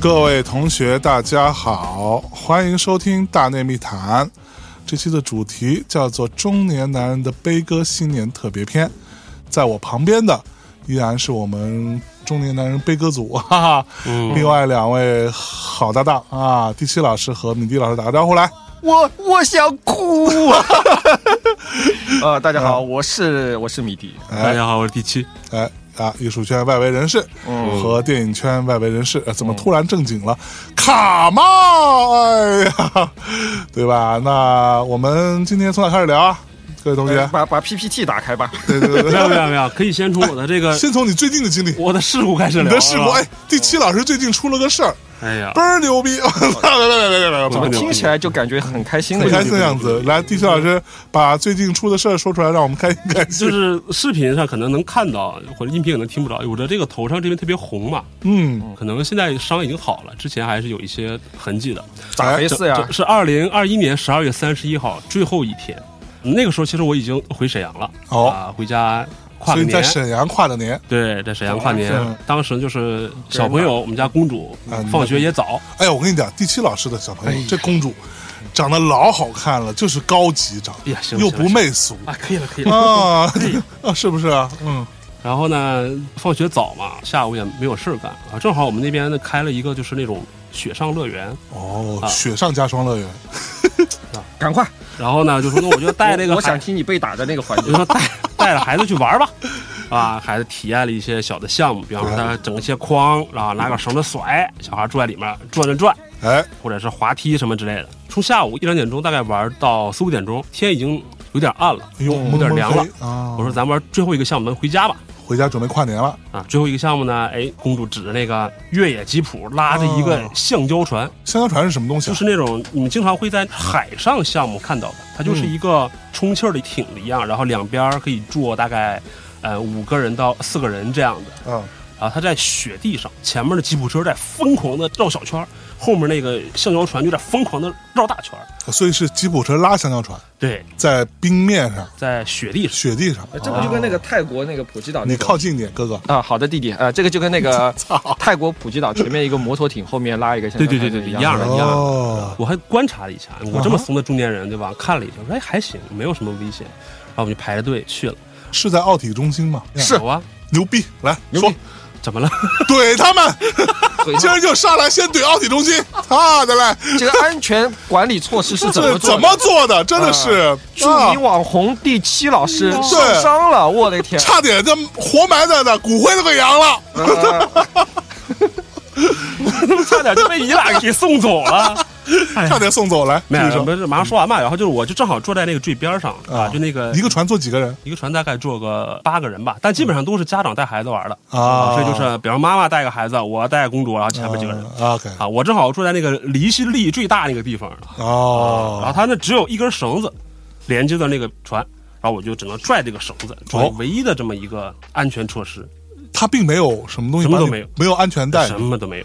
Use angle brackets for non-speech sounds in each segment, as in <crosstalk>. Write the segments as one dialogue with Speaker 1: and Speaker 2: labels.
Speaker 1: 各位同学，大家好，欢迎收听《大内密谈》。这期的主题叫做“中年男人的悲歌新年特别篇”。在我旁边的依然是我们中年男人悲歌组， <laughs> 哈哈。另外两位好搭档啊，第七老师和敏迪老师打个招呼来。
Speaker 2: 我我想哭啊！
Speaker 3: <laughs> 呃，大家好，我是我是米迪，
Speaker 1: 哎
Speaker 4: 大家好，我是第七。
Speaker 1: 哎啊，艺术圈外围人士、
Speaker 4: 嗯
Speaker 1: 和电影圈外围人士，呃怎么突然正经了？卡帽，哎呀，对吧？那我们今天从哪开始聊啊？各位同学，
Speaker 3: 呃
Speaker 4: 哎
Speaker 3: 把把 PPT 打开吧。
Speaker 1: 对对对
Speaker 4: 没有没有没有，可以先从我的这
Speaker 1: <laughs>
Speaker 4: 个
Speaker 1: 先从你最近的经历，
Speaker 4: 我的啊事故开始
Speaker 1: 你
Speaker 4: 聊。
Speaker 1: 的事故。
Speaker 4: 是
Speaker 1: 哎
Speaker 4: 吧，
Speaker 1: 第七老师最近出了个事儿，
Speaker 4: 哎呀
Speaker 1: 倍，儿牛
Speaker 4: <laughs>
Speaker 1: 逼！来 <laughs> 来来来来来，
Speaker 4: 怎
Speaker 3: 怎
Speaker 4: 么
Speaker 3: 么
Speaker 4: 牛
Speaker 3: 啊听起来就感觉很开心的
Speaker 1: 很开
Speaker 3: 样
Speaker 1: 心啊的
Speaker 3: 子？
Speaker 1: 样子。来，第七老师把最近出的事儿说出来，让我们开心开心。
Speaker 4: 就是视频上可能能看到，或者音频可能听不着。我的这个头上这边特别红嘛，
Speaker 1: 嗯，
Speaker 4: 可能现在伤已经好了，之前还是有一些痕迹的。
Speaker 3: 咋回事呀
Speaker 2: 啊
Speaker 4: 这？是二零二一年十二月三十一号最后一天，那个时候其实我已经回沈阳了，
Speaker 1: 哦
Speaker 4: 啊，回家跨
Speaker 1: 所
Speaker 4: 个
Speaker 1: 以在
Speaker 4: 年。
Speaker 1: 沈阳跨的年，
Speaker 4: 对，在沈阳跨年
Speaker 1: 嗯，
Speaker 4: 当时就是小朋友，我们家公主
Speaker 1: 嗯
Speaker 4: 放学也早，
Speaker 1: 哎呀，我跟你讲，第七老师的小朋友，这公主长得老好看了，就是高级长，
Speaker 4: 哎呀，行
Speaker 1: 又
Speaker 4: 行
Speaker 1: 不
Speaker 4: 行
Speaker 1: 媚俗
Speaker 4: 啊，可以了，可以了。
Speaker 1: 啊 <laughs> 啊，是不是啊？嗯，
Speaker 4: 然后呢，放学早嘛，下午也没有事儿干啊，正好我们那边呢开了一个就是那种雪上乐园，
Speaker 1: 哦，
Speaker 4: 啊
Speaker 1: 雪上加霜乐园，
Speaker 3: 赶快，
Speaker 4: 然后呢就说那我就带那个
Speaker 3: 我我想
Speaker 4: 孩
Speaker 3: 听你被打的那个环
Speaker 4: 我
Speaker 3: 节
Speaker 4: 就。说带带着孩子去玩儿吧，啊，孩子体验了一些小的项目，比方说他
Speaker 1: 嗯
Speaker 4: 整一些筐，然后拿个绳子甩，小孩坐在里面转转转，
Speaker 1: 哎，
Speaker 4: 或者是滑梯什么之类的。从下午一两点钟大概玩到四五点钟，天已经有点暗了，
Speaker 1: 哎呦，
Speaker 4: 有
Speaker 1: 蒙
Speaker 4: 点
Speaker 1: 蒙
Speaker 4: 凉
Speaker 1: 黑
Speaker 4: 了。
Speaker 1: 啊！
Speaker 4: 我说咱玩最后一个项目，咱回家吧。
Speaker 1: 回家准备跨年了，
Speaker 4: 啊，最后一个项目呢，哎，公主指着那个越野吉普拉着一个
Speaker 1: 哦
Speaker 4: 橡胶船，
Speaker 1: 香蕉船是什么东西
Speaker 4: 就
Speaker 1: 啊？
Speaker 4: 是那种你们经常会在海上项目看到的，它就是一个充气儿的艇一样，然后两边儿可以坐大概呃五个人到四个人这样的。
Speaker 1: 嗯，
Speaker 4: 然后它在雪地上，前面的吉普车在疯狂的绕小圈儿，后面那个橡胶船就在疯狂的绕大圈儿。
Speaker 1: 所以是吉普车拉香蕉船，
Speaker 4: 对，
Speaker 1: 在冰面上、
Speaker 4: 在雪地上。
Speaker 1: 雪地上。
Speaker 3: <laughs>
Speaker 2: 哎
Speaker 1: 啊
Speaker 3: 这不就跟那个泰国那个普吉岛那
Speaker 1: 你
Speaker 3: 个
Speaker 1: 靠近点，哥哥。
Speaker 3: 啊，好的弟弟，呃，这个就跟那个泰国普吉岛前面一个摩托艇，后面拉一个像
Speaker 4: 对对对对对
Speaker 3: 一
Speaker 4: 一样
Speaker 3: 的
Speaker 2: 哎
Speaker 4: 的。
Speaker 1: 哦，
Speaker 4: 我还观察了一下，我这么怂的中年人，对吧？看了一下，我说哎还行，没有什么危险。然后我们就排着队去了。
Speaker 1: 是在奥体中心吗？
Speaker 3: 是
Speaker 4: 有啊，
Speaker 1: 牛逼！来
Speaker 3: 牛
Speaker 1: 说
Speaker 3: 逼，
Speaker 4: 怎么了？
Speaker 1: 怼他们，
Speaker 3: 所以
Speaker 1: 今儿就上来先怼奥体中心，啊，再来，
Speaker 3: 这个安全管理措施是怎么
Speaker 1: <laughs> 这
Speaker 3: 做
Speaker 1: 怎
Speaker 3: 的？
Speaker 1: 么做的？真的是，
Speaker 3: 著
Speaker 1: 啊
Speaker 3: 名网红第七老师
Speaker 1: 对
Speaker 3: 受伤了，我的天！
Speaker 1: 差点就活埋在那，骨灰都给扬了。
Speaker 3: 呃
Speaker 4: <laughs> 差点就被你俩给送走了。哎呀
Speaker 1: 差点送走来，
Speaker 4: <laughs> 没有，
Speaker 1: 是不
Speaker 4: 不
Speaker 1: 是
Speaker 4: 是马上说完嘛，然后就是我就正好坐在那个最边上啊，就那个
Speaker 1: 一个船坐几个人
Speaker 4: 一个船大概坐个八个人吧，但基本上都是家长带孩子玩的
Speaker 1: 啊
Speaker 4: 所以就是比方妈妈带个孩子，我带公主，然后前面几个人
Speaker 1: 啊？OK，
Speaker 4: 啊，我正好坐在那个离心力最大那个地方，然后
Speaker 1: 哦，
Speaker 4: 他那只有一根绳子连接的那个船，然后我就只能拽这个绳子，作为
Speaker 1: 哦
Speaker 4: 唯一的这么一个安全措施，
Speaker 1: 他并没有什么东西，
Speaker 4: 什么都
Speaker 1: 把你
Speaker 4: 没有
Speaker 1: 没有安全带。哦
Speaker 4: 什么都没有。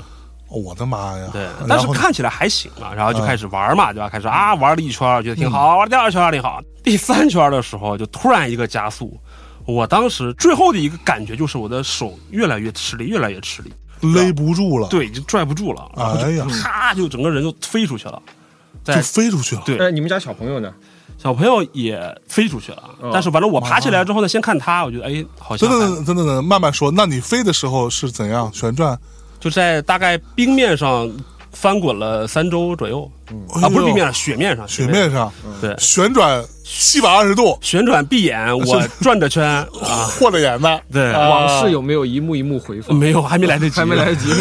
Speaker 1: 我的妈呀！
Speaker 4: 对，但
Speaker 1: 然
Speaker 4: 是
Speaker 1: 后嗯
Speaker 4: 看起来还行啊，然后就开始玩嘛，对吧？开始啊，玩了一圈儿，觉得挺好，玩第二圈儿挺好，第三圈儿的时候就突然一个加速，我当时最后的一个感觉就是我的手越来越吃力，越来越吃力，
Speaker 1: 勒不住了，
Speaker 4: 对，就拽不住了，然后
Speaker 1: 哦哎
Speaker 4: 就
Speaker 1: 呀
Speaker 4: 啪就整个人就飞出去了，
Speaker 1: 就
Speaker 4: 在
Speaker 1: 飞出去了。
Speaker 4: 对
Speaker 3: 呃，你们家小朋友呢？
Speaker 4: 小朋友也飞出去了，
Speaker 1: 哦
Speaker 4: 但是完了我爬起来之后呢，先看他，我觉得哎，好像
Speaker 1: 等等
Speaker 4: 还
Speaker 1: 等等等等，慢慢说。那你飞的时候是怎样旋转？
Speaker 4: 就在大概冰面上翻滚了三周左右，
Speaker 1: 哎
Speaker 4: 啊，
Speaker 1: 呦
Speaker 4: 不是冰面上，雪面上，
Speaker 1: 雪面上
Speaker 4: 对。
Speaker 1: 旋转七百二十度，
Speaker 4: 旋转闭眼，我转着圈
Speaker 1: <laughs>
Speaker 4: 啊，
Speaker 1: 或者眼呢？
Speaker 4: 对， <laughs>
Speaker 3: 往事有没有一幕一幕回放？
Speaker 4: 没有，啊嗯还没来得及，
Speaker 3: 还没来得及。
Speaker 4: <laughs>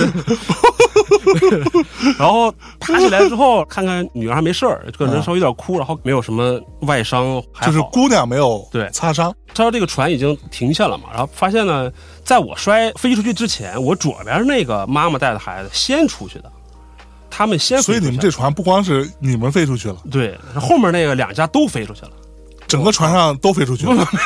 Speaker 4: 然后爬起来之后，看看女儿还没事儿，这个人稍微有点哭，然后没有什么外伤，还
Speaker 1: 就是
Speaker 4: 好
Speaker 1: 姑娘没有
Speaker 4: 对
Speaker 1: 擦伤，
Speaker 4: 他说这个船已经停下了嘛，然后发现呢，在我摔飞出去之前，我左边那个妈妈带着孩子先出去的，他们先
Speaker 1: 所以
Speaker 4: 飞
Speaker 1: 你
Speaker 4: 出去
Speaker 1: 们
Speaker 4: 了
Speaker 1: 这船不光是你们飞出去了，
Speaker 4: 对后面那个两家都飞出 <laughs> 去了，
Speaker 1: 整个船上都飞出去了。
Speaker 4: <laughs>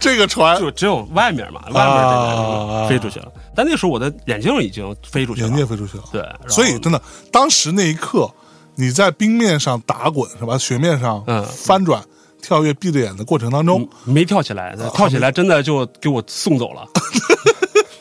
Speaker 1: 这个船
Speaker 4: 就只有外面嘛，外面这
Speaker 1: 啊
Speaker 4: 个飞出去了。但那时候我的眼镜已经飞出去了
Speaker 1: 眼，镜飞出去了。
Speaker 4: 对，然后
Speaker 1: 所以真的，当时那一刻，你在冰面上打滚是吧？雪面上
Speaker 4: 嗯
Speaker 1: 翻转、跳跃、闭着眼的过程当中，
Speaker 4: 没跳起来，跳起来真的就给我送走了。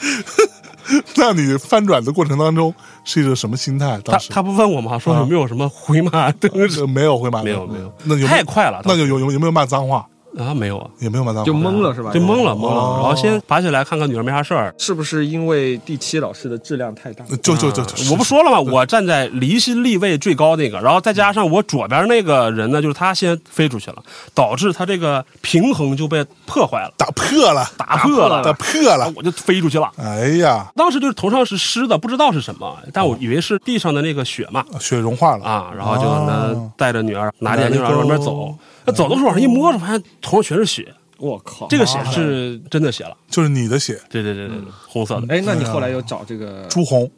Speaker 1: <laughs> 那你翻转的过程当中是一个什么心态？
Speaker 4: 他
Speaker 1: 当时
Speaker 4: 他不问我吗？说有没有什么回马灯？
Speaker 1: 呃没有会骂人，
Speaker 4: 没有没有
Speaker 1: 那有没
Speaker 4: 太
Speaker 1: 有
Speaker 4: 快了，
Speaker 1: 那就有有有没有骂脏话？
Speaker 4: 啊没有啊，
Speaker 1: 也没有骂脏话，
Speaker 3: 就懵了是吧？
Speaker 4: 就懵了懵
Speaker 1: 哦
Speaker 4: 了，然后先爬起来看看女儿没啥事儿。
Speaker 3: 是不是因为第七老师的质量太大？
Speaker 4: 呃
Speaker 1: 就就就就
Speaker 4: 啊我不说了吗？我站在离心力位最高那个，然后再加上我左边那个人呢，就是他先飞出去了，导致他这个平衡就被破坏了，
Speaker 1: 打破了，
Speaker 4: 打破了，
Speaker 1: 打破
Speaker 4: 然
Speaker 1: 了
Speaker 4: 后，我就飞出去了。
Speaker 1: 哎呀，
Speaker 4: 当时就是头上是湿的，不知道是什么，但
Speaker 1: 哦
Speaker 4: 我以为是地上的那个雪嘛
Speaker 1: 雪融化了，
Speaker 4: 啊，然后就
Speaker 1: 哦
Speaker 4: 呢带着女儿拿着眼镜往
Speaker 1: 拿着
Speaker 4: 外面
Speaker 1: 钩
Speaker 4: 走，那走的时候往上一摸，发现头上全是血，
Speaker 3: 我靠！
Speaker 4: 这个血是真的血了，嗯
Speaker 1: 就是你的血，
Speaker 4: 哦对对对对，对红色的。
Speaker 3: 哎，那你后来有找这个
Speaker 1: 朱红，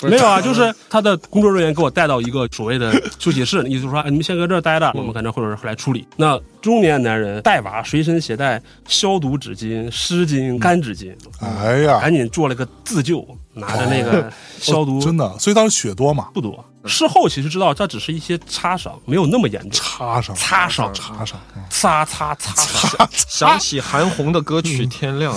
Speaker 3: 不
Speaker 4: 没有啊，就是他的工作人员给我带到一个所谓 <laughs> 的休息室，意思说，哎，你们先搁这儿待着，我们可能会有人会来处理。那中年男人带娃，随身携带消毒纸巾、湿巾、干纸巾，
Speaker 1: 哎呀，
Speaker 4: <laughs> 赶紧做了个自救，拿着那个消毒，
Speaker 1: 哦真的，所以当时血多嘛，
Speaker 4: 不多。事后其实知道，这只是一些擦伤，没有那么严重。
Speaker 1: 插上，
Speaker 4: 擦伤，
Speaker 1: 插上，嗯
Speaker 4: 擦擦擦擦。
Speaker 3: 想起韩红的歌曲《天
Speaker 4: <laughs>
Speaker 3: 亮》，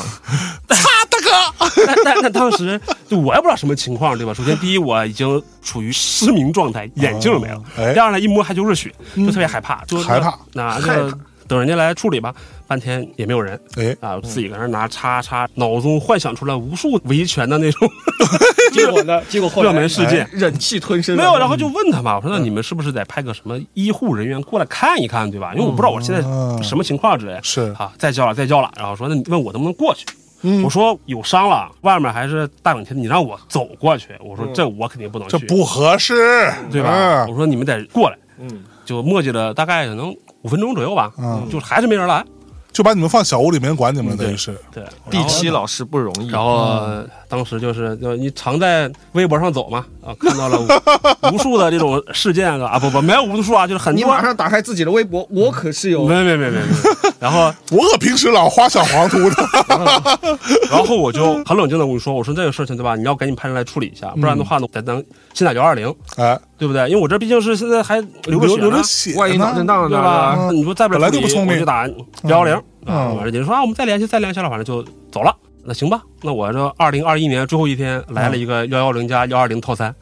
Speaker 4: 但但但当时就我也不知道什么情况，对
Speaker 1: <laughs>
Speaker 4: 吧？首先第一，我已经处于失明状态，眼镜没了
Speaker 1: 哦。哎嗯
Speaker 4: 第二呢，一摸还就是血，就特别害怕，就
Speaker 1: 害怕
Speaker 4: 那就等人家来处理吧，半天也没有人。
Speaker 1: 哎，
Speaker 4: 啊，我自己搁那拿叉叉，脑中幻想出来无数维权
Speaker 1: <laughs>
Speaker 4: 的那种
Speaker 3: 结果呢？结果后
Speaker 4: 热门事件，
Speaker 3: 忍气吞声了
Speaker 4: 没嗯有，然后就问他嘛，我说那你们是不是得派个什么医护人员过来看一看，对吧？因为我不知道我现在
Speaker 1: 嗯
Speaker 4: 什么情况之类的。
Speaker 1: 是
Speaker 4: 啊，再叫了，再叫了，然后说那你问我能不能过去。
Speaker 1: 嗯
Speaker 4: 我说有伤了，外面还是大冷天的，你让我走过去，我说这我肯定不能去，
Speaker 1: 嗯这不合适，
Speaker 4: 对吧？
Speaker 1: 嗯
Speaker 4: 我说你们得过来，
Speaker 3: 嗯，
Speaker 4: 就磨叽了大概可能五分钟左右吧，
Speaker 1: 嗯
Speaker 4: 就还是没人来。
Speaker 1: 就把你们放小屋里没人管你们了，
Speaker 4: 嗯对
Speaker 1: 等于是，
Speaker 4: 对，
Speaker 3: 第七老师不容易，
Speaker 4: 然后、
Speaker 1: 嗯
Speaker 4: 当时就是就你常在微博上走嘛，啊，看到了无无数的这种事件啊，啊不不没有无数啊，就是很
Speaker 2: 你
Speaker 4: 多
Speaker 2: 马。上打开自己的微博，我可是有
Speaker 4: 没没没没 <laughs> 没，然后
Speaker 1: 我可平时老花小黄图的， <laughs>
Speaker 4: 然后我就很冷静的跟你说，我说这个事情对吧，你要赶紧派人来处理一
Speaker 1: 嗯
Speaker 4: 下，不然的话呢，咱咱先打幺二零，
Speaker 1: 哎，
Speaker 4: 对不对？因为我这毕竟是现在还流着血
Speaker 1: 流
Speaker 4: 呢
Speaker 1: 流着血呢，啊
Speaker 3: 万一脑震荡
Speaker 4: 对
Speaker 3: 呢？
Speaker 4: 吧？你说再不
Speaker 1: 本来就
Speaker 4: 处理
Speaker 1: 不聪明
Speaker 4: 我就打幺幺零
Speaker 1: 嗯
Speaker 4: 啊。完了，你说啊，我们再联系，再联系了，反正就走了。那行吧，那我这二零二一年最后一天来了一个幺幺零加幺二零套餐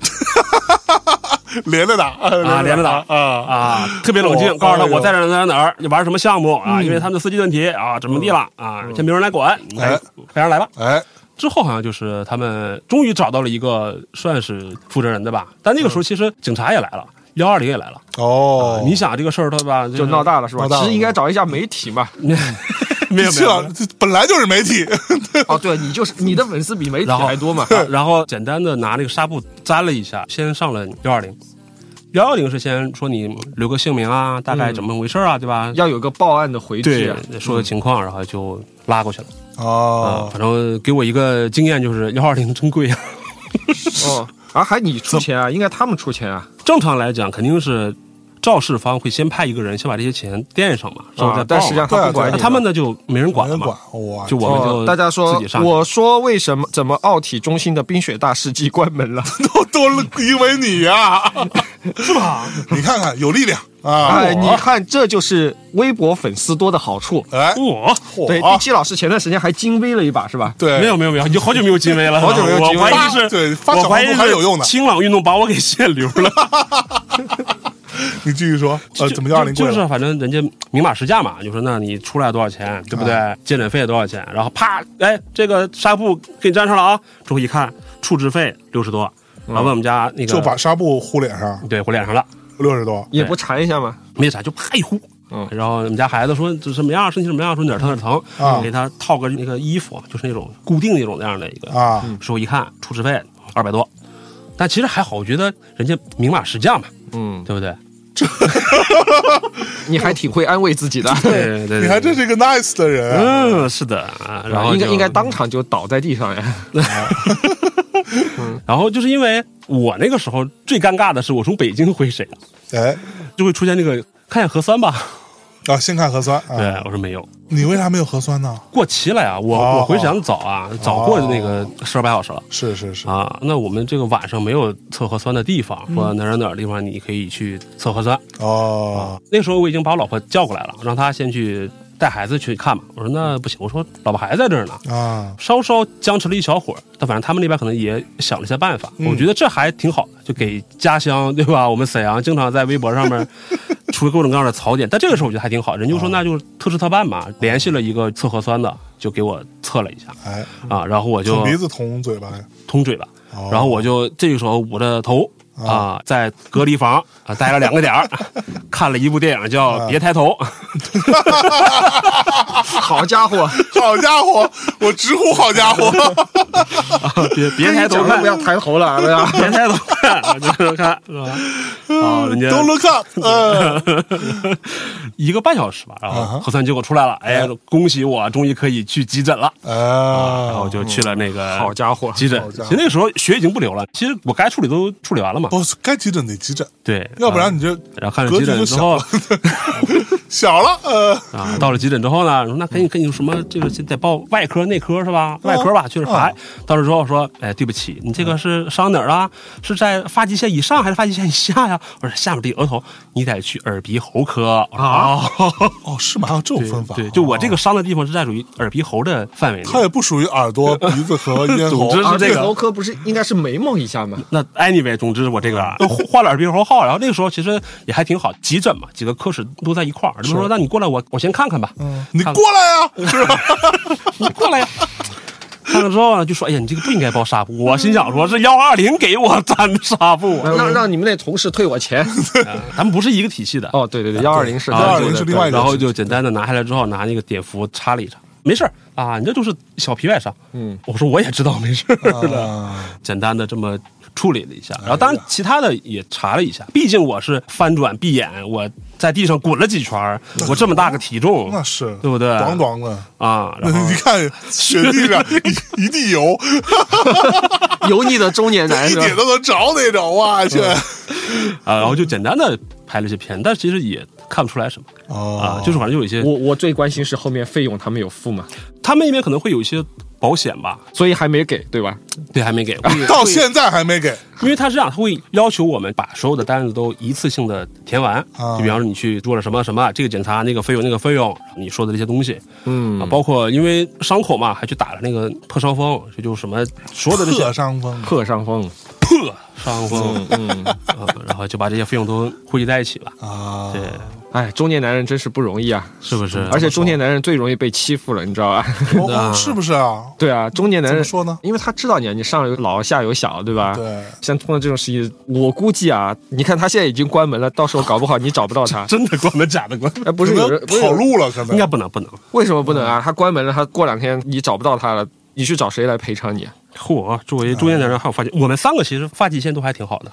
Speaker 1: 连着打
Speaker 4: 啊，连着打
Speaker 1: 啊 <laughs>
Speaker 4: 啊，特别冷静，告诉他
Speaker 1: 哎呦嗯
Speaker 4: 我在哪儿哪儿哪儿你玩什么项目啊，因为他们的司机问题啊，怎么地了啊，先没人来管，你
Speaker 1: 哎
Speaker 4: 来派人来吧。
Speaker 1: 哎，
Speaker 4: 之后好像就是他们终于找到了一个算是负责人的吧，但那个时候其实警察也来了，幺二零也来了。
Speaker 1: 哦，
Speaker 4: 啊你想这个事儿对吧？
Speaker 3: 就闹大了是吧
Speaker 1: 闹？大了
Speaker 3: 其实应该找一下媒体
Speaker 4: <laughs>
Speaker 3: 嘛。
Speaker 4: 没有，没有
Speaker 1: 这
Speaker 4: 没有。
Speaker 1: 这本来就是媒
Speaker 4: <laughs>
Speaker 1: 体，
Speaker 3: 哦，对你就是你的粉丝比媒体
Speaker 4: 然后
Speaker 3: 还多嘛？
Speaker 4: <laughs> 然后简单的拿那个纱布粘了一下，先上了幺二零。幺幺零是先说你留个姓名啊，大概怎么回事啊，对吧？
Speaker 3: 要有个报案的回执
Speaker 4: 对
Speaker 3: 啊。，
Speaker 4: 说个情况，然后就拉过去了。啊，
Speaker 1: 哦，
Speaker 4: 反正给我一个经验就是幺二零真贵啊。 <laughs>
Speaker 3: 哦，啊，还你出钱啊？应该他们出钱啊。
Speaker 4: 正常来讲，肯定是肇事方会先派一个人先把这些钱垫上嘛，之后
Speaker 3: 啊
Speaker 4: 再
Speaker 3: 但
Speaker 4: 报
Speaker 3: 实际上
Speaker 4: 嘛。
Speaker 3: 他不管
Speaker 4: 那
Speaker 3: 你，
Speaker 4: 他们呢就没人管
Speaker 1: 没
Speaker 4: 了
Speaker 1: 人
Speaker 4: 嘛
Speaker 1: 管，，哇，
Speaker 4: 就我们
Speaker 3: 哦
Speaker 4: 就，
Speaker 3: 大家说
Speaker 4: 自己上，去
Speaker 3: 我说为什么怎么奥体中心的冰雪大世纪关门了？
Speaker 1: 都都因为你
Speaker 4: <laughs>
Speaker 1: 呀、是吧？你看看有力量啊！
Speaker 3: 哎，你看，这就是微博粉丝多的好处。
Speaker 1: 哎，
Speaker 4: 我
Speaker 1: 嚯
Speaker 3: 对，第
Speaker 1: 啊
Speaker 3: 七老师前段时间还精微了一把，是吧？
Speaker 1: 对，
Speaker 4: 没有没有没有，已经好久没有进微了，
Speaker 3: 好久没有进微
Speaker 4: 我怀
Speaker 1: 发
Speaker 4: 疑是，
Speaker 1: 对发小
Speaker 4: 我怀疑
Speaker 1: 红
Speaker 4: 是
Speaker 1: 还是有用的。
Speaker 4: 清朗运动把我给限流了。
Speaker 1: 你继续说， <laughs> 呃，
Speaker 4: 就
Speaker 1: 怎么样？
Speaker 4: 就
Speaker 1: 林贵
Speaker 4: 就
Speaker 1: 了
Speaker 4: 是反正人家明码实价嘛，就说那你出来多少
Speaker 1: 嗯
Speaker 4: 钱，对不对？鉴诊费多少钱？然后啪，哎，这个纱布给你粘上了啊。之后一看，处置费六十多，然后问我们家那个
Speaker 1: 嗯就把纱布糊脸上，
Speaker 4: 对我脸上了，
Speaker 1: 六十多，
Speaker 3: 也不缠一下吗？
Speaker 4: 没啥，就啪一呼。
Speaker 3: 嗯
Speaker 4: 然后我们家孩子说这什么样，身体什么样，说哪儿疼哪儿疼，
Speaker 1: 啊
Speaker 4: 给他套个那个衣服，就是那种固定那种那样的一个。
Speaker 1: 啊，
Speaker 4: 之后一看，处置费二百多，但其实还好，我觉得人家明码实价嘛，
Speaker 3: 嗯，
Speaker 4: 对不对？
Speaker 3: 你还挺会安慰自己的。
Speaker 4: 对对对，
Speaker 1: 你还真是一个 nice 的人。
Speaker 4: 嗯，是的啊，然后
Speaker 3: 应该
Speaker 4: 就
Speaker 3: 应该当场就倒在地上呀。
Speaker 4: 然后就是因为我那个时候最尴尬的是，我从北京回沈阳，
Speaker 1: 哎，
Speaker 4: 就会出现那个看一下核酸吧。
Speaker 1: 啊，先看核酸啊，
Speaker 4: 对，我说没有，
Speaker 1: 你为啥没有核酸呢？
Speaker 4: 过期了呀，我、
Speaker 1: 哦
Speaker 4: 我回沈阳早啊，早过那个十二八小时了。
Speaker 1: 是是是，
Speaker 4: 啊，那我们这个晚上没有测核酸的地
Speaker 1: 嗯
Speaker 4: 方，说哪儿哪儿哪儿地方你可以去测核酸。
Speaker 1: 哦，
Speaker 4: 那时候我已经把我老婆叫过来了，让她先去带孩子去看吧。我说那不行，我说老婆还在这儿呢。
Speaker 1: 啊，
Speaker 4: 稍稍僵持了一小会儿，但反正他们那边可能也想了一些办法，
Speaker 1: 嗯
Speaker 4: 我觉得这还挺好的，就给家乡对吧？我 <laughs> 们沈阳经常在微博上面出各种各样的槽点，但这个时候我觉得还挺好，人就说那就是特事特办嘛，联系了一个测核酸的，就给我测了一下
Speaker 1: 哎，
Speaker 4: 啊，然后我就
Speaker 1: 捅鼻子捅嘴巴 <laughs> 呀，
Speaker 4: 通嘴巴，
Speaker 1: 哦
Speaker 4: 然后我就这个时候捂着头。啊，在隔离房啊待了两个
Speaker 1: <laughs>
Speaker 4: 点儿，看了一部电影叫
Speaker 1: 啊
Speaker 4: 《别抬头》， <laughs>
Speaker 2: 好家伙，
Speaker 1: 好家伙，我直呼好家伙，
Speaker 4: 别别抬头
Speaker 2: 讲了
Speaker 4: 看
Speaker 2: 不，要抬头了啊，对吧？
Speaker 4: 别抬头 <laughs> 看，就是
Speaker 1: <laughs>
Speaker 4: 看是吧？啊，人家
Speaker 1: 都 look up，呃，
Speaker 4: <laughs> 一个半小时吧，然
Speaker 1: 啊哈
Speaker 4: 后核酸结果出来了，哎，恭喜我，终于可以去急诊了。然后
Speaker 1: 啊，
Speaker 4: 就去了那个
Speaker 3: 好家伙，
Speaker 4: 急诊
Speaker 1: 哦好，家
Speaker 4: 其
Speaker 1: 伙
Speaker 4: 实那个时候血已经不流了，其实我该处理都处理完了嘛。
Speaker 1: 不哦该急诊得急诊，
Speaker 4: 对，
Speaker 1: 要不
Speaker 4: 啊
Speaker 1: 然你这
Speaker 4: 然后看了
Speaker 1: 格
Speaker 4: 急
Speaker 1: 局
Speaker 4: 诊
Speaker 1: 就
Speaker 4: 之
Speaker 1: 小
Speaker 4: 后
Speaker 1: 了，小了，呃，
Speaker 4: 啊，到了急诊之后呢，说那赶紧赶紧什么这个得报外科内科是吧？外科吧，去
Speaker 1: 哦
Speaker 4: 了查。到了之后说，哎，对不起，你这个是伤哪儿啊？是在发际线以上还是发际线以下呀？我说下面这个额头，你得去耳鼻喉科啊。 <laughs>
Speaker 1: 哦，是吗？还有这种分法？哦
Speaker 4: 对，就我这个伤的地方是在属于耳鼻喉的范围内。
Speaker 1: 它也不属于耳朵、鼻子和咽
Speaker 4: <laughs>
Speaker 1: 喉。啊
Speaker 4: 总之是这个
Speaker 2: 头科不是应该是眉毛一下吗？
Speaker 4: 那 anyway，总之我这
Speaker 1: 啊
Speaker 4: 个都换了耳鼻喉号，然后那个时候其实也还挺好，急诊嘛，几个科室都在一块儿。他们说：“那你过来，我我先看看吧。
Speaker 1: 嗯你过来
Speaker 4: <laughs>
Speaker 1: 呀、是吧？
Speaker 4: 你过来呀。 <laughs> 看了之后呢，就说：“哎呀，你这个不应该包纱布。”我心想说：“是幺二零给我粘的纱布
Speaker 1: 嗯
Speaker 4: 啊、
Speaker 2: 让让你们那同事退我钱。
Speaker 4: 咱们不是一个体系的。
Speaker 3: 哦，对
Speaker 1: 啊
Speaker 3: 对对，幺二零是
Speaker 1: 120是
Speaker 2: <laughs>
Speaker 1: 另外一个
Speaker 4: 然后就简单的拿下来之后，拿那个碘伏擦了一擦，没事儿啊，你这就是小皮外伤。嗯，我说我也知道没事儿的，
Speaker 1: 啊
Speaker 4: <laughs> 简单的这么处理了一下，
Speaker 1: 哎
Speaker 4: 然后当然其他的也查了一下，毕竟我是翻转闭眼，我在地上滚了几圈儿，我这么大个体重
Speaker 1: 那是
Speaker 4: 对不对
Speaker 1: 咣咣的，
Speaker 4: 啊，然后
Speaker 1: 你看雪地
Speaker 4: <laughs>
Speaker 1: 上一一地油，
Speaker 3: 油腻的中年男
Speaker 1: 一
Speaker 3: 是吧
Speaker 1: 点都能着那种，哇
Speaker 4: 嗯
Speaker 1: 去！
Speaker 4: 啊，然后就简单的拍了一些片，但其实也看不出来什么啊
Speaker 1: 哦，
Speaker 4: 就是反正有一些
Speaker 2: 我我最关心是后面费用他们有付吗？
Speaker 4: 他们那边可能会有一些保险吧，
Speaker 2: 所以还没给，对吧？
Speaker 4: 对，还没给，
Speaker 1: 到现在还没给，
Speaker 4: 因为他是这样，他会要求我们把所有的单子都一次性的填完，
Speaker 1: 啊
Speaker 4: 就比方说你去做了什么什么，这个检查那个费用那个费用，你说的这些东西，嗯，啊，包括因为伤口嘛，还去打了那个破伤风，这就什么所有的这些
Speaker 1: 破伤风
Speaker 2: 破伤风，
Speaker 4: 破伤风，嗯，啊，然后就把这些费用都汇集在一起了，
Speaker 1: 啊！
Speaker 4: 对，
Speaker 2: 哎，中年男人真是不容易啊！
Speaker 4: 是不是？。
Speaker 2: 而且中年男人最容易被欺负了，你知道吧？ <laughs>
Speaker 1: 哦，是不是啊？
Speaker 2: 对啊，中年男
Speaker 1: 怎么
Speaker 2: 人
Speaker 1: 说呢
Speaker 2: 因为他知道你，你上有老下有小，对吧？。
Speaker 1: 对，
Speaker 2: 像通过这种事情，我估计啊，你看他现在已经关门了，到时候搞不好你找不到他
Speaker 4: 真的关门， <laughs> 假的关门，
Speaker 2: 哎，不是有人
Speaker 1: 可能跑，路了，可
Speaker 4: 应
Speaker 1: 能
Speaker 4: 该不能不能，
Speaker 2: 不是为什么不能啊？他关门了，他过两天你找不到他了，你去找谁来赔偿你？啊
Speaker 4: 嚯！作为中年男人，还有发际，我们三个其实发际线都还挺好的，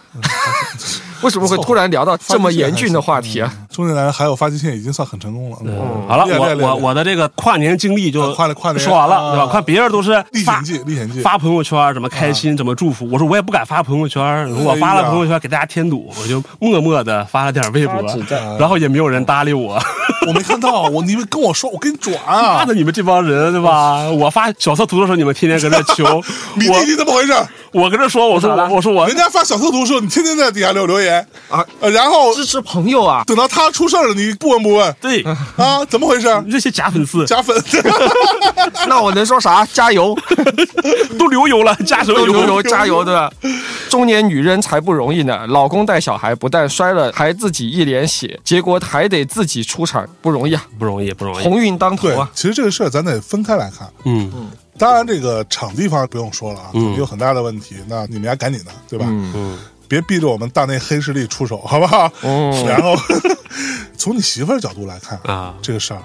Speaker 2: 为什么会突然聊到这么严峻的话题啊？
Speaker 1: 嗯中年男人还有发际线已经算很成功了。嗯
Speaker 4: 好了，
Speaker 1: 练
Speaker 4: 我
Speaker 1: 练练
Speaker 4: 我
Speaker 1: 练
Speaker 4: 我的这个跨年经历就
Speaker 1: 啊跨年跨年
Speaker 4: 说完了，
Speaker 1: 啊
Speaker 4: 对吧？看别人都是
Speaker 1: 历
Speaker 4: 发
Speaker 1: 险记，历险记啊
Speaker 4: 发朋友圈怎么开心怎么祝福，我说我也不敢发朋友
Speaker 1: 哎
Speaker 4: 圈，我发了朋友圈给大家添堵，我就默默的发了点微博
Speaker 2: 发纸，
Speaker 1: 战
Speaker 4: 然后也没有人搭理我， <laughs>
Speaker 1: 我没看到，我你们跟我说，我给你转啊
Speaker 4: 骂！的你们这帮人对吧？我发小色图的时候，你们天天搁这
Speaker 1: <laughs>
Speaker 4: 求
Speaker 1: 你弟弟
Speaker 4: 我，
Speaker 1: 怎么回事？
Speaker 4: 我跟这说，我说
Speaker 2: 咋了
Speaker 4: 我我说我
Speaker 1: 人家发小色图的时候，你天天在底下留留言
Speaker 2: 啊
Speaker 1: 呃然后
Speaker 2: <laughs> 支持朋
Speaker 1: <laughs>
Speaker 2: 友啊！
Speaker 1: 等到他出事儿了，你不闻不
Speaker 4: <laughs>
Speaker 1: 问
Speaker 4: 对
Speaker 1: 啊？怎么回事？
Speaker 4: 这些假粉丝
Speaker 1: 加粉
Speaker 2: 那我能说啥？加
Speaker 1: <laughs>
Speaker 2: 油，
Speaker 4: 都流油了，加什么
Speaker 2: 都
Speaker 4: 油
Speaker 2: 油油加油的。中年女人才不容易呢，老公带小孩不但摔了，还自己一脸血，结果还得自己出场，不容易啊！
Speaker 4: 不容易不容易，
Speaker 2: 鸿运当头
Speaker 1: 对
Speaker 2: 啊，！
Speaker 1: 其实这个事儿咱得分开来看。
Speaker 4: 嗯
Speaker 1: 当然，这个场地方不用说了
Speaker 2: 嗯
Speaker 1: 啊，肯定有很大的问题。那你们家赶紧的，对吧？
Speaker 4: 嗯，
Speaker 1: 别逼着我们大内黑势力出手，好不好？
Speaker 2: 嗯
Speaker 1: <laughs> 然后，从你媳妇儿角度来看
Speaker 4: 啊
Speaker 1: 这个事儿，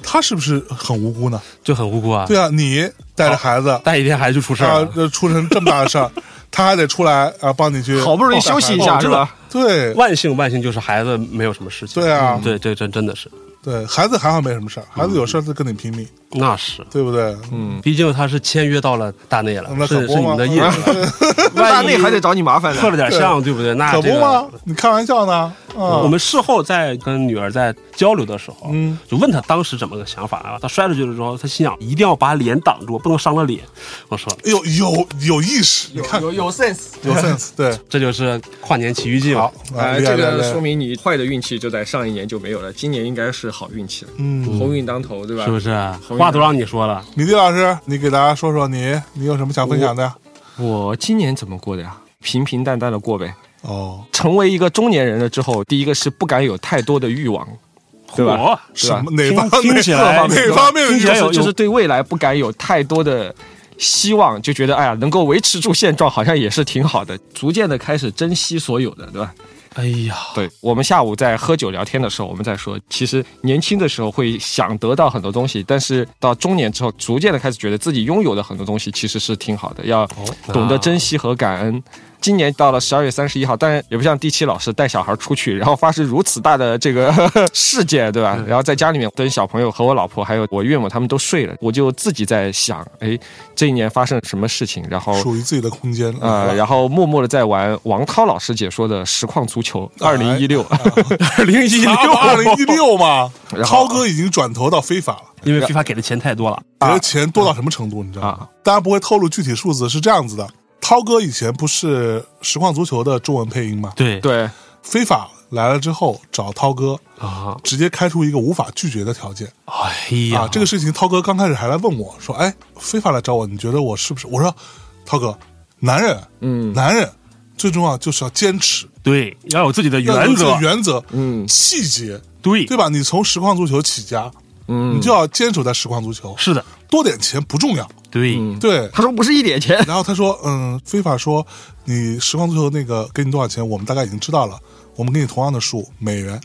Speaker 1: 她是不是很无辜呢？
Speaker 2: 嗯
Speaker 4: 就很无辜啊，
Speaker 1: 对啊，你带着孩子
Speaker 4: 带一天孩子就出事儿
Speaker 1: 啊
Speaker 4: 了，。
Speaker 1: 这出成这么大的事
Speaker 2: <laughs>
Speaker 1: 儿，她还得出来啊，帮你去
Speaker 2: 好不容易休息一下
Speaker 1: 带孩子哦
Speaker 2: 是吧？
Speaker 1: 对
Speaker 4: 万幸万幸就是孩子没有什么事情，
Speaker 1: 对啊
Speaker 4: 嗯对这真真的是，
Speaker 2: 嗯
Speaker 1: 对，孩子还好没什么事儿，孩子有事儿就跟你拼命。
Speaker 4: 那是，
Speaker 1: 对不对？
Speaker 4: 毕竟他是签约到了大内了
Speaker 1: 那，可
Speaker 4: 是
Speaker 1: 不
Speaker 4: 是你
Speaker 1: 吗
Speaker 4: 们的
Speaker 1: <laughs>
Speaker 4: 业务，
Speaker 2: 大内还得找你麻烦呢
Speaker 4: 刻。了点像，对不对？那
Speaker 1: 可
Speaker 4: 这
Speaker 1: 不
Speaker 4: 个嗯
Speaker 1: 吗？你开玩笑呢？啊，
Speaker 4: 我们事后在跟女儿在交流的时候，
Speaker 1: 嗯，
Speaker 4: 就问她当时怎么个想法啊？她摔出去了之后，她心想一定要把脸挡住，不能伤了脸。我说
Speaker 1: 有有有意识，你看哎
Speaker 2: 有有 sense，
Speaker 1: 有 sense，对， <laughs>
Speaker 4: 这就是跨年奇遇记嘛
Speaker 1: 好。，
Speaker 3: 啊，
Speaker 1: 厉害
Speaker 2: 哎
Speaker 3: 这
Speaker 1: 厉害厉
Speaker 3: 个
Speaker 1: 害
Speaker 3: 说明你坏的运气就在上一年就没有了，今年应该是好运气了，
Speaker 1: 嗯，
Speaker 3: 鸿运当头，对吧？
Speaker 4: 是不是？
Speaker 3: 红
Speaker 4: 话都让你说了，
Speaker 1: 米蒂老师，你给大家说说你，你有什么想分享的？
Speaker 2: 我今年怎么过的呀？平平淡淡的过呗。
Speaker 1: 哦，
Speaker 2: 成为一个中年人了之后，第一个是不敢有太多的欲望，对吧？
Speaker 4: 火
Speaker 1: <laughs> 什么哪
Speaker 4: 听
Speaker 1: 方
Speaker 4: 听起来
Speaker 1: 哪哪方面的
Speaker 4: 听起来
Speaker 1: 有
Speaker 4: 有
Speaker 2: 就是对未来不敢有太多的希望，就觉得哎呀，能够维持住现状好像也是挺好的，逐渐的开始珍惜所有的，对吧？
Speaker 4: 哎呀，
Speaker 2: 对我们下午在喝酒聊天的时候，我们在说，其实年轻的时候会想得到很多东西，但是到中年之后，逐渐的开始觉得自己拥有的很多东西其实是挺好的，要懂得珍惜和感恩。今年到了十二月三十一号，但也不像第七老师带小孩出去，然后发生如此大的这个 <laughs> 事件，对吧？然后在家里面跟小朋友和我老婆还有我岳母他们都睡了，我就自己在想，哎，这一年发生了什么事情？然
Speaker 4: 哦
Speaker 2: 后
Speaker 1: 属于自己的空间
Speaker 4: 啊
Speaker 2: 呃，然后默默的在玩王涛老师解说的实况足球二零一六，
Speaker 4: 二啊零一六，
Speaker 1: 二零一六嘛，
Speaker 2: 然
Speaker 1: 涛
Speaker 2: 后
Speaker 1: 哥已经转投到非法了。
Speaker 4: 因为 FIFA 给的钱太多了，
Speaker 1: 给的钱多到什么程度，你知道吗
Speaker 2: <laughs> 啊？
Speaker 1: 大家不会透露具体数字，是这样子的：涛哥以前不是实况足球的中文配音吗？
Speaker 4: 对
Speaker 2: 对，
Speaker 1: 非法来了之后找涛哥，
Speaker 4: 啊，
Speaker 1: 直接开出一个无法拒绝的条件
Speaker 4: 哎呀
Speaker 1: 啊！，这个事情，涛哥刚开始还来问我说：“哎，非法来找我，你觉得我是不是？”我说：“涛哥，男人，嗯，男人最重要就是要坚持
Speaker 4: 对要有自己的
Speaker 1: 要有
Speaker 4: 原
Speaker 1: 这
Speaker 4: 则
Speaker 1: 个，原则，
Speaker 2: 嗯
Speaker 1: 细节，
Speaker 4: 对
Speaker 1: 对吧？你从实况足球起家，
Speaker 2: 嗯
Speaker 1: 你就要坚守在实况足球，
Speaker 4: 是的，
Speaker 1: 多点钱不重要，
Speaker 4: 对，
Speaker 1: 对。”
Speaker 2: 他说不是一点钱，
Speaker 1: 然后他说，嗯，非法说你实况足球那个给你多少钱，我们大概已经知道了，我们给你同样的数美元。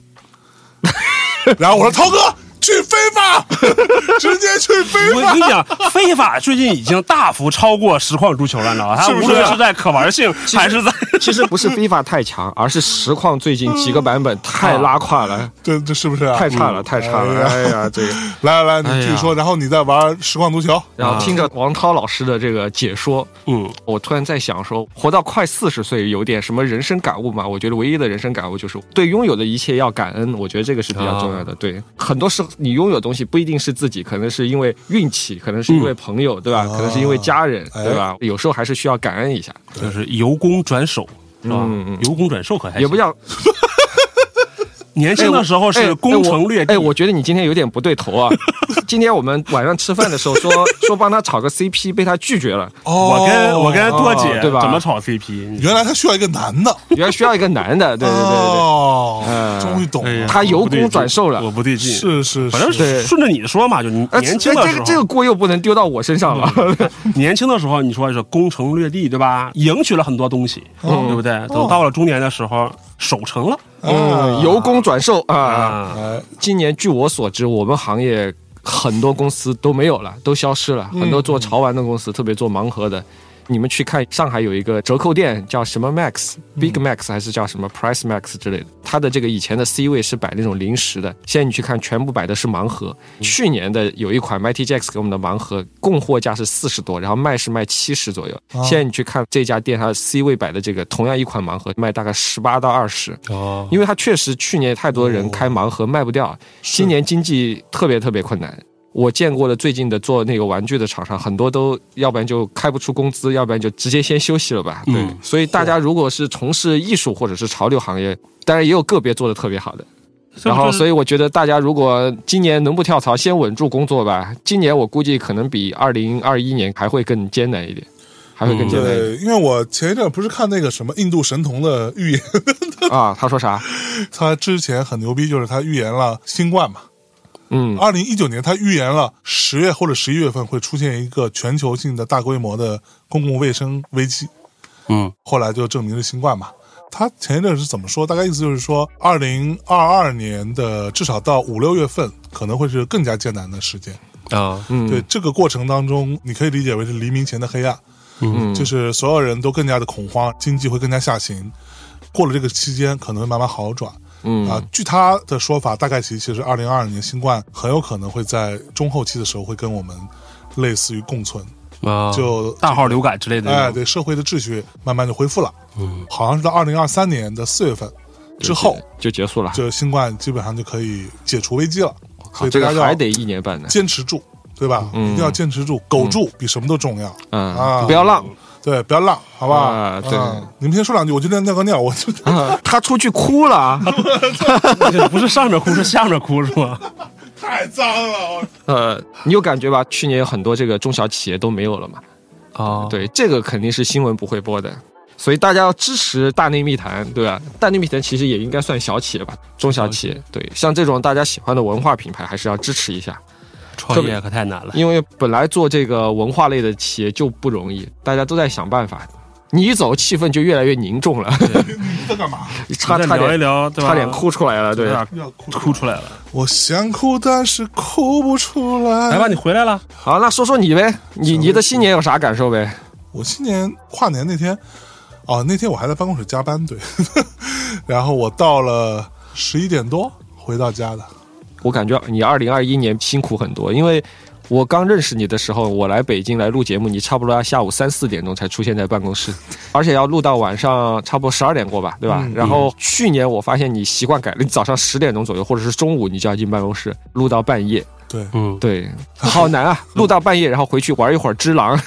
Speaker 1: 然后我说涛哥去非法， <laughs> 直接去非
Speaker 4: 我
Speaker 1: 法
Speaker 4: 跟。你讲，非法最近已经大幅超过实况足球了，你知道吗？它
Speaker 1: 是不是
Speaker 4: 无论是在可玩性，还是在
Speaker 2: 其实不是非法太强，而是实况最近几个版本太拉胯了，
Speaker 1: 这这是不是啊？
Speaker 2: 太差了，太差了，哎呀，这 <laughs> 个。
Speaker 1: 来来来，你继续说。然后你再玩实况足球，
Speaker 2: 然后听着王涛老师的这个解说，
Speaker 4: 嗯，
Speaker 2: 我突然在想说，活到快四十岁，有点什么人生感悟嘛？我觉得唯一的人生感悟就是对拥有的一切要感恩，我觉得这个是比较重
Speaker 4: 啊
Speaker 2: 要的。对，很多时候你拥有的东西不一定是自己，可能是因为运气，可能是因为朋友，对
Speaker 4: 啊
Speaker 2: 吧？可能是因为家人，
Speaker 1: 哎
Speaker 2: 对吧？有时候还是需要感恩一下，
Speaker 4: 就是由攻转守，是吧
Speaker 2: 嗯嗯？
Speaker 4: 由攻转守可还行
Speaker 2: 也不叫
Speaker 4: 年轻的时候是攻城略地
Speaker 2: 哎，我哎我觉得你今天有点不对头啊！
Speaker 4: <laughs>
Speaker 2: 今天我们晚上吃饭的时候说说帮他炒个 CP，被他拒绝了。
Speaker 1: 哦
Speaker 4: 我跟我跟舵姐
Speaker 2: 哦对吧
Speaker 4: 怎么炒 CP？你
Speaker 1: 原来他需要一个男的。
Speaker 2: 原来需要一个男的，对对对对对。
Speaker 1: 哦，
Speaker 2: 嗯
Speaker 1: 终于懂
Speaker 4: 哎呀
Speaker 1: 了，
Speaker 2: 他由
Speaker 4: 我不对
Speaker 2: 攻
Speaker 4: 劲
Speaker 2: 转守了
Speaker 4: 我不对劲。
Speaker 1: 是是
Speaker 4: 哎反正
Speaker 1: 是，
Speaker 2: 对
Speaker 4: 顺着你说嘛，就你
Speaker 2: 哎
Speaker 4: 年轻的
Speaker 2: 哎
Speaker 4: 时
Speaker 2: 这
Speaker 4: 候，嗯
Speaker 2: 个这个锅又不能丢到我身上了。
Speaker 1: <laughs>
Speaker 4: 年轻的时候，你说是攻城略地，对吧？赢取了很多东西，
Speaker 1: 哦
Speaker 4: 对不对？等到了中年的时候，守成了
Speaker 2: <laughs> 嗯，由攻转受啊！
Speaker 4: 啊，
Speaker 1: 哎，
Speaker 2: 今年据我所知，我们行业很多公司都没有了，都消失了。很多做潮玩的公司，特别做盲盒的，你们去看上海有一个折扣店，叫什么 Max、Big Max 还是叫什么 Price Max 之类的。它的这个以前的 C 位是摆那种零食的，现在你去看，全部摆的是盲盒。去年的有一款 Mighty Jacks 给我们的盲盒，供货价是四十多，然后卖是卖七十左右。现在你去看这家店，它的 C 位摆的这个同样一款盲盒，卖大概十八到二十。
Speaker 4: 哦，
Speaker 2: 因为他确实去年太多
Speaker 1: 哦
Speaker 2: 人开盲盒卖不掉，今年经济特别特别困难。我见过的最近的做那个玩具的厂商，很多都要不然就开不出工资，要不然就直接先休息了吧。对，
Speaker 4: 嗯
Speaker 2: 所以大家如果是从事艺术或者是潮流行业，当然也有个别做的特别好的。然后，所
Speaker 4: 以
Speaker 2: 以我觉得大家如果今年能不跳槽，先稳住工作吧。今年我估计可能比二零二一年还会更艰难一点，还会更艰难一点、
Speaker 1: 对，因为我前一阵不是看那个什么印度神童的预言，
Speaker 2: 啊。他说啥？
Speaker 1: 他之前很牛逼，就是他预言了新冠嘛。
Speaker 2: 嗯，
Speaker 1: 二零一九年，他预言了十月或者十一月份会出现一个全球性的大规模的公共卫生危机，
Speaker 4: 嗯，
Speaker 1: 后来就证明是新冠嘛。他前一阵是怎么说？大概意思就是说，二零二二年的至少到五六月份，可能会是更加艰难的时间。
Speaker 4: 啊，
Speaker 2: 嗯
Speaker 1: 对这个过程当中，你可以理解为是黎明前的黑暗，
Speaker 2: 嗯
Speaker 1: 就是所有人都更加的恐慌，经济会更加下行。过了这个期间，可能会慢慢好转。
Speaker 2: 嗯
Speaker 1: 啊，据他的说法，大概其其实二零二二年新冠很有可能会在中后期的时候会跟我们类似于共存，
Speaker 4: 啊，
Speaker 2: 嗯
Speaker 1: 就
Speaker 4: 大号流感之类的
Speaker 1: 哎，
Speaker 4: 那种，
Speaker 1: 对社会的秩序慢慢就恢复了，
Speaker 4: 嗯，
Speaker 1: 好像是到二零二三年的四月份之后，
Speaker 2: 就结束了。
Speaker 1: 就新冠基本上就可以解除危机了，所以
Speaker 2: 啊这
Speaker 1: 大家
Speaker 2: 个还
Speaker 1: 要
Speaker 2: 得一年半呢，
Speaker 1: 坚持住，对吧？一定要坚持住，苟住比什么都重要。啊
Speaker 2: 嗯，不要浪。
Speaker 1: 对，不要浪，好不好？
Speaker 2: 啊对
Speaker 1: 嗯你们先说两句，我去尿尿个尿，我就 <laughs>
Speaker 2: 啊 <laughs> 他出去哭了啊，
Speaker 4: 对，不是上面哭是下面哭是吗？
Speaker 1: 太脏了，我
Speaker 2: <laughs> 呃，你有感觉吧？去年有很多这个中小企业都没有了嘛，
Speaker 4: 啊，
Speaker 2: 对，这个肯定是新闻不会播的，所以大家要支持大内密谈，对吧？大内密谈其实也应该算小企业吧，中小企业，对，像这种大家喜欢的文化品牌还是要支持一下，
Speaker 4: 创业可太难了。
Speaker 2: 因为本来做这个文化类的企业就不容易，大家都在想办法。你一走，气氛就越来越凝重了， <laughs>
Speaker 1: 在干嘛？
Speaker 2: 差
Speaker 4: 再
Speaker 2: 差
Speaker 4: 聊一
Speaker 2: 点
Speaker 4: 聊，对吧
Speaker 2: 差点，哭出来了，
Speaker 4: 有
Speaker 2: 对，
Speaker 4: 点
Speaker 1: 要哭
Speaker 4: 哭出来了。
Speaker 1: 我想哭，但是哭不出来。
Speaker 4: 来吧，哎你回来了，
Speaker 2: 好，那说说你呗，你你的新年有啥感受呗？
Speaker 1: 我新年跨年那天，哦，那天我还在办公室加班，对， <laughs> 然后我到了十一点多回到家的，
Speaker 2: 我感觉你二零二一年辛苦很多，因为我刚认识你的时候，我来北京来录节目，你差不多要下午三四点钟才出现在办公室， <laughs> 而且要录到晚上差不多十二点过吧，对吧？然后去年我发现你习惯改了，你早上十点钟左右或者是中午你就要进办公室，录到半夜，
Speaker 1: 对，
Speaker 4: 嗯，
Speaker 2: 对，好难啊，录到半夜，然后回去玩一会儿只狼，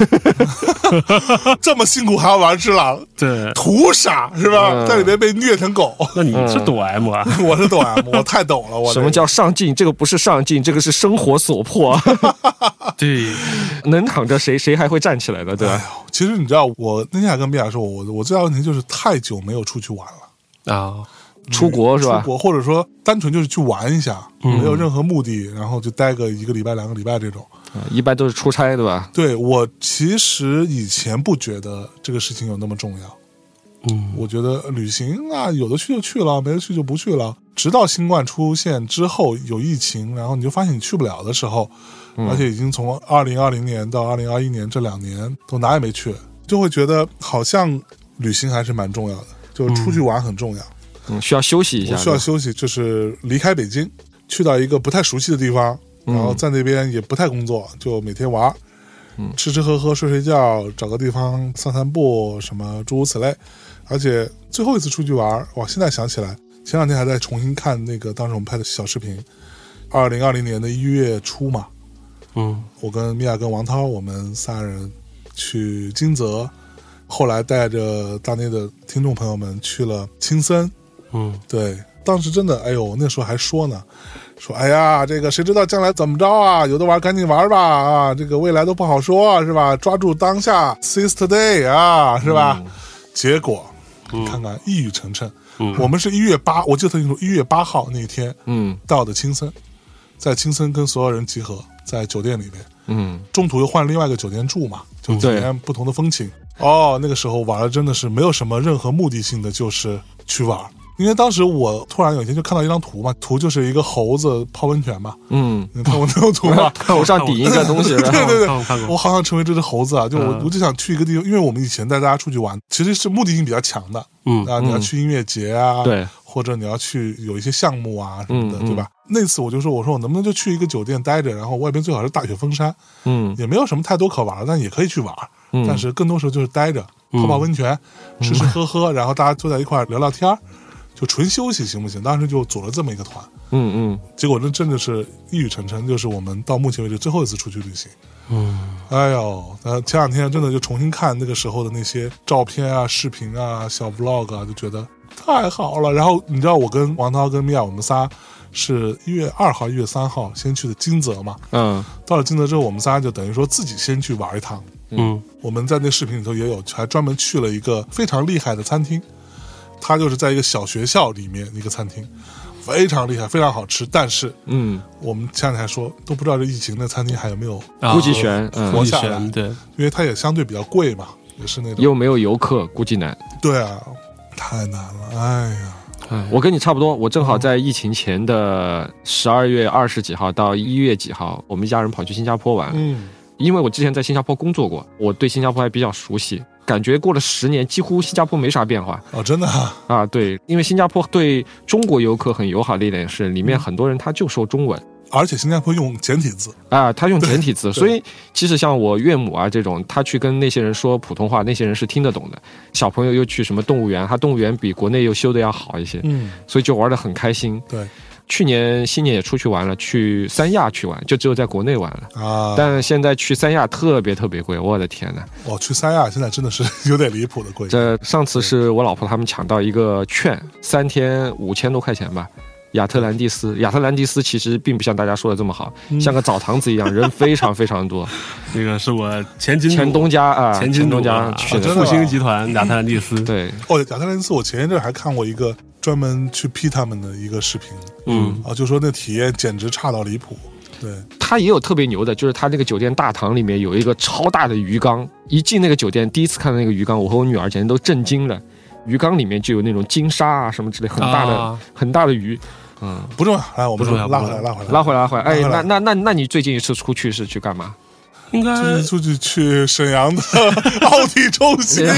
Speaker 1: 这么辛苦还要玩只狼，
Speaker 4: 对，
Speaker 1: 图啥是吧？
Speaker 2: 嗯
Speaker 1: 在里面被虐成狗， <laughs>
Speaker 4: 那你是抖 M 啊？
Speaker 1: 我是懂啊，我太懂了，我
Speaker 2: 什么
Speaker 1: 这
Speaker 2: 叫上进？这个不是上进，这个是生活所迫，
Speaker 4: <laughs>
Speaker 2: <laughs>
Speaker 4: 对，
Speaker 2: 能躺着谁谁还会站起来的，对吧？
Speaker 1: 哎其实你知道，我那天还跟米娅说，我我最大的问题就是太久没有出去玩了。
Speaker 4: 啊，
Speaker 2: 出国是吧嗯
Speaker 1: 出？国或者说单纯就是去玩一下，没有任何目的，然后就待个一个礼拜、两个礼拜这种。
Speaker 2: 一般都是出差，对吧？
Speaker 1: 对我其实以前不觉得这个事情有那么重要，
Speaker 4: 嗯，
Speaker 1: 我觉得旅行啊，有的去就去了，没得去就不去了。直到新冠出现之后有疫情，然后你就发现你去不了的时候，
Speaker 2: 嗯
Speaker 1: 而且已经从二零二零年到二零二一年这两年都哪也没去，就会觉得好像旅行还是蛮重要的，就是出去玩很重要。
Speaker 2: 嗯，需要休息一下
Speaker 1: 我
Speaker 2: 的，
Speaker 1: 需要休息，就是离开北京，去到一个不太熟悉的地方，
Speaker 2: 嗯
Speaker 1: 然后在那边也不太工作，就每天玩，嗯，吃吃喝喝，睡睡觉，找个地方散散步，什么诸如此类。而且最后一次出去玩，哇，现在想起来，前两天还在重新看那个当时我们拍的小视频，二零二零年的一月初嘛，
Speaker 4: 嗯，
Speaker 1: 我跟米娅跟王涛，我们仨人去金泽，后来带着大内的听众朋友们去了青森，
Speaker 4: 嗯，
Speaker 1: 对，当时真的，哎呦，那时候还说呢，说哎呀，这个谁知道将来怎么着啊？有的玩赶紧玩吧啊，这个未来都不好说，是吧？抓住当下，seize today 啊，是吧？结果你看看，一语成谶。
Speaker 4: 嗯
Speaker 1: 我们是一月八，我记得特清楚，一月八号那天
Speaker 2: 嗯
Speaker 1: 到的青森，在青森跟所有人集合，在酒店里面，
Speaker 2: 嗯，
Speaker 1: 中途又换另外一个酒店住嘛，就体
Speaker 2: 对
Speaker 1: 验不同的风情。哦，那个时候玩的真的是没有什么任何目的性的，就是去玩。因为当时我突然有一天就看到一张图嘛，图就是一个猴子泡温泉嘛，
Speaker 2: 嗯，？
Speaker 1: 你看过那张图吗
Speaker 2: <laughs> 头上顶一个东西，然
Speaker 1: <laughs> 对
Speaker 2: 后
Speaker 1: 对
Speaker 4: 看过看
Speaker 1: 对，
Speaker 4: 过
Speaker 1: 我好想成为这只猴子啊！就我、
Speaker 4: 嗯
Speaker 1: 我就想去一个地方，因为我们以前带大家出去玩，其实是目的性比较强的，
Speaker 4: 嗯
Speaker 1: 啊，你要去音乐节啊，
Speaker 2: 嗯对，
Speaker 1: 或者你要去有一些项目啊什么的，
Speaker 2: 嗯嗯
Speaker 1: 对吧？那次我就说，我说我能不能就去一个酒店待着，然后外边最好是大雪封山，
Speaker 2: 嗯
Speaker 1: 也没有什么太多可玩的，但也可以去玩。
Speaker 2: 嗯
Speaker 1: 但是更多时候就是待着，泡泡温泉，吃吃喝喝，然后大家坐在一块儿聊聊天儿，就纯休息行不行？当时就组了这么一个团，
Speaker 2: 嗯
Speaker 1: 结果这真的是一语成谶，就是我们到目前为止最后一次出去旅行。
Speaker 4: 嗯，
Speaker 1: 哎呦，呃，前两天真的就重新看那个时候的那些照片啊、视频啊、小 vlog 啊，就觉得太好了。然后你知道，我跟王涛、跟米娅，我们仨是一月二号、一月三号先去的金泽嘛。
Speaker 2: 嗯
Speaker 1: 到了金泽之后，我们仨就等于说自己先去玩一趟。
Speaker 4: 嗯，
Speaker 1: 我们在那视频里头也有，还专门去了一个非常厉害的餐厅，它就是在一个小学校里面一个餐厅，非常厉害，非常好吃。但是
Speaker 2: 嗯
Speaker 1: 我们前两天还说都不知道这疫情那餐厅还有没有，
Speaker 2: 嗯，估计全，
Speaker 1: 啊
Speaker 2: 嗯
Speaker 1: 我
Speaker 4: 啊估计
Speaker 1: 下来
Speaker 4: 全，对，
Speaker 1: 因为它也相对比较贵嘛，也是那种
Speaker 2: 又没有游客，估计难。
Speaker 1: 对啊，太难了，哎呀，
Speaker 2: 我跟你差不多，我正好在疫情前的十二月二十几号到一月几号，我们一家人跑去新加坡玩，
Speaker 1: 嗯
Speaker 2: 因为我之前在新加坡工作过，我对新加坡还比较熟悉。感觉过了十年，几乎新加坡没啥变化
Speaker 1: 哦，真的啊
Speaker 2: 啊。对，因为新加坡对中国游客很友好的一点是，里
Speaker 1: 嗯
Speaker 2: 面很多人他就说中文。
Speaker 1: 而且新加坡用简体字，
Speaker 2: 啊，他用简
Speaker 1: <laughs>
Speaker 2: 体字，所以即使像我岳母啊这种，他去跟那些人说普通话，那些人是听得懂的。小朋友又去什么动物园，他动物园比国内又修的要好一些，
Speaker 1: 嗯，
Speaker 2: 所以就玩的很开心。
Speaker 1: 对
Speaker 2: 去年新年也出去玩了，去三亚去玩，就只有在国内玩了。
Speaker 1: 啊，
Speaker 2: 但现在去三亚特别特别贵，我的天呐！
Speaker 1: 我去三亚现在真的是 <laughs> 有点离谱的贵，
Speaker 2: 这上次是我老婆他们抢到一个券，三天五千多块钱吧。亚特兰蒂斯，亚特兰蒂斯其实并不像大家说的这么好，
Speaker 1: 嗯
Speaker 2: 像个澡堂子一样，人非常非
Speaker 1: <laughs>
Speaker 2: 常多。
Speaker 4: 这个是我前金主
Speaker 2: 前东家啊，
Speaker 4: 前
Speaker 2: 前
Speaker 4: 金主
Speaker 2: 东家
Speaker 4: 啊
Speaker 2: 去
Speaker 1: 啊真
Speaker 2: 的，
Speaker 1: 的
Speaker 4: 复兴集团亚特兰蒂斯，
Speaker 2: 对，
Speaker 1: 哦，亚特兰蒂斯，我前一阵还看过一个专门去批他们的一个视频，
Speaker 4: 嗯，
Speaker 1: 啊，就说那体验简直差到离谱，对，
Speaker 2: 他也有特别牛的，就是他那个酒店大堂里面有一个超大的鱼缸，一进那个酒店，第一次看到那个鱼缸，我和我女儿简直都震惊了。鱼缸里面就有那种金沙啊什么之类，很大的、
Speaker 4: 啊
Speaker 2: 很大的鱼，
Speaker 1: 不重要，来，我
Speaker 4: 不
Speaker 1: 们
Speaker 4: 重要
Speaker 1: 拉
Speaker 4: 不
Speaker 1: 回
Speaker 4: 重
Speaker 1: 来，
Speaker 4: 要
Speaker 1: 拉回来，
Speaker 2: 拉回来拉回来。哎，
Speaker 1: 拉回来
Speaker 2: 那那那那你最近一次出去是去干嘛？
Speaker 4: 应
Speaker 1: <laughs>
Speaker 4: 该
Speaker 1: 就是出去去沈阳的奥体中心，
Speaker 4: 哎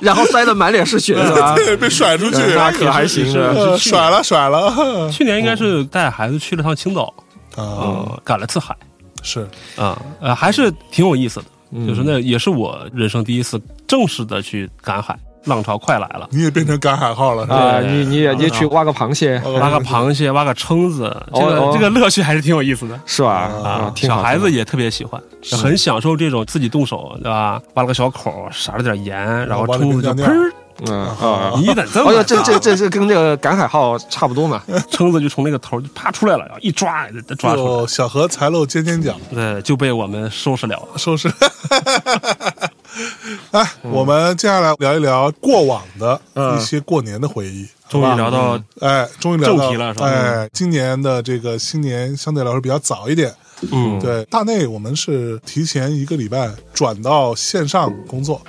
Speaker 2: 然后摔得满脸是血是吧？
Speaker 1: 对， <laughs> 被甩出去，
Speaker 2: 那可还行啊。
Speaker 1: 呃甩了甩了，
Speaker 4: 去年应该是带孩子去了趟青岛，
Speaker 1: 啊，
Speaker 4: 嗯，赶了次海，
Speaker 1: 是，
Speaker 2: 嗯
Speaker 4: 啊，呃，还是挺有意思的，就是那也是我人生第一次正式的去赶海，浪潮快来了，
Speaker 1: 你也变成赶海号了，是吧
Speaker 2: 啊，
Speaker 4: 对啊
Speaker 2: 你你也你也去挖个螃蟹
Speaker 1: 哦
Speaker 4: 哎挖个螃蟹，挖个蛏子，这个、
Speaker 2: 嗯哦哦
Speaker 4: 这个乐趣还是挺有意思的。
Speaker 2: 是吧？
Speaker 4: 啊
Speaker 2: 啊，，挺好
Speaker 4: 小孩
Speaker 2: 挺好
Speaker 4: 子也特别喜欢，很享受这种自己动手，对吧？挖了个小口，撒了点盐，
Speaker 2: 哦
Speaker 4: 然后
Speaker 1: 往里
Speaker 4: 蛏
Speaker 1: 面
Speaker 4: 子就
Speaker 1: 尿
Speaker 4: 喷儿，
Speaker 2: 嗯啊。
Speaker 4: 你怎这
Speaker 2: 哦
Speaker 4: 么
Speaker 2: 哟，
Speaker 4: <laughs>
Speaker 2: 这这这这跟这个赶海号差不多嘛。
Speaker 4: 蛏子就从那个头就啪出来了，然后一抓给它抓
Speaker 2: 哦
Speaker 4: 出
Speaker 1: 哟小河才露尖尖角，
Speaker 4: 来，对，就被我们收拾了。
Speaker 1: 收拾。 <laughs> 哎，
Speaker 4: 嗯
Speaker 1: 我们接下来聊一聊过往的一些过年的回忆，
Speaker 4: 终于聊到
Speaker 1: 哎，终于聊到
Speaker 4: 正题了是吧
Speaker 2: 嗯
Speaker 1: 哎，今年的这个新年相对来说比较早一点，
Speaker 4: 嗯
Speaker 1: 对，大内我们是提前一个礼拜转到线上工作，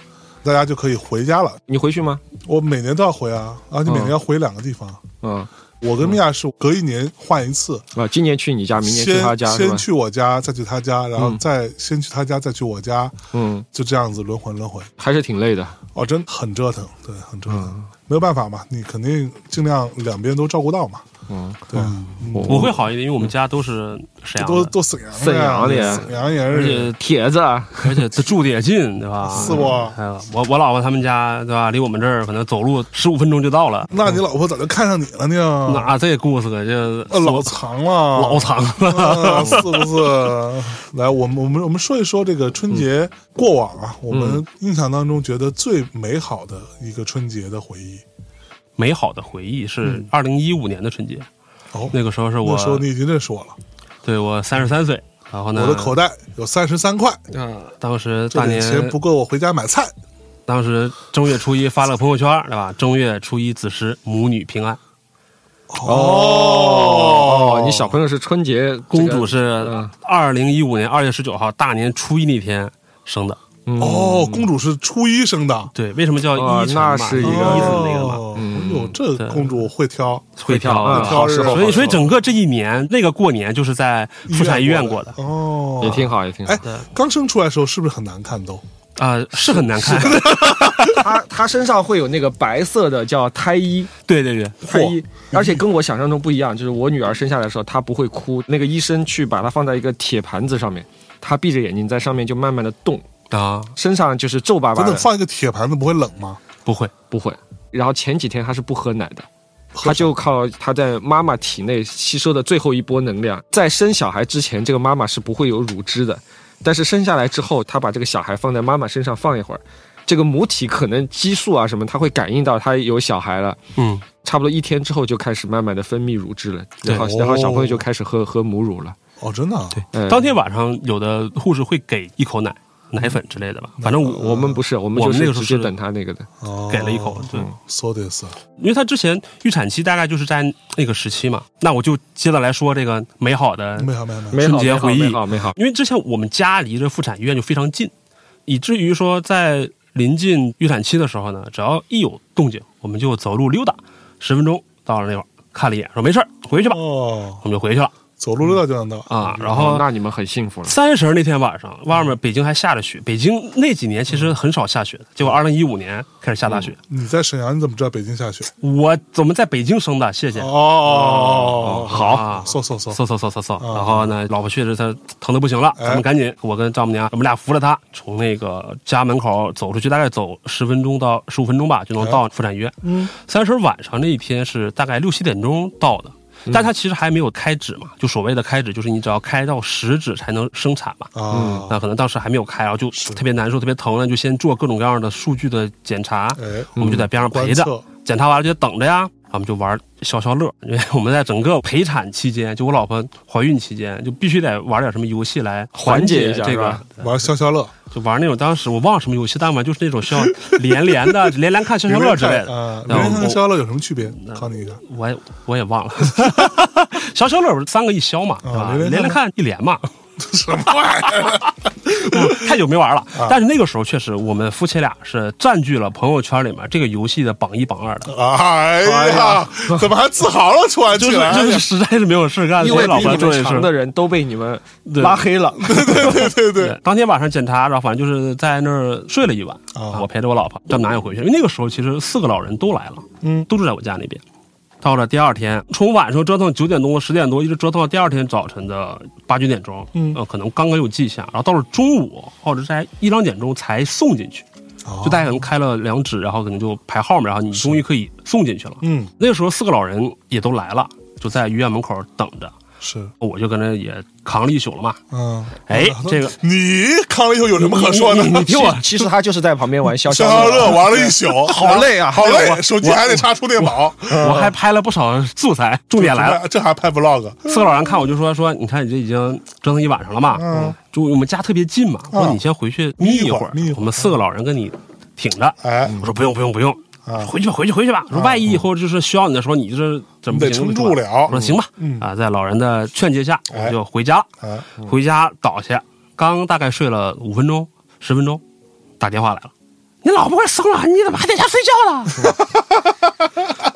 Speaker 1: 大家就可以回家了。
Speaker 2: 你回去吗？
Speaker 1: 我每年都要回啊，而且每年要回两个地方。
Speaker 2: 嗯
Speaker 1: 我跟米娅是隔一年换一次，
Speaker 2: 啊，今年去你家，明年去
Speaker 1: 先
Speaker 2: 他家是吧
Speaker 1: 先？去我家，再去他家，然后
Speaker 2: 嗯
Speaker 1: 再先去他家，再去我家，
Speaker 2: 嗯，
Speaker 1: 就这样子轮回轮回。
Speaker 2: 还是挺累的。
Speaker 1: 哦，真很折腾，对，很折腾，
Speaker 2: 嗯
Speaker 1: 没有办法嘛，你肯定尽量两边都照顾到嘛，
Speaker 2: 嗯，
Speaker 1: 对，
Speaker 2: 我
Speaker 4: 我会好一点，因为我们家都是沈阳
Speaker 1: 都
Speaker 4: 的，
Speaker 1: 都沈阳
Speaker 2: 沈阳
Speaker 1: 的
Speaker 2: 的
Speaker 1: 呀，
Speaker 2: 呀
Speaker 1: 沈阳也
Speaker 4: 而
Speaker 1: 是
Speaker 4: 且
Speaker 2: 铁子啊，
Speaker 4: 而且他住的也近，对吧？
Speaker 1: 是不
Speaker 4: 还有我我老婆他们家，对吧？离我们这儿可能走路十五分钟就到了。
Speaker 1: 那你老婆咋就看上你了呢？
Speaker 4: 那这故事可就
Speaker 1: 嗯呃，老藏了，
Speaker 4: 老长了。
Speaker 1: 啊，是不是？来，我们我们我们说一说这个春
Speaker 4: 嗯
Speaker 1: 节过往啊，我们印象当中觉得最美好的一个春节的回忆。
Speaker 4: 美好的回忆是二零一五年的春节，
Speaker 1: 哦，
Speaker 4: 那个时候是我
Speaker 1: 嗯那时候你已经认识我了，
Speaker 4: 对我三十三岁，然后呢，
Speaker 1: 我的口袋有三十三块，
Speaker 4: 嗯当时
Speaker 1: 这
Speaker 4: 大
Speaker 1: 点
Speaker 4: 年
Speaker 1: 钱不够我回家买菜。
Speaker 4: 当时正月初一发了个朋友圈，对吧？正月初一子时母女平安，
Speaker 1: 哦
Speaker 2: <laughs> 哦，你小朋友是春节
Speaker 4: 公主是
Speaker 2: 嗯
Speaker 4: 二零一五年二月十九号大年初一那天生的。
Speaker 2: 嗯
Speaker 1: 哦，公主是初一生的，
Speaker 4: 对，为什么叫
Speaker 2: 哦
Speaker 4: 一辰
Speaker 2: 那
Speaker 4: 嘛？
Speaker 2: 是一个
Speaker 4: 一字那个嘛，嗯
Speaker 1: 哦，哎呦，这公主会挑，
Speaker 4: 会跳
Speaker 2: 啊，
Speaker 4: 会跳
Speaker 2: 好时候，
Speaker 1: 哦
Speaker 4: 所
Speaker 2: 好
Speaker 4: 以，
Speaker 2: 时
Speaker 4: 所以
Speaker 2: 候
Speaker 4: 整个这一年，那个过年就是在妇产医院过的
Speaker 1: 哦，
Speaker 2: 也挺。好，也挺好
Speaker 1: 哎。，刚生出来的时候是不是很难看都？
Speaker 4: 啊、是很难看。
Speaker 2: 他他身上会有那个白色的叫胎衣，
Speaker 4: <laughs> 对对对，
Speaker 2: 胎衣，而且跟我想象中不一样，就是我女儿生下来的时候，她不会哭，那个医生去把她放在一个铁盘子上面，她闭着眼睛在上面就慢慢的动，
Speaker 4: 啊，
Speaker 2: 身上就是皱巴巴
Speaker 1: 咱
Speaker 2: 的
Speaker 1: 等，放一个铁盘子不会冷吗？
Speaker 4: 不会，
Speaker 2: 不会。然后前几天她是不喝奶的，
Speaker 1: 喝
Speaker 2: 他就靠他在妈妈体内吸收的最后一波能量，在生小孩之前，这个妈妈是不会有乳汁的，但是生下来之后，他把这个小孩放在妈妈身上放一会儿，这个母体可能激素啊什么，它会感应到他有小孩了，
Speaker 4: 嗯，
Speaker 2: 差不多一天之后就开始慢慢的分泌乳汁了，
Speaker 4: 对
Speaker 2: 然后
Speaker 1: 哦
Speaker 2: 然后小朋友就开始喝喝母乳了。
Speaker 1: 哦，真的啊，对
Speaker 2: 呃
Speaker 4: 当天晚上有的护士会给一口奶、奶粉之类的吧，反正嗯我
Speaker 2: 我们不是，我们
Speaker 4: 我
Speaker 2: 就
Speaker 4: 们那
Speaker 2: 是
Speaker 4: 个时
Speaker 2: 直接
Speaker 4: 候是
Speaker 2: 等他那个的，
Speaker 1: 哦
Speaker 4: 给了一口，对，
Speaker 1: ，so this，
Speaker 4: 因为她之前预产期大概就是在那个时期嘛，那我就接着来说这个美好的，
Speaker 1: 没有没有没有，
Speaker 2: 美好
Speaker 4: 节回忆
Speaker 2: 美好美好，
Speaker 4: 啊因为之前我们家离这妇产医院就非常近，以至于说在临近预产期的时候呢，只要一有动静，我们就走路溜达十分钟，到了那块儿看了一眼，说没事儿，回去吧，
Speaker 1: 哦，
Speaker 4: 我们就回去了。
Speaker 1: 走路溜达就能到。
Speaker 4: 啊，然后
Speaker 2: 哦那你们很幸福了。
Speaker 4: 三十那天晚上，外面北京还下着雪。北京那几年其实很少下雪的，结果二零一五年开始下大雪。
Speaker 1: 你在沈阳，你怎么知道北京下雪？
Speaker 4: 我怎么在北京生的？谢谢。
Speaker 1: 哦哦哦，
Speaker 4: 嗯好啊
Speaker 1: 嗖嗖嗖，
Speaker 4: 搜搜搜搜搜，
Speaker 1: 啊
Speaker 4: 然后呢，老婆去世，她
Speaker 1: 哎
Speaker 4: 疼的不行了，咱们赶紧，我跟丈母娘，我们俩扶着她从那个家门口走出去，大概走十分钟到十五分钟吧，
Speaker 1: 哎
Speaker 4: 就能到妇产医院。嗯，三十晚上那一天是大概六七点钟到的，
Speaker 1: 嗯
Speaker 4: 但它其实还没有开指嘛，就所谓的开指，就是你只要开到十指才能生产嘛。嗯
Speaker 1: 啊，
Speaker 4: 那可能当时还没有开，然后就特别难受，特别疼，那就先做各种各样的数据的检查，
Speaker 1: 哎，
Speaker 4: 我们就在边上陪着
Speaker 1: 观测，
Speaker 4: 检查完了就等着呀。我们就玩消消乐，因为我们在整个陪产期间，就我老婆怀孕期间，就必须得玩点什么游戏来缓
Speaker 2: 解
Speaker 4: 解
Speaker 2: 一下
Speaker 4: 这
Speaker 2: 是
Speaker 4: 个
Speaker 2: 吧，
Speaker 1: 玩消消乐，
Speaker 4: 就玩那种当时我忘了什么游戏，但反正就是那种需要连连的 <laughs> 连连看消消乐之类
Speaker 1: 明
Speaker 4: 的。
Speaker 1: 啊，明
Speaker 4: 然后
Speaker 1: 天跟
Speaker 4: 我嗯
Speaker 1: 消消乐有什么区别？考你一个， <laughs>
Speaker 4: 我也我也忘了， <laughs> 消消乐不是三个一消
Speaker 2: 啊
Speaker 4: 嘛，对吧？
Speaker 1: 连连看
Speaker 4: 连连看一连嘛，嗯
Speaker 1: 什么玩意儿？ <laughs>
Speaker 4: 太久没玩了。
Speaker 2: 啊
Speaker 4: 但是那个时候确实，我们夫妻俩是占据了朋友圈里面这个游戏的榜一榜二的，
Speaker 1: 哎呀，怎么还自豪了？突然
Speaker 4: 就
Speaker 1: 起
Speaker 4: 是
Speaker 1: 来，
Speaker 4: 就是实在是没有事干，
Speaker 2: 因
Speaker 4: 所
Speaker 2: 为
Speaker 4: 以老
Speaker 2: 比
Speaker 4: 婆
Speaker 2: 你
Speaker 4: 做
Speaker 2: 们
Speaker 4: 也
Speaker 2: 长
Speaker 4: 是。
Speaker 2: 的人都被你们
Speaker 4: 对
Speaker 2: 拉黑 <laughs> 了，
Speaker 1: 对对对，
Speaker 4: 对，当天晚上检查，然后反正就是在那儿睡了一晚
Speaker 1: 啊
Speaker 4: 我陪着我老婆，丈母娘也回去，因为那个时候其实四个老人都来了，
Speaker 1: 嗯
Speaker 4: 都住在我家那边。到了第二天，从晚上折腾九点多、十点多，一直折腾到第二天早晨的八九点钟，
Speaker 1: 嗯
Speaker 4: 呃，可能刚刚有迹象，然后到了中午或者在一两点钟才送进去，
Speaker 1: 哦
Speaker 4: 就大家可能开了两指，然后可能就排号嘛，然后你终于可以送进去了。
Speaker 1: 嗯，
Speaker 4: 那个时候四个老人也都来了，就在医院门口等着，
Speaker 1: 是，
Speaker 4: 我就跟着也扛了一宿了嘛。
Speaker 1: 嗯， <laughs>
Speaker 4: 哎
Speaker 1: 我，
Speaker 4: 这个
Speaker 1: 你扛了以后有什么可说的？
Speaker 4: 你听我
Speaker 2: 其实他就是在旁边玩消
Speaker 1: 消
Speaker 2: 消
Speaker 1: 消乐
Speaker 2: 乐，
Speaker 1: 玩了一
Speaker 4: <laughs>
Speaker 1: 宿，哎
Speaker 2: 好累啊
Speaker 1: 好累
Speaker 2: 还有，我
Speaker 1: 手机还得插充电宝。嗯
Speaker 4: 我还拍了不少素材，重点来了。
Speaker 1: 这还拍 vlog，
Speaker 4: 四个老人看我就说说，你看你这已经折腾一晚上了嘛，
Speaker 1: 嗯，
Speaker 4: 就我们家特别近嘛，我说你先回去眯一会儿
Speaker 1: 眯一会儿眯一会，儿
Speaker 4: 我们四个老人跟你挺着。
Speaker 1: 哎，
Speaker 4: 我说不用不用不用
Speaker 1: 啊，
Speaker 4: 回去吧回去回去吧。说万一以后就是需要你的时候，你就是怎么
Speaker 1: 得
Speaker 4: 不行
Speaker 1: 嗯撑
Speaker 4: 就
Speaker 1: 住
Speaker 4: 是吧
Speaker 1: 了嗯
Speaker 4: 我说行吧，啊，在老人的劝诫下，我
Speaker 1: 哎
Speaker 4: 们就回家了。
Speaker 1: 哎，
Speaker 4: 回家倒下，刚大概睡了五分钟十分钟，打电话来了。你老婆快生了，你怎么还在家睡觉呢？
Speaker 1: 嗯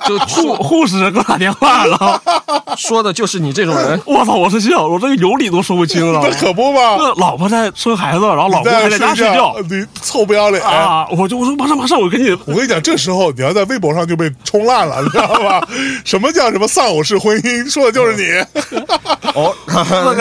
Speaker 2: 就
Speaker 4: 护
Speaker 2: 说
Speaker 4: 护士给我打电话了，
Speaker 2: 说的就是你这种 <laughs> 人。
Speaker 4: 我操！我是信了，我这个有理都说不清
Speaker 1: <laughs>
Speaker 4: 了。
Speaker 1: 那可不嘛，
Speaker 4: 那老婆在生孩子，然后老公还在家
Speaker 1: 你在
Speaker 4: 睡觉
Speaker 1: 睡觉，哎你臭不要脸！
Speaker 4: 啊！我就我说马上马上，我赶紧
Speaker 1: 我跟你讲，这时候你要在微博上就被冲烂了，你知道吧？什么叫什么丧偶式婚姻？说的就是
Speaker 4: 嗯
Speaker 1: 你。
Speaker 2: 哦，
Speaker 4: 那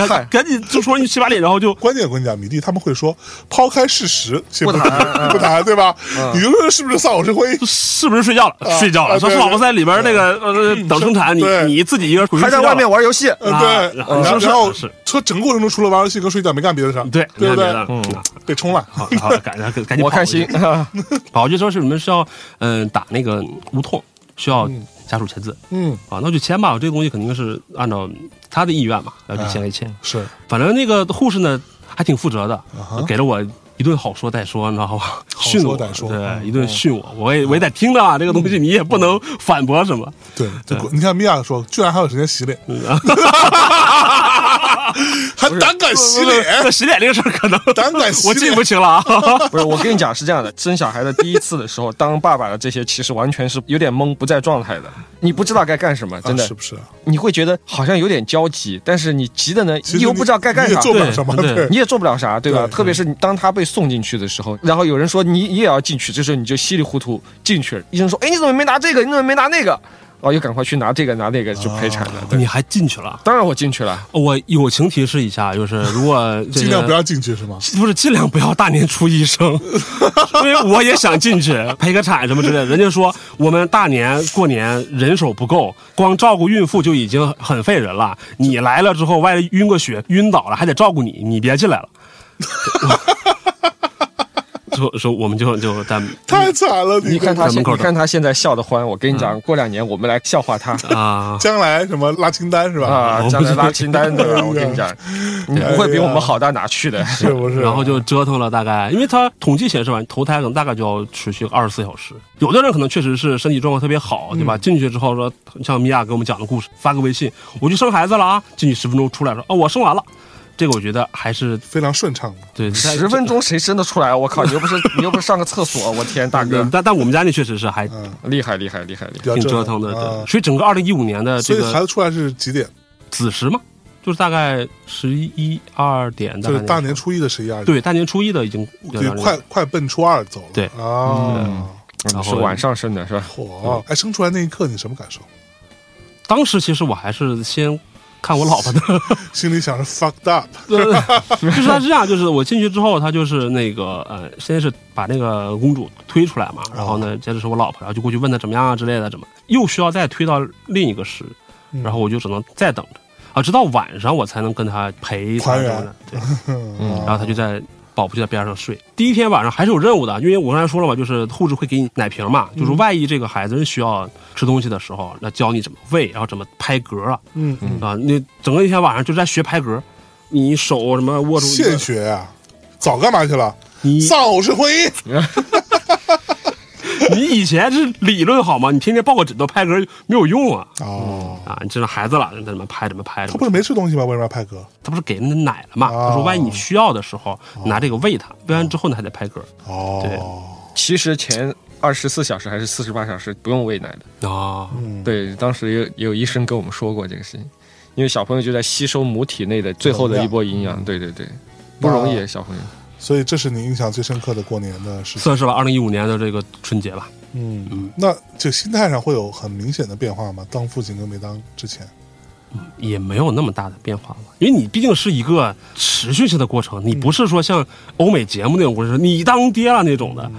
Speaker 4: 个赶赶紧就说一七八脸，然后就
Speaker 1: 关键我跟你讲，米蒂他们会说，抛开事实，先不
Speaker 4: 嗯
Speaker 1: 谈，不谈，对吧？你就说是不是丧偶式婚姻？
Speaker 4: 是不是睡觉了？睡觉
Speaker 1: 啊
Speaker 4: 了。说
Speaker 1: 对
Speaker 4: 老婆在里边那个呃等生产，你
Speaker 1: 对
Speaker 4: 你自己一个人回去
Speaker 2: 还在
Speaker 4: 睡觉
Speaker 2: 外面
Speaker 4: 了
Speaker 2: 玩游戏，
Speaker 1: 呃
Speaker 4: 啊
Speaker 1: 对，
Speaker 4: 然后
Speaker 1: 然后
Speaker 4: 是
Speaker 1: 然后
Speaker 4: 是
Speaker 1: 说整个过程中除了玩游戏跟睡觉没干别的事儿，
Speaker 4: 对
Speaker 1: 对不对
Speaker 4: 没干别的嗯？
Speaker 1: 被冲烂，
Speaker 4: 好，好，赶赶赶紧跑
Speaker 2: 我开
Speaker 4: 回去
Speaker 2: 心。 <laughs>
Speaker 4: 跑过去说是你们是要嗯打那个无痛，需要家属签字
Speaker 1: 嗯，
Speaker 4: 啊，那就签吧。我这个东西肯定是按照他的意愿嘛，然后就签
Speaker 1: 啊
Speaker 4: 了一签。
Speaker 1: 是
Speaker 4: 反正那个护士呢还挺负责的，给了我一顿好说歹说，你知道吧？训
Speaker 1: 啊说
Speaker 4: 我，
Speaker 1: 歹说嗯
Speaker 4: 对，一顿训我，我也我也得听着啊，这个东西你也不
Speaker 1: 哦
Speaker 4: 能反
Speaker 1: <laughs>
Speaker 4: 驳什么。
Speaker 1: 对，就你看米娅说，居然还有时间洗脸，
Speaker 4: 嗯
Speaker 1: 还胆敢洗脸，啊
Speaker 4: <laughs> 那洗脸这个事儿可能
Speaker 1: 哎胆
Speaker 4: <laughs>
Speaker 1: 敢洗脸
Speaker 4: 我记不清了啊。
Speaker 2: 不是，我跟你讲是这样的，生小孩的第一次的时候，当爸爸的这些其实完全是有点懵，不在状态的，你不知道该干什么，真的，
Speaker 1: 啊是不是？
Speaker 2: 你会觉得好像有点焦急，但是你急的呢，
Speaker 1: 其实
Speaker 2: 你又不知道该干
Speaker 1: 你也
Speaker 2: 啥。
Speaker 1: 做不了什么，
Speaker 4: 对
Speaker 1: 对
Speaker 2: 你也做不了啥，对吧？
Speaker 1: 对
Speaker 2: 特别是你当他被送进去的时候，然后有人说你你也要进去，这时候你就稀里糊涂进去了。医生说：“哎，你怎么没拿这个？你怎么没拿那个？”哦，又赶快去拿这个拿那个就陪产了。
Speaker 1: 嗯
Speaker 2: 对
Speaker 4: 你还进去了？
Speaker 2: 当然我进去了，
Speaker 4: 我友情提示一下，就是如果这些
Speaker 1: <laughs> 尽量不要进去是吗？
Speaker 4: 不是尽量不要大年初一生，因为我也想进去陪个产什么之类的。人家说我们大年过年人手不够，光照顾孕妇就已经很费人了。你来了之后，万一晕个血晕倒了，还得照顾你，你别进来了。 <laughs> 就说我 <laughs> 们就就在
Speaker 1: 太惨了，
Speaker 2: 你看他
Speaker 4: 在
Speaker 2: 现
Speaker 4: 门口
Speaker 2: 你
Speaker 4: 等
Speaker 2: 看他现在笑得欢，我跟你
Speaker 1: 嗯
Speaker 2: 讲，过两年我们来笑
Speaker 1: <laughs>
Speaker 2: 话他。
Speaker 4: <laughs> 啊，
Speaker 1: 将来什么拉清单是吧？
Speaker 2: 啊，
Speaker 4: 我
Speaker 2: 将
Speaker 4: 不
Speaker 2: 来
Speaker 4: 知
Speaker 2: 拉清单对吧？我跟
Speaker 1: <laughs>
Speaker 2: 你讲，你
Speaker 1: 啊
Speaker 2: 不会比我们好到哪去的。
Speaker 1: 是不是？
Speaker 4: 然后就折腾了大概，因为他统计显示完，投胎可能大概就要持续二十四小时。有的人可能确实是身体状况特别好，
Speaker 1: 嗯
Speaker 4: 对吧？进去之后说，像米娅给我们讲的故事，发个微信，我去生孩子了啊，进去十分钟出来说，哦，我生完了。这个我觉得还是
Speaker 1: 非常顺畅的，
Speaker 4: 对
Speaker 2: 十分。钟谁生得出来？我靠，你又不是你又不是上个厕所，我天，大
Speaker 1: <laughs>
Speaker 2: 哥
Speaker 4: 但，但但我们家那确实是还挺
Speaker 2: 厉害厉害厉害厉害！
Speaker 1: 比较
Speaker 4: 折腾的，
Speaker 1: 啊
Speaker 4: 对。所以整个二零一五年的
Speaker 1: 所
Speaker 4: 这
Speaker 1: 以孩
Speaker 4: 个
Speaker 1: 子出来是几点？
Speaker 4: 子时嘛，就是大概十一二点，
Speaker 1: 就是
Speaker 4: 大
Speaker 1: 大年初一的十一二，，
Speaker 4: 对大年初一的已经有
Speaker 1: 对
Speaker 4: 点，
Speaker 1: 快快奔初二走了，
Speaker 4: 对嗯
Speaker 1: 啊，
Speaker 2: 嗯
Speaker 4: 然后
Speaker 2: 是晚上生的是吧？
Speaker 1: 嚯！哎，生出来那一刻你什么感受？
Speaker 4: 当时其实我还是先看我老婆的，
Speaker 1: 心里想着 fucked up，
Speaker 4: <laughs> 就是他是这样，就是我进去之后，他就是那个呃，先是把那个公主推出来嘛，然后
Speaker 1: 哦
Speaker 4: 呢，接着是我老婆，然后就过去问她怎么样啊之类的，怎么又需要再推到另一个时，
Speaker 1: 嗯
Speaker 4: 然后我就只能再等着啊，直到晚上我才能跟她陪她
Speaker 1: 团
Speaker 4: 这
Speaker 1: 圆
Speaker 4: 样的，对，
Speaker 1: <laughs> 嗯
Speaker 4: 然后他就在保不就在边上睡。第一天晚上还是有任务的，因为我刚才说了嘛，就是护士会给你奶瓶嘛，就是
Speaker 1: 嗯
Speaker 4: 万一这个孩子是需要吃东西的时候，那教你怎么喂，然后怎么拍嗝啊，
Speaker 1: 嗯嗯，
Speaker 4: 啊，那整个一天晚上就在学拍嗝，你手什么握住一个
Speaker 1: 献血呀，早干嘛去了？
Speaker 4: 你
Speaker 1: 丧偶式婚姻，
Speaker 4: 你以前是理论好吗？你天天抱个枕头拍嗝没有用啊！
Speaker 1: 哦，
Speaker 4: 啊，你这是孩子了，那怎么拍怎么拍？
Speaker 1: 他不是没吃东西吗？为什么要拍嗝？
Speaker 4: 他不是给那奶了吗？
Speaker 1: 哦
Speaker 4: 他说万一你需要的时候拿这个喂他，喂完之后呢还得拍嗝
Speaker 1: 哦，
Speaker 2: 其实前二十四小时还是四十八小时不用喂奶的。
Speaker 4: 啊。
Speaker 1: 嗯，
Speaker 2: 对，当时也也有医生跟我们说过这个事情，因为小朋友就在吸收母体内的最后的一波
Speaker 1: 嗯
Speaker 2: 营养。对对对，不容易，啊小朋友。
Speaker 1: 所以这是你印象最深刻的过年的事情。
Speaker 4: 算是吧，二零一五年的这个春节吧。
Speaker 1: 嗯，那就心态上会有很明显的变化吗？当父亲跟没当之前，
Speaker 4: 也没有那么大的变化了，因为你毕竟是一个持续性的过程，你不是说像欧美节目那种故事，你当爹了那种的，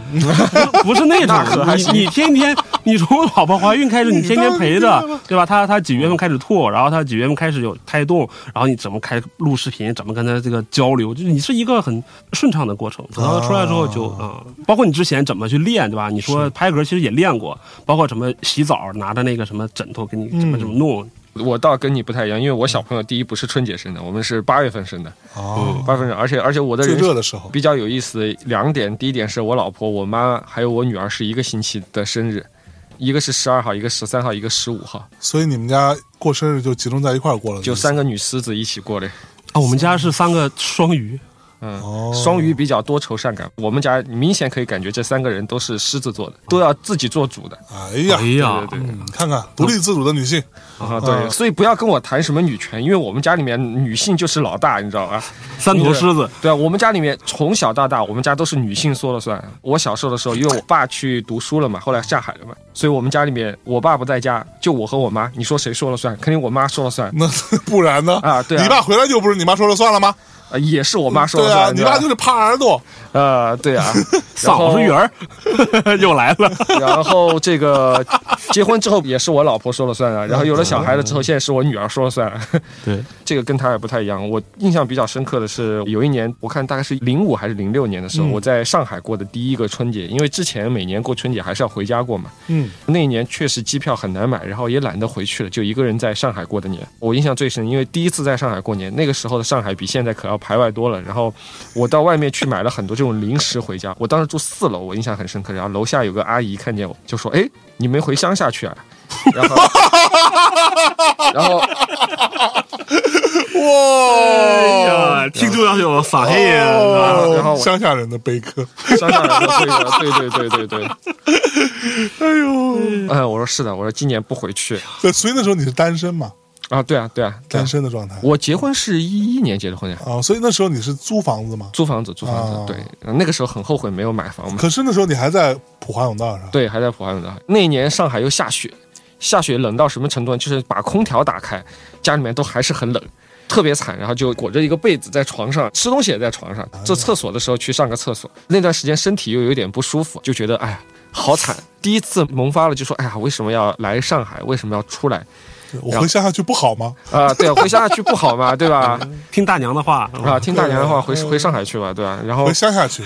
Speaker 4: 不是那种，你你天天你从老婆怀孕开始，你天天陪
Speaker 1: 你当爹
Speaker 4: 着，对吧？她她几月份开始吐，然后她几月份开始有胎动，然后你怎么开录视频，怎么跟她这个交流，就是你是一个很顺畅的过程。然后出来之后就啊、包括你之前怎么去练，对吧？你说拍嗝其实也练过，包括什么洗澡拿着那个什么枕头给你怎么怎么弄，
Speaker 2: 我倒跟你不太一样，因为我小朋友第一不是春节生的，我们是八月份生的，
Speaker 4: 嗯
Speaker 1: 哦，
Speaker 2: 八月份生，而且而且我的
Speaker 1: 最
Speaker 2: 人
Speaker 1: 热的时候，
Speaker 2: 比较有意思的两点，第一点是我老婆、我妈还有我女儿是一个星期的生日，一个是十二号，一个十三号，一个十五号，
Speaker 1: 所以你们家过生日就集中在一块儿过了，
Speaker 2: 就三个女狮子一起过的。
Speaker 4: 啊，我们家是三个双鱼，
Speaker 2: 嗯，
Speaker 1: 哦
Speaker 2: 双鱼比较多愁善感，我们家明显可以感觉这三个人都是狮子座的，都要自己做主的。
Speaker 1: 哎呀
Speaker 4: 哎，呀，
Speaker 2: 对对对
Speaker 1: 嗯看看独立自主的女性，
Speaker 2: 啊，对，所以不要跟我谈什么女权，因为我们家里面女性就是老大，你知道吧？
Speaker 4: 三头狮子，
Speaker 2: 对啊，我们家里面从小到大，我们家都是女性说了算。我小时候的时候，因为我爸去读书了嘛，后来下海了嘛，所以我们家里面我爸不在家，就我和我妈，你说谁说了算？肯定我妈说了算
Speaker 1: 那 <laughs> 不然呢？
Speaker 2: 啊对啊
Speaker 1: 你爸回来就不是你妈说了算了吗？
Speaker 2: 啊，也是我妈说了
Speaker 1: 对啊，
Speaker 2: 算。
Speaker 1: 你
Speaker 2: 吧
Speaker 1: 爸就是耙耳朵，
Speaker 2: 呃，对
Speaker 1: <laughs>
Speaker 2: 啊，然后
Speaker 4: 嗓子圆儿又来了，
Speaker 2: 然后这个结婚之后也是我老婆说了算啊，然后有了小孩了之后，现在是我女儿说了算啊。 <laughs>
Speaker 4: 对，
Speaker 2: 这个跟她也不太一样。我印象比较深刻的是，有一年我看大概是零五还是零六年的时候，我在上海过的第一个春节，因为之前每年过春节还是要回家过嘛。
Speaker 1: 嗯，
Speaker 2: 那一年确实机票很难买，然后也懒得回去了，就一个人在上海过的年。我印象最深，因为第一次在上海过年，那个时候的上海比现在可要排外多了。然后我到外面去买了很多这种零食回家。我当时住四楼，我印象很深刻。然后楼下有个阿姨看见我，就说：“哎，你没回乡下去啊？” <laughs> 然后，然后
Speaker 1: 哇，
Speaker 4: 哎呀，听众要有嗓音
Speaker 1: 哦
Speaker 2: 然后我
Speaker 1: 乡下人的悲歌，
Speaker 2: 乡下人说：“对的，对对对对对。”哎呦，嗯，我说是的，我说今年不回去
Speaker 1: 对，所以那时候你是单身嘛，
Speaker 2: 啊，对啊，对啊，对啊
Speaker 1: 单身的状态
Speaker 2: 我结婚是一一年结的婚呀。
Speaker 1: 啊，所以那时候你是租房子嘛，
Speaker 2: 租房子，租房子，
Speaker 1: 哦
Speaker 2: 对，那个时候很后悔没有买房嘛，
Speaker 1: 可是那时候你还在普华永道上，
Speaker 2: 对，还在浦安的。那一年上海又下雪，下雪冷到什么程度呢？就是把空调打开，家里面都还是很冷，特别惨。然后就裹着一个被子在床上吃东西，也在床上。这厕所的时候去上个厕所，那段时间身体又有点不舒服，就觉得哎呀好惨。第一次萌发了，就说哎呀为什么要来上海？为什么要出来
Speaker 1: 我回乡下去不好吗？
Speaker 2: 啊、对啊，回乡下去不好嘛，对吧？
Speaker 4: 听大娘的话，
Speaker 2: 啊，听大娘的话，回回上海去吧，对吧、然后
Speaker 1: 回乡
Speaker 2: <laughs>
Speaker 1: 下去，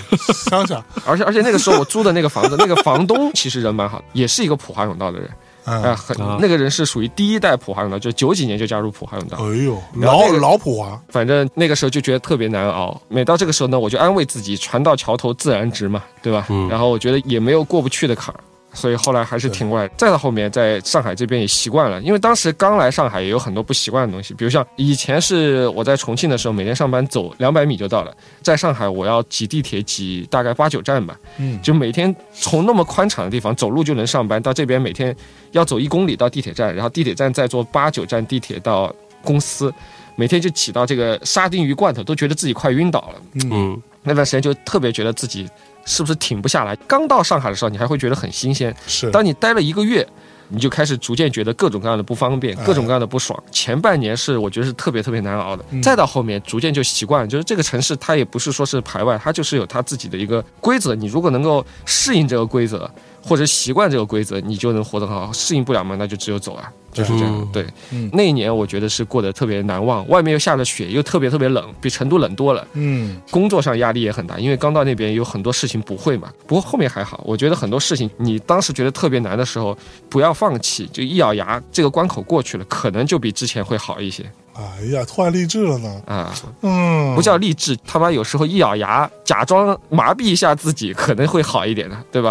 Speaker 1: 乡下，
Speaker 2: 而且而且那个时候我租的那个房子，那个房东其实人蛮好的，也是一个普华永道的人，哎、
Speaker 1: 嗯，
Speaker 2: 很
Speaker 4: 啊
Speaker 2: 那个人是属于第一代普华永道，就九几年就加入普华永道
Speaker 1: 哎，呦，
Speaker 2: 然后
Speaker 1: 老
Speaker 2: 那个
Speaker 1: 老普华，
Speaker 2: 反正那个时候就觉得特别难熬。每到这个时候呢，我就安慰自己，船到桥头自然直嘛，对吧？
Speaker 4: 嗯
Speaker 2: 然后我觉得也没有过不去的坎儿。所以后来还是挺过来，再到后面在上海这边也习惯了，因为当时刚来上海也有很多不习惯的东西，比如像以前是我在重庆的时候，每天上班走两百米就到了，在上海我要挤地铁挤大概八九站吧，
Speaker 1: 嗯，
Speaker 2: 就每天从那么宽敞的地方走路就能上班，到这边每天要走一公里到地铁站，然后地铁站再坐八九站地铁到公司，每天就挤到这个沙丁鱼罐头，都觉得自己快晕倒了。
Speaker 4: 嗯，
Speaker 2: 那段时间就特别觉得自己是不是挺不下来。刚到上海的时候，你还会觉得很新鲜，
Speaker 1: 是
Speaker 2: 当你待了一个月，你就开始逐渐觉得各种各样的不方便，
Speaker 1: 哎
Speaker 2: 各种各样的不爽。前半年是我觉得是特别特别难熬的，
Speaker 1: 嗯
Speaker 2: 再到后面逐渐就习惯了，就是这个城市它也不是说是排外，它就是有它自己的一个规则。你如果能够适应这个规则，或者习惯这个规则，你就能活得很好。适应不了嘛，那就只有走啊，就是这样
Speaker 4: 嗯。
Speaker 2: 对
Speaker 1: 嗯，
Speaker 2: 那一年我觉得是过得特别难忘，外面又下着雪，又特别特别冷，比成都冷多了。
Speaker 1: 嗯
Speaker 2: 工作上压力也很大，因为刚到那边有很多事情不会嘛。不过后面还好，我觉得很多事情你当时觉得特别难的时候，不要放弃，就一咬牙，这个关口过去了，可能就比之前会好一些
Speaker 1: 哎呀，突然励志了呢，
Speaker 2: 啊。
Speaker 1: 嗯，
Speaker 2: 不叫励志，他妈有时候一咬牙，假装麻痹一下自己，可能会好一点的，对吧？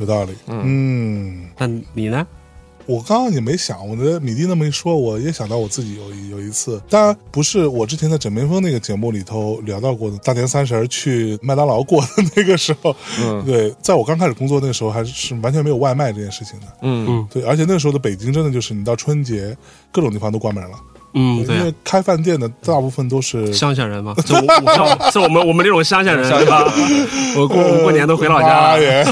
Speaker 1: 有道理，嗯。
Speaker 4: 那你呢？
Speaker 1: 我刚刚也没想，我觉得米蒂那么一说，我也想到我自己有一有一次，当然不是我之前在枕边风那个节目里头聊到过的，大年三十儿去麦当劳过的那个时候，
Speaker 2: 嗯
Speaker 1: 对，在我刚开始工作那个时候，还是完全没有外卖这件事情的，
Speaker 2: 嗯
Speaker 1: 对，而且那时候的北京真的就是你到春节，各种地方都关门了，
Speaker 4: 嗯，对
Speaker 1: 因
Speaker 4: 啊，
Speaker 1: 为开饭店的大部分都是
Speaker 4: 乡下人嘛，就我我像是我们我们这种
Speaker 2: 嗯
Speaker 4: 乡下人对吧？我过我过年都回老家
Speaker 1: 妈
Speaker 4: 了。 <laughs>
Speaker 1: 耶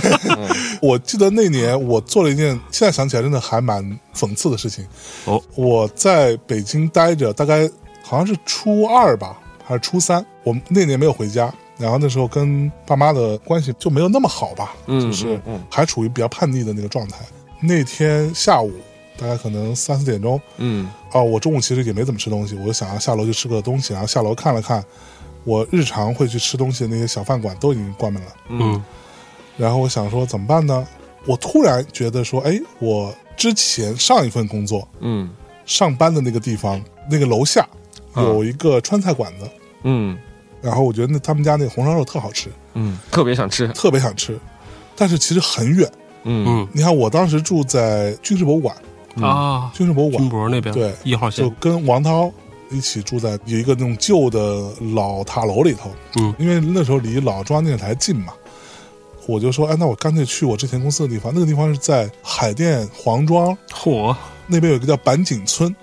Speaker 1: 我记得那年我做了一件，现在想起来真的还蛮讽刺的事情。
Speaker 4: 哦，
Speaker 1: 我在北京待着，大概好像是初二吧，还是初三，我们那年没有回家。然后那时候跟爸妈的关系就没有那么好吧，
Speaker 2: 嗯
Speaker 1: 就是
Speaker 2: 嗯嗯
Speaker 1: 还处于比较叛逆的那个状态。那天下午大概可能三四点钟，
Speaker 2: 嗯
Speaker 1: 哦，我中午其实也没怎么吃东西，我就想要下楼去吃个东西，然后下楼看了看，我日常会去吃东西的那些小饭馆都已经关门了。
Speaker 4: 嗯
Speaker 1: 然后我想说怎么办呢？我突然觉得说，哎，我之前上一份工作
Speaker 2: 嗯
Speaker 1: 上班的那个地方，那个楼下有一个川菜馆子，
Speaker 2: 嗯
Speaker 1: 然后我觉得那他们家那个红烧肉特好吃，
Speaker 2: 嗯，特别想吃。
Speaker 1: 特别想吃，但是其实很远。
Speaker 2: 嗯
Speaker 4: 嗯
Speaker 1: 你看，我当时住在军事博物馆，
Speaker 4: 啊，
Speaker 1: 军事博物
Speaker 4: 军
Speaker 1: 馆
Speaker 4: 博那边
Speaker 1: 对
Speaker 4: 一号
Speaker 1: 就
Speaker 4: 线，
Speaker 1: 跟王涛一起住在有一个那种旧的老塔楼里头，
Speaker 4: 嗯，
Speaker 1: 因为那时候离老中央电视台近嘛，我就说，哎，那我干脆去我之前公司的地方，那个地方是在海淀黄庄
Speaker 4: 嚯，
Speaker 1: 那边有一个叫板井村，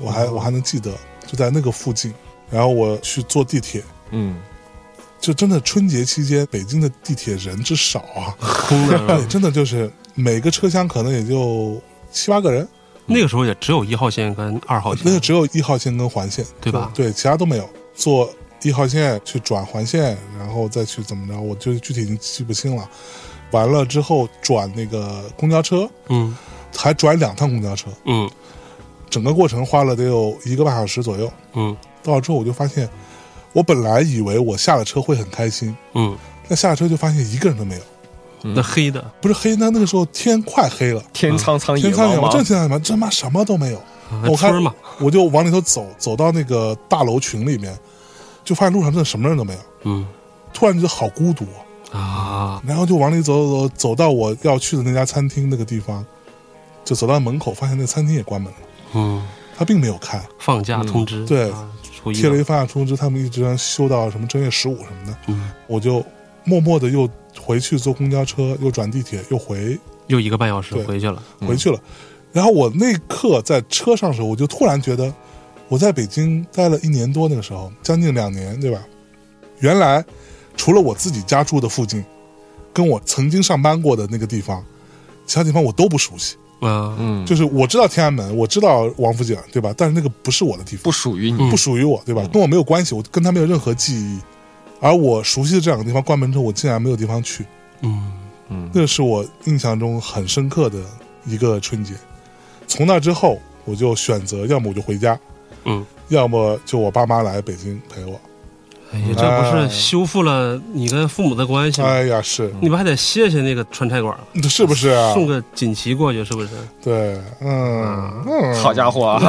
Speaker 1: 我还我还能记得，就在那个附近。然后我去坐地铁，
Speaker 2: 嗯
Speaker 1: 就真的春节期间，北京的地铁人之少啊，
Speaker 4: 空
Speaker 1: <laughs> 对，
Speaker 4: 的。
Speaker 1: 真的就是每个车厢可能也就七八个人，
Speaker 4: 那个时候也只有一号线跟二号
Speaker 1: 那
Speaker 4: 线
Speaker 1: 就，只有一号线跟环线，
Speaker 4: 对吧
Speaker 1: 对，其他都没有。坐一号线去转环线，然后再去怎么着，我就具体已经记不清了。完了之后转那个公交车，
Speaker 4: 嗯
Speaker 1: 还转两趟公交车，
Speaker 4: 嗯
Speaker 1: 整个过程花了得有一个半小时左右。
Speaker 4: 嗯
Speaker 1: 到了之后，我就发现，我本来以为我下了车会很开心，
Speaker 4: 嗯，
Speaker 1: 但下了车就发现一个人都没有。
Speaker 4: 那黑的，
Speaker 1: 不是黑，那那个时候天快黑了，
Speaker 2: 嗯天苍
Speaker 4: 哦
Speaker 2: 苍野
Speaker 1: 天苍
Speaker 2: 茫
Speaker 1: 野茫，正
Speaker 2: 茫。
Speaker 1: 天苍野茫，这妈什么都没有。
Speaker 4: 啊
Speaker 1: 我看
Speaker 4: 村儿嘛，
Speaker 1: 我就往里头走，走到那个大楼群里面，就发现路上真的什么人都没有，
Speaker 4: 嗯
Speaker 1: 突然觉得好孤独啊。
Speaker 4: 啊，
Speaker 1: 然后就往里走走走，走到我要去的那家餐厅那个地方，就走到门口，发现那餐厅也关门了，
Speaker 4: 嗯，
Speaker 1: 它并没有开，
Speaker 4: 放假通知，
Speaker 1: 嗯对
Speaker 4: 啊，初一
Speaker 1: 贴了
Speaker 4: 了
Speaker 1: 一发通知，他们一直休到什么正月十五什么的。
Speaker 4: 嗯，
Speaker 1: 我就默默的又回去坐公交车，又转地铁，又回
Speaker 4: 又一个半小时
Speaker 1: 对
Speaker 4: 回去了，
Speaker 1: 回去了。然后我那刻在车上的时候，我就突然觉得，我在北京待了一年多，那个时候将近两年，对吧？原来除了我自己家住的附近，跟我曾经上班过的那个地方，其他地方我都不熟悉。
Speaker 4: 啊，
Speaker 2: 嗯，
Speaker 1: 就是我知道天安门，我知道王府井，对吧？但是那个不是我的地方，
Speaker 2: 不属于你。
Speaker 4: 嗯
Speaker 1: 不属于我，对吧？跟我没有关系，我跟他没有任何记忆。而我熟悉的这两个地方关门之后，我竟然没有地方去，
Speaker 4: 嗯
Speaker 1: 那是我印象中很深刻的一个春节。从那之后，我就选择要么我就回家，
Speaker 4: 嗯，
Speaker 1: 要么就我爸妈来北京陪我。
Speaker 4: 哎呀，这不是修复了你跟父母的关系吗？
Speaker 1: 嗯哎呀，是
Speaker 4: 你不还得谢谢那个川菜馆儿，
Speaker 1: 是不是啊？
Speaker 4: 送个锦旗过去，是不是？
Speaker 1: 对，嗯嗯，
Speaker 2: 好家伙啊！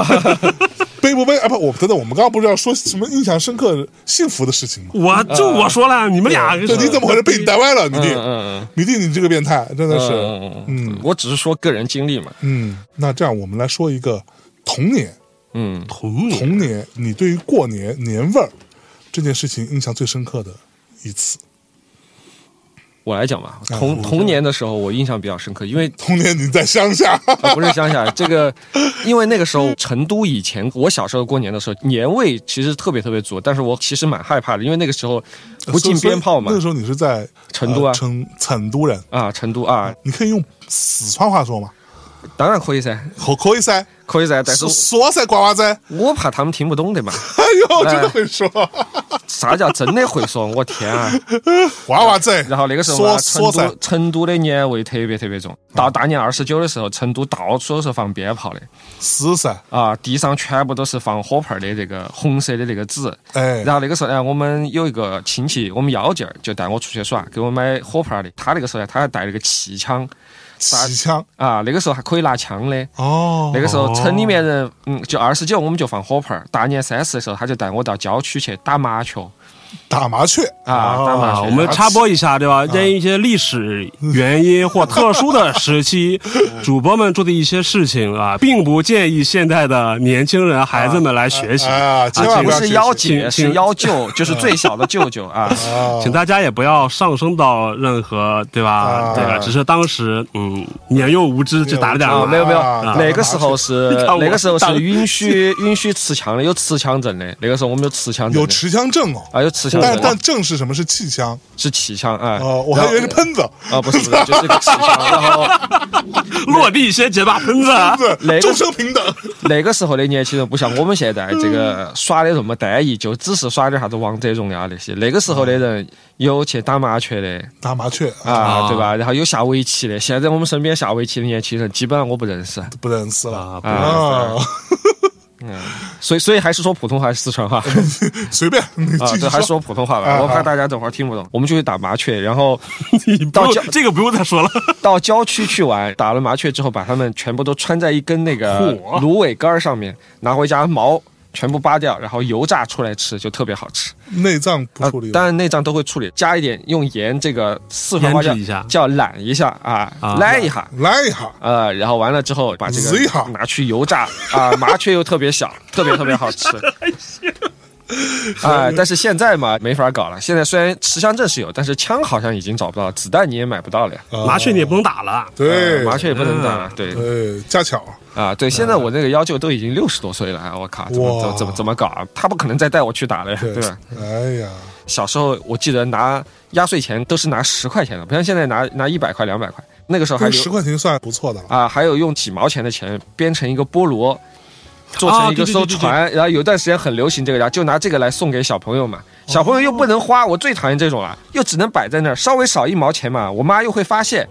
Speaker 1: 悲不悲？啊不，我等等，我们刚刚不是要说什么印象深刻、幸福的事情吗？
Speaker 4: 我就我说了，你们俩
Speaker 1: 对，你怎么回事？被你带歪了，你弟。
Speaker 2: 嗯嗯
Speaker 1: 米蒂，你这个变态，真的
Speaker 2: 嗯
Speaker 1: 是，
Speaker 2: 嗯嗯
Speaker 1: 嗯
Speaker 2: 嗯，我只是说个人经历嘛。
Speaker 1: 嗯，那这样我们来说一个童年，
Speaker 2: 嗯，
Speaker 4: 童年？
Speaker 1: 童年，你对于过年年味儿这件事情印象最深刻的一次，
Speaker 2: 我来讲吧，
Speaker 1: 哎
Speaker 2: 童
Speaker 1: 我
Speaker 2: 童年的时候我印象比较深刻，因为
Speaker 1: 童年你在乡下，
Speaker 2: 啊，不是乡下，
Speaker 1: <laughs>
Speaker 2: 这个，因为那个时候成都以前我小时候过年的时候年味其实特别特别足，但是我其实蛮害怕的，因为那个时候不禁鞭炮嘛
Speaker 1: 呃所以那，个时候你是在
Speaker 2: 成都啊
Speaker 1: 呃成成都人，
Speaker 2: 啊，成都啊，
Speaker 1: 你可以用四川话说嘛，
Speaker 2: 当然可以噻，
Speaker 1: 可可以噻，
Speaker 2: 可以噻，但是
Speaker 1: 说说噻，呱呱噻，
Speaker 2: 我怕他们听不懂
Speaker 1: <laughs>
Speaker 2: 的嘛，
Speaker 1: 哎呦，真的会说，
Speaker 2: 啥叫真的会说，我天啊！
Speaker 1: 娃娃仔，
Speaker 2: 然后那个时候
Speaker 1: 说
Speaker 2: 嘛，
Speaker 1: 说
Speaker 2: 成
Speaker 1: 噻
Speaker 2: 都，成都的年味特别特别重，到大年二十九的时候，成都到处都是放鞭炮的
Speaker 1: 是噻，
Speaker 2: 啊，地上全部都是放火炮的这个红色的那个纸。
Speaker 1: 哎，
Speaker 2: 然后那个时候呢，我们有一个亲戚，我们幺舅儿就带我出去耍，给我买火炮的。他那个时候呢，他还带了个气枪
Speaker 1: 气枪，
Speaker 2: 啊，那个时候还可以拿枪的。
Speaker 1: 哦，
Speaker 2: 那个时候城里面人，嗯，就二十九我们就放火炮儿。大年三十的时候，他就带我到郊区去打麻雀
Speaker 1: 打麻雀，
Speaker 2: 啊，打麻
Speaker 4: 啊，
Speaker 2: 雀。
Speaker 4: 我们插播一下，对
Speaker 1: 啊
Speaker 4: 吧？因一些历史原因或特殊的
Speaker 1: <laughs>
Speaker 4: 时期，主播们做的一些事情啊，并不建议现在的年轻人、孩子们来学习。
Speaker 1: 啊，千万
Speaker 2: 不
Speaker 1: 不要
Speaker 2: 是幺姐，是
Speaker 4: 请请
Speaker 2: 幺舅，就是最小的舅舅 <laughs> 啊。
Speaker 1: 啊
Speaker 4: 请大家也不要上升到任何，对吧
Speaker 1: 啊？
Speaker 4: 对吧？只是当时，嗯，年幼无知就打了点
Speaker 1: 啊
Speaker 2: 啊，
Speaker 4: 麻
Speaker 2: 没有没有，
Speaker 1: 啊
Speaker 2: 那个时候是
Speaker 4: 你看我
Speaker 2: 那个时候是允许允许持枪的，有持枪证的。那个时候我们有持枪证的，
Speaker 1: 有持枪证哦，
Speaker 2: 啊有持枪
Speaker 1: 但
Speaker 2: 证的
Speaker 1: 但，正是什么是气枪
Speaker 2: 是气枪啊。
Speaker 1: 哦，我还以为是喷子，
Speaker 2: 啊，不是不是，就是个气枪。然后
Speaker 4: 落地先结巴喷子。
Speaker 2: 哪
Speaker 1: 对，
Speaker 2: 个
Speaker 1: 众生平等，
Speaker 2: 那个时候的年轻人不像我们现在这个
Speaker 1: 嗯
Speaker 2: 耍的那么单一，就只是耍点啥子王者荣耀那些。那个时候的人有去打麻雀的
Speaker 1: 打麻雀
Speaker 2: 啊，对吧？然后有下围棋的。现在我们身边下围棋的年轻人，基本上我不认识。
Speaker 1: 不认识了
Speaker 4: 啊不
Speaker 1: 啊，
Speaker 2: 所以所以还是说普通话还是四川话
Speaker 1: <laughs> 随便你
Speaker 2: 啊
Speaker 1: 继，续
Speaker 2: 对，还是说普通话
Speaker 1: 啊
Speaker 2: 吧，我怕大家等会儿听不懂。我们就去打麻雀，然后到
Speaker 4: 不
Speaker 2: 郊
Speaker 4: 这个不用再说了。
Speaker 2: 到郊区去玩，打了麻雀之后，把它们全部都穿在一根那个
Speaker 4: 嚯
Speaker 2: 芦苇杆儿上面，拿回家毛全部扒掉，然后油炸出来吃，就特别好吃。
Speaker 1: 内脏不
Speaker 2: 啊
Speaker 1: 处理，，
Speaker 2: 当然内脏都会处理，加一点用盐，这个四川话叫
Speaker 4: 腌制一下
Speaker 2: 叫懒一下啊
Speaker 4: 啊，
Speaker 2: 懒一下。
Speaker 1: 来一下，
Speaker 2: 呃，然后完了之后把这
Speaker 1: 滋一下
Speaker 2: 个拿去油炸啊，麻雀又特别小，特别特别好吃。啊、但是现在嘛没法搞了。现在虽然持枪证是有，但是枪好像已经找不到了，子弹你也买不到了呀。
Speaker 1: 啊
Speaker 4: 麻雀你也不能打了，
Speaker 1: 对
Speaker 2: 呃麻雀也不能打了。对
Speaker 1: 对家巧
Speaker 2: 啊，对，现在我那个幺舅都已经六十多岁了，哎我靠，怎么
Speaker 1: 哇
Speaker 2: 怎么怎么怎么搞啊？他不可能再带我去打了呀，对吧？
Speaker 1: 哎呀，
Speaker 2: 小时候我记得拿压岁钱都是拿十块钱的，不像现在拿拿一百块、两百块。那个时候还
Speaker 1: 这
Speaker 2: 有
Speaker 1: 十块钱算不错的
Speaker 2: <laughs>
Speaker 1: 了，
Speaker 2: 啊，还有用几毛钱的钱编成一个菠萝，做
Speaker 4: 啊
Speaker 2: 成一个
Speaker 4: 对对
Speaker 2: 艘
Speaker 4: 对对对
Speaker 2: 船，然后有一段时间很流行这个，然后就拿这个来送给小朋友嘛。小朋友又不能花，我最讨厌这种了，又只能摆在那儿，稍微少一毛钱嘛，我妈又会发现。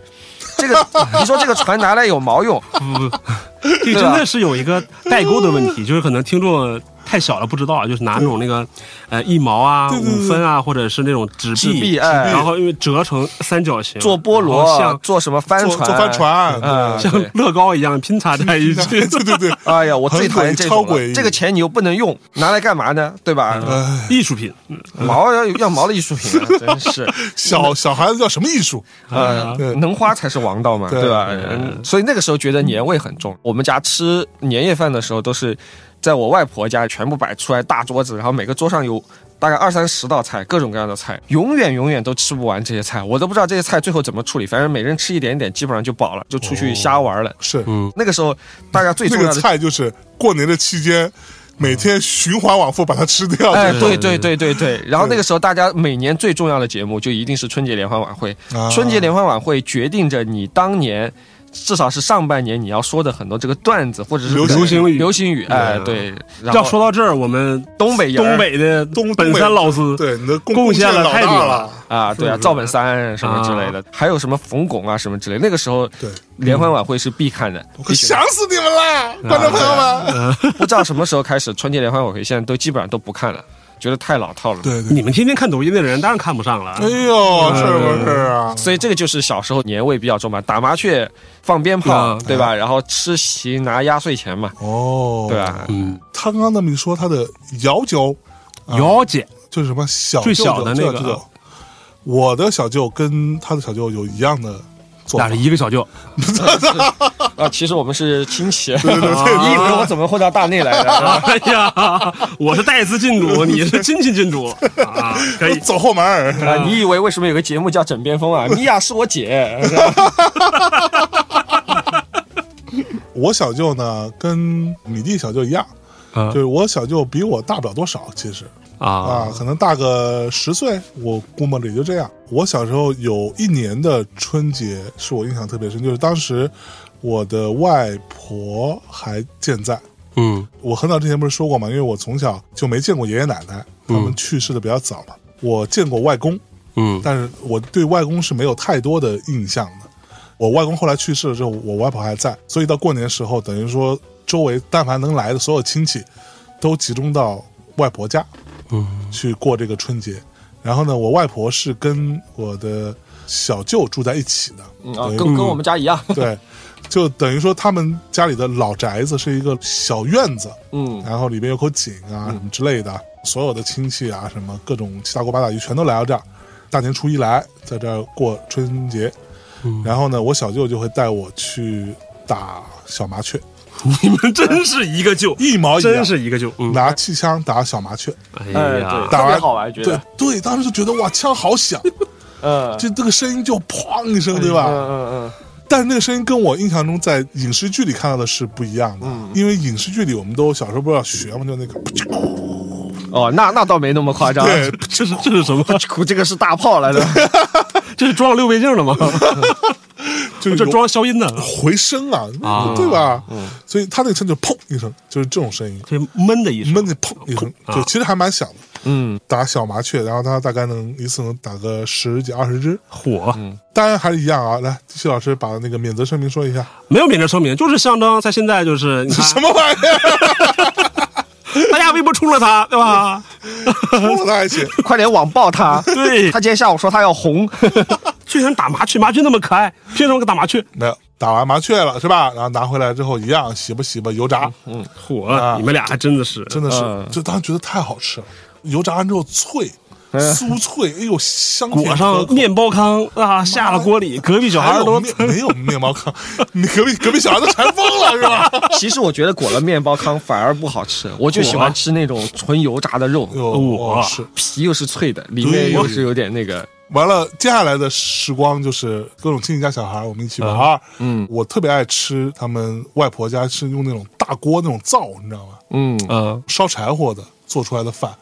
Speaker 2: 这个你说这个船拿来有毛用？
Speaker 4: 不不，这个真的是有一个代沟的问题，就是可能听众太小了不知道啊，就是拿那种那个呃一毛啊、
Speaker 1: 对对对
Speaker 4: 五分啊，或者是那种纸
Speaker 2: 纸
Speaker 4: 币
Speaker 2: 币，哎
Speaker 4: 然后因为折成三角形，
Speaker 2: 做菠
Speaker 4: 然后
Speaker 2: 萝
Speaker 4: 像，
Speaker 2: 做什么帆
Speaker 1: 坐
Speaker 2: 船？
Speaker 1: 坐帆船，
Speaker 2: 啊，
Speaker 1: 对
Speaker 2: 对
Speaker 4: 像乐高一样拼插在
Speaker 1: <laughs>
Speaker 4: 一起。
Speaker 1: 对对对，
Speaker 2: 哎呀，我最讨厌这种
Speaker 1: 很诡异超诡
Speaker 2: 了。
Speaker 1: 异
Speaker 2: 这个钱你又不能用，拿来干嘛呢？对吧？
Speaker 1: 哎，
Speaker 4: <laughs> 艺术品，
Speaker 2: 毛要要毛的艺术品啊，真是，
Speaker 1: 小小孩子叫什么艺术？
Speaker 2: 呃
Speaker 1: 对，
Speaker 2: 能花才是王道嘛，
Speaker 1: 对
Speaker 2: 对吧？嗯所以那个时候觉得年味很重。我们家吃年夜饭的时候，都是在我外婆家全部摆出来大桌子，然后每个桌上有。大概二三十道菜，各种各样的菜，永远永远都吃不完这些菜，我都不知道这些菜最后怎么处理，反正每人吃一点点，基本上就饱了，就出去瞎玩了。
Speaker 1: 是
Speaker 2: 那个时候，大嗯 <laughs> 家最
Speaker 1: 那
Speaker 2: 重要
Speaker 1: 个
Speaker 2: 的
Speaker 1: 菜就是过年的期间，每天循环往复把它吃掉。
Speaker 2: 哎，
Speaker 1: 这种
Speaker 2: 对对对对对。然后那个时候，大家每年最重要的节目就一定是春节联欢晚会
Speaker 1: 啊。
Speaker 2: 春节联欢晚会决定着你当年。至少是上半年你要说的很多这个段子或者是
Speaker 1: 流行
Speaker 2: 梗
Speaker 4: 流行语
Speaker 2: 流行语，哎，对。然后
Speaker 4: 要说到这儿，我们
Speaker 2: 东北人儿
Speaker 4: 东北的
Speaker 1: 东
Speaker 4: 本山老师，
Speaker 1: 对你的贡
Speaker 4: 贡献了
Speaker 1: 老
Speaker 4: 太多
Speaker 1: 大
Speaker 4: 了。
Speaker 2: 啊，对啊，赵本山什么之类的，还有什么冯巩啊什么之类的，那个时候
Speaker 1: 对
Speaker 2: 联欢晚会是必看的， <laughs>
Speaker 1: 我
Speaker 2: 必须看
Speaker 1: 想死你们啦，观众朋友们！
Speaker 2: 不知道什么时候开始，春节联欢晚会现在都基本上都不看了，觉得太老套了。
Speaker 1: 对对，
Speaker 4: 你们天天看抖音的人当然看不上了
Speaker 1: 哎。呦，是不是啊？
Speaker 2: 所以这个就是小时候年味比较重嘛，打麻雀、放鞭炮，
Speaker 1: 啊
Speaker 4: 嗯
Speaker 2: 对吧？然后吃席拿压岁钱嘛，
Speaker 1: 哎哦，
Speaker 2: 对啊吧？
Speaker 4: 嗯，
Speaker 1: 他刚刚那么一说，他的姚九啊
Speaker 4: 姚姐
Speaker 1: 就是什么小
Speaker 4: 最小
Speaker 1: 舅舅
Speaker 4: 的那个
Speaker 1: 舅舅我的小舅跟他的小舅有一样的做法
Speaker 4: 那是一个
Speaker 1: <laughs>
Speaker 4: 小舅，
Speaker 2: 啊，其实我们是亲戚。啊
Speaker 1: 对对对，
Speaker 2: 你以为我怎么混到大内 <laughs> 来的？啊
Speaker 4: 哎呀，我是代资
Speaker 1: <laughs>
Speaker 4: 进主，你是亲戚进主啊，可以
Speaker 1: 我。走后门儿。
Speaker 2: 啊，你以为为什么有个节目叫《枕边风》 <laughs> 啊？米娅是我姐，
Speaker 1: 我小舅呢，跟米弟小舅一样，<laughs>
Speaker 4: 啊
Speaker 1: 就是我小舅比我大不了多少，其实
Speaker 4: 啊
Speaker 1: 啊，可能大个十岁，我估摸着也就这样。我小时候有一年的春节是我印象特别深，就是当时我的外婆还健在。
Speaker 4: 嗯
Speaker 1: 我很早之前不是说过嘛，因为我从小就没见过爷爷奶奶，他们去世的比较早嘛。我见过外公， <laughs>
Speaker 4: 嗯
Speaker 1: 但是我对外公是没有太多的印象的。我外公后来去世了之后，我外婆还在，所以到过年时候，等于说周围但凡能来的所有亲戚，都集中到外婆家
Speaker 4: 嗯
Speaker 1: 去过这个春节。然后呢，我外婆是跟我的小舅住在一起的，
Speaker 2: 嗯啊
Speaker 1: 等于
Speaker 2: 跟跟我们家一样。
Speaker 1: 对，就等于说他们家里的老宅子是一个小院子，
Speaker 2: <laughs> 嗯，
Speaker 1: 然后里边有口井啊
Speaker 4: 嗯
Speaker 1: 什么之类的，所有的亲戚啊什么各种七大姑八大姨全都来到这儿，大年初一来在这儿过春节，
Speaker 4: 嗯
Speaker 1: 然后呢，我小舅就会带我去打小麻雀，
Speaker 4: 你们真是一个舅，
Speaker 1: 一毛一样
Speaker 4: 真，是一个舅。嗯，
Speaker 1: 拿气枪打小麻雀，
Speaker 4: 哎
Speaker 2: 哎，
Speaker 4: 呀
Speaker 2: 对，，
Speaker 1: 打
Speaker 2: 特别
Speaker 1: 完
Speaker 2: 好玩，觉
Speaker 1: 对
Speaker 2: 得，
Speaker 1: 对，当时就觉得哇，枪好
Speaker 4: <laughs>
Speaker 1: 响，
Speaker 2: 嗯，
Speaker 1: 就这个声音就砰一声，对吧？
Speaker 4: 哎
Speaker 2: 嗯嗯嗯，
Speaker 1: 但是那个声音跟我印象中在影视剧里看到的是不一样的，
Speaker 2: 嗯
Speaker 1: 因为影视剧里我们都小时候不是要学嘛，就那个，
Speaker 2: 哦，那那倒没那么夸张。
Speaker 1: 对，
Speaker 4: 这是这是
Speaker 1: <laughs>
Speaker 4: 什么？
Speaker 2: 苦，这个是大炮来着。
Speaker 4: 这是装了六倍镜的吗？
Speaker 1: 就
Speaker 4: 这
Speaker 1: 有
Speaker 4: 装消音的，
Speaker 1: 回声啊，
Speaker 4: 啊
Speaker 1: 对吧？所以他那个车就砰一声，就是这种声音，
Speaker 4: 这闷的一声。
Speaker 1: 闷的砰一声，
Speaker 4: 啊
Speaker 1: 就其实还蛮响的。
Speaker 2: 嗯，
Speaker 1: 打小麻雀，然后他大概能一次能打个十几二十只，
Speaker 4: 火，
Speaker 1: 当然还是一样啊。来，谢老师把那个免责声明说
Speaker 4: <laughs>
Speaker 1: 一下，
Speaker 4: 没有免责声明，就是象征在现在就是你看
Speaker 1: 什么玩意儿？
Speaker 4: 大家微博冲了他，
Speaker 1: <laughs>
Speaker 4: 对吧？
Speaker 1: 我的爱
Speaker 4: <laughs>
Speaker 1: 情，
Speaker 2: 快点网暴他。
Speaker 4: 对
Speaker 2: 他今天下午说他要红。 <laughs>
Speaker 4: 居然打麻雀，麻雀那么可爱，凭什么打麻雀？
Speaker 1: 没有打完麻雀了是吧？然后拿回来之后一样洗吧洗吧油炸，
Speaker 4: 嗯火，你们俩还真的是，
Speaker 1: 真的
Speaker 2: 嗯
Speaker 1: 是，就当时觉得太好吃了，油炸完之后脆酥脆，哎呦香甜
Speaker 4: 嗯裹
Speaker 1: 可口
Speaker 4: 上面包糠啊，下了锅里，隔壁小
Speaker 1: 还
Speaker 4: 孩
Speaker 1: 有
Speaker 4: 都
Speaker 1: 面没有面包糠，你隔壁隔壁小孩都馋疯了是吧？
Speaker 4: <laughs>
Speaker 2: 其实我觉得裹了面包糠反而不好吃，我就喜欢吃那种纯油炸的肉，
Speaker 1: 哟，
Speaker 4: 哇
Speaker 1: 我哦是
Speaker 2: 皮又是脆的，里面又是有点那个。
Speaker 1: 完了，接下来的时光就是各种亲戚家小孩，我们一起玩儿。嗯，我特别爱吃他们外婆家是用那种大锅那种灶，你知道吗？
Speaker 2: 嗯，
Speaker 4: 嗯，
Speaker 1: 烧柴火的做出来的饭，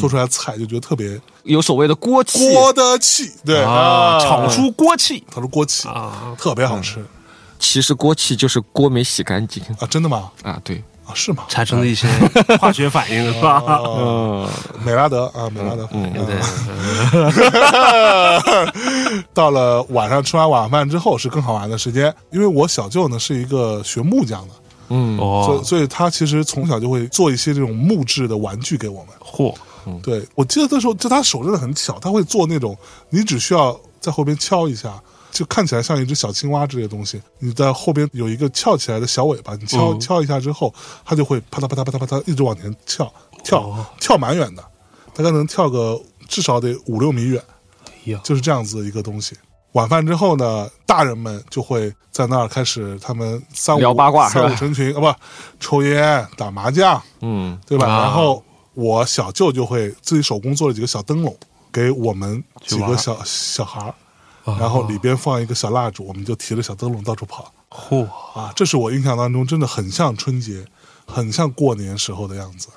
Speaker 1: 做出来的菜就觉得特别
Speaker 2: 有所谓的锅气。
Speaker 1: 锅的气，对
Speaker 4: 啊，炒出锅气
Speaker 1: 他说锅气，
Speaker 4: 啊，
Speaker 1: 特别好吃
Speaker 2: 其实锅气就是锅没洗干净
Speaker 1: 啊！真的吗？
Speaker 2: 啊。对，
Speaker 1: 啊，是吗？
Speaker 4: 产生的一些化学反应是吧？
Speaker 1: 啊，
Speaker 2: 嗯，
Speaker 1: 美拉德啊，美拉德，嗯，
Speaker 4: 对，
Speaker 1: <laughs> 到了晚上吃完晚饭之后是更好玩的时间，因为我小舅呢是一个学木匠的，所以
Speaker 4: <laughs> 哦，
Speaker 1: 所以他其实从小就会做一些这种木质的玩具给我们。
Speaker 4: 嚯，
Speaker 2: 嗯
Speaker 1: 对我记得那时候，就他手真的很巧，他会做那种你只需要在后边敲一下，就看起来像一只小青蛙之类的东西，你在后边有一个翘起来的小尾巴，你敲、
Speaker 2: 嗯
Speaker 1: 敲一下之后，它就会啪嗒啪嗒啪嗒啪嗒一直往前跳，跳、跳蛮远的，大概能跳个至少得五六米远。
Speaker 2: 哎
Speaker 4: 呀
Speaker 1: 就是这样子的一个东西。晚饭之后呢，大人们就会在那儿开始他们三五
Speaker 2: 聊八卦是吧
Speaker 1: 三五成群啊，不抽烟、打麻将，
Speaker 2: 嗯，
Speaker 1: 对吧？
Speaker 4: 啊
Speaker 1: 然后我小舅就会自己手工做了几个小灯笼，给我们几个小小孩儿，然后里边放一个小蜡烛，我们就提着小灯笼到处跑
Speaker 4: 嚯，
Speaker 1: 啊！这是我印象当中真的很像春节，很像过年时候的样子。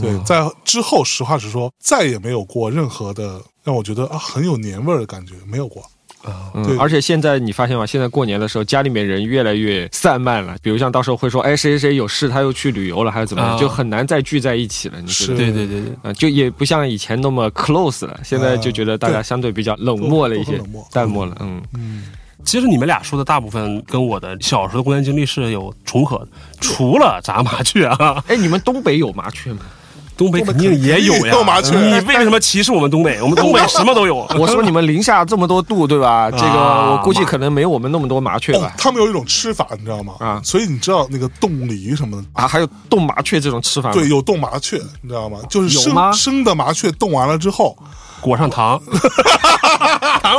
Speaker 1: 对，在之后，实话实说，再也没有过任何的让我觉得啊很有年味儿的感觉，没有过。对
Speaker 2: 嗯，而且现在你发现吗？现在过年的时候，家里面人越来越散漫了。比如像到时候会说，哎，谁谁谁有事，他又去旅游了，还是怎么样，
Speaker 4: 啊
Speaker 2: 就很难再聚在一起了。你觉得？
Speaker 4: 对对对对，
Speaker 2: 啊，就也不像以前那么 close 了，现在就觉得大
Speaker 1: 啊对
Speaker 2: 家相对比较冷漠了一
Speaker 1: 都
Speaker 2: 些
Speaker 1: 都很冷漠，
Speaker 2: 淡漠了。嗯，
Speaker 4: 其实你们俩说的大部分跟我的小时候的过年经历是有重合的，除了炸麻雀啊，
Speaker 2: 哎，你们东北有麻雀吗？
Speaker 4: <laughs> 东北肯定也有呀。
Speaker 1: 有麻雀
Speaker 4: 你为什么歧视我们东 <laughs> 北？我们东北什么都有。
Speaker 2: 我说你们零下这么多度，对吧？这个我估计
Speaker 4: 麻
Speaker 2: 可能没有我们那么多麻雀
Speaker 1: 哦
Speaker 2: 吧，。
Speaker 1: 他们有一种吃法，你知道吗？
Speaker 2: 啊
Speaker 1: 所以你知道那个冻梨什么的，
Speaker 2: 啊，还有冻麻雀这种吃法吗，
Speaker 1: 对，有冻麻雀，你知道吗？就是
Speaker 2: 啊有
Speaker 1: 生
Speaker 2: 吗
Speaker 1: 生的麻雀冻完了之后，
Speaker 4: <laughs> 裹上糖，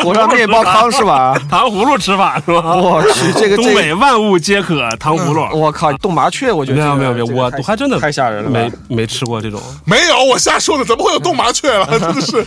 Speaker 2: 我让面包糠是吧？
Speaker 4: 糖葫芦吃法是吧？
Speaker 2: 我去，这个
Speaker 4: 东
Speaker 2: 这个，
Speaker 4: 北万物皆可糖葫芦。
Speaker 2: <laughs> 我靠，冻麻雀，我觉得
Speaker 4: 没
Speaker 2: 这
Speaker 4: 有
Speaker 2: 个
Speaker 4: 没有没有，
Speaker 2: 这个
Speaker 4: 我
Speaker 2: 太
Speaker 4: 我还真的
Speaker 2: 太吓人了吧
Speaker 4: 没没吃过这种。
Speaker 1: 没有，我瞎说的，怎么会有冻麻雀了？
Speaker 2: 嗯
Speaker 1: 真的
Speaker 2: <laughs>
Speaker 1: 是，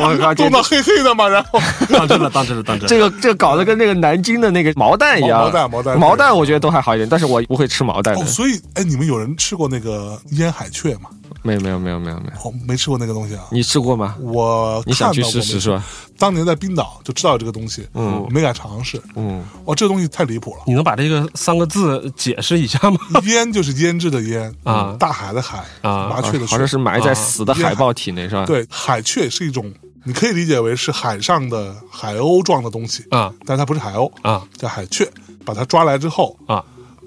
Speaker 2: 我靠，这
Speaker 1: 冻到黑黑的嘛，然
Speaker 2: <laughs>
Speaker 1: 后
Speaker 4: <laughs> 当真了，当真了，当真了。
Speaker 2: 这个这个搞得跟那个南京的那个毛蛋一样，
Speaker 1: 毛毛蛋毛蛋
Speaker 2: 毛蛋我觉得都还好一点，但是我不会吃毛蛋的
Speaker 1: 哦，，所以哎，你们有人吃过那个腌海雀吗？
Speaker 2: 没有没有没有没有没有，
Speaker 1: 哦，没吃过那个东西啊。
Speaker 2: 你吃过吗？
Speaker 1: 我
Speaker 2: 你想去
Speaker 1: 看到过
Speaker 2: 试试是吧？
Speaker 1: 当年在冰岛就知道这个东西，
Speaker 2: 嗯
Speaker 1: 没敢尝试。
Speaker 2: 嗯，
Speaker 1: 哇，这个东西太离谱
Speaker 2: <laughs>
Speaker 1: 了！
Speaker 4: 你能把这个三个字解释一下吗？
Speaker 1: 腌就是腌制的腌
Speaker 4: 啊
Speaker 1: 大海的海
Speaker 4: 啊
Speaker 1: 麻雀的
Speaker 2: 好像
Speaker 1: 雀。
Speaker 2: 是埋在死的海豹体内是吧？，
Speaker 1: 啊对，海雀是一种，你可以理解为是海上的海鸥状的东西，
Speaker 4: 啊
Speaker 1: 但它不是海鸥，
Speaker 4: 啊
Speaker 1: 叫海雀。把它抓来之后，
Speaker 4: 啊！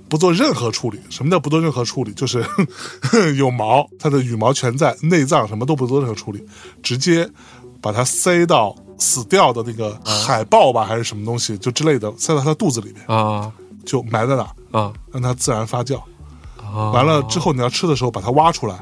Speaker 1: 不做任何处理。什么叫不做任何处理？就是 <laughs> 有毛，它的羽毛全在，内脏什么都不做任何处理，直接把它塞到死掉的那个海豹吧，还是什么东西就之类的，塞到它肚子里面，
Speaker 4: 啊
Speaker 1: 就埋在那儿，
Speaker 4: 啊！
Speaker 1: 让它自然发酵。
Speaker 4: 啊
Speaker 1: 完了之后，你要吃的时候把它挖出来，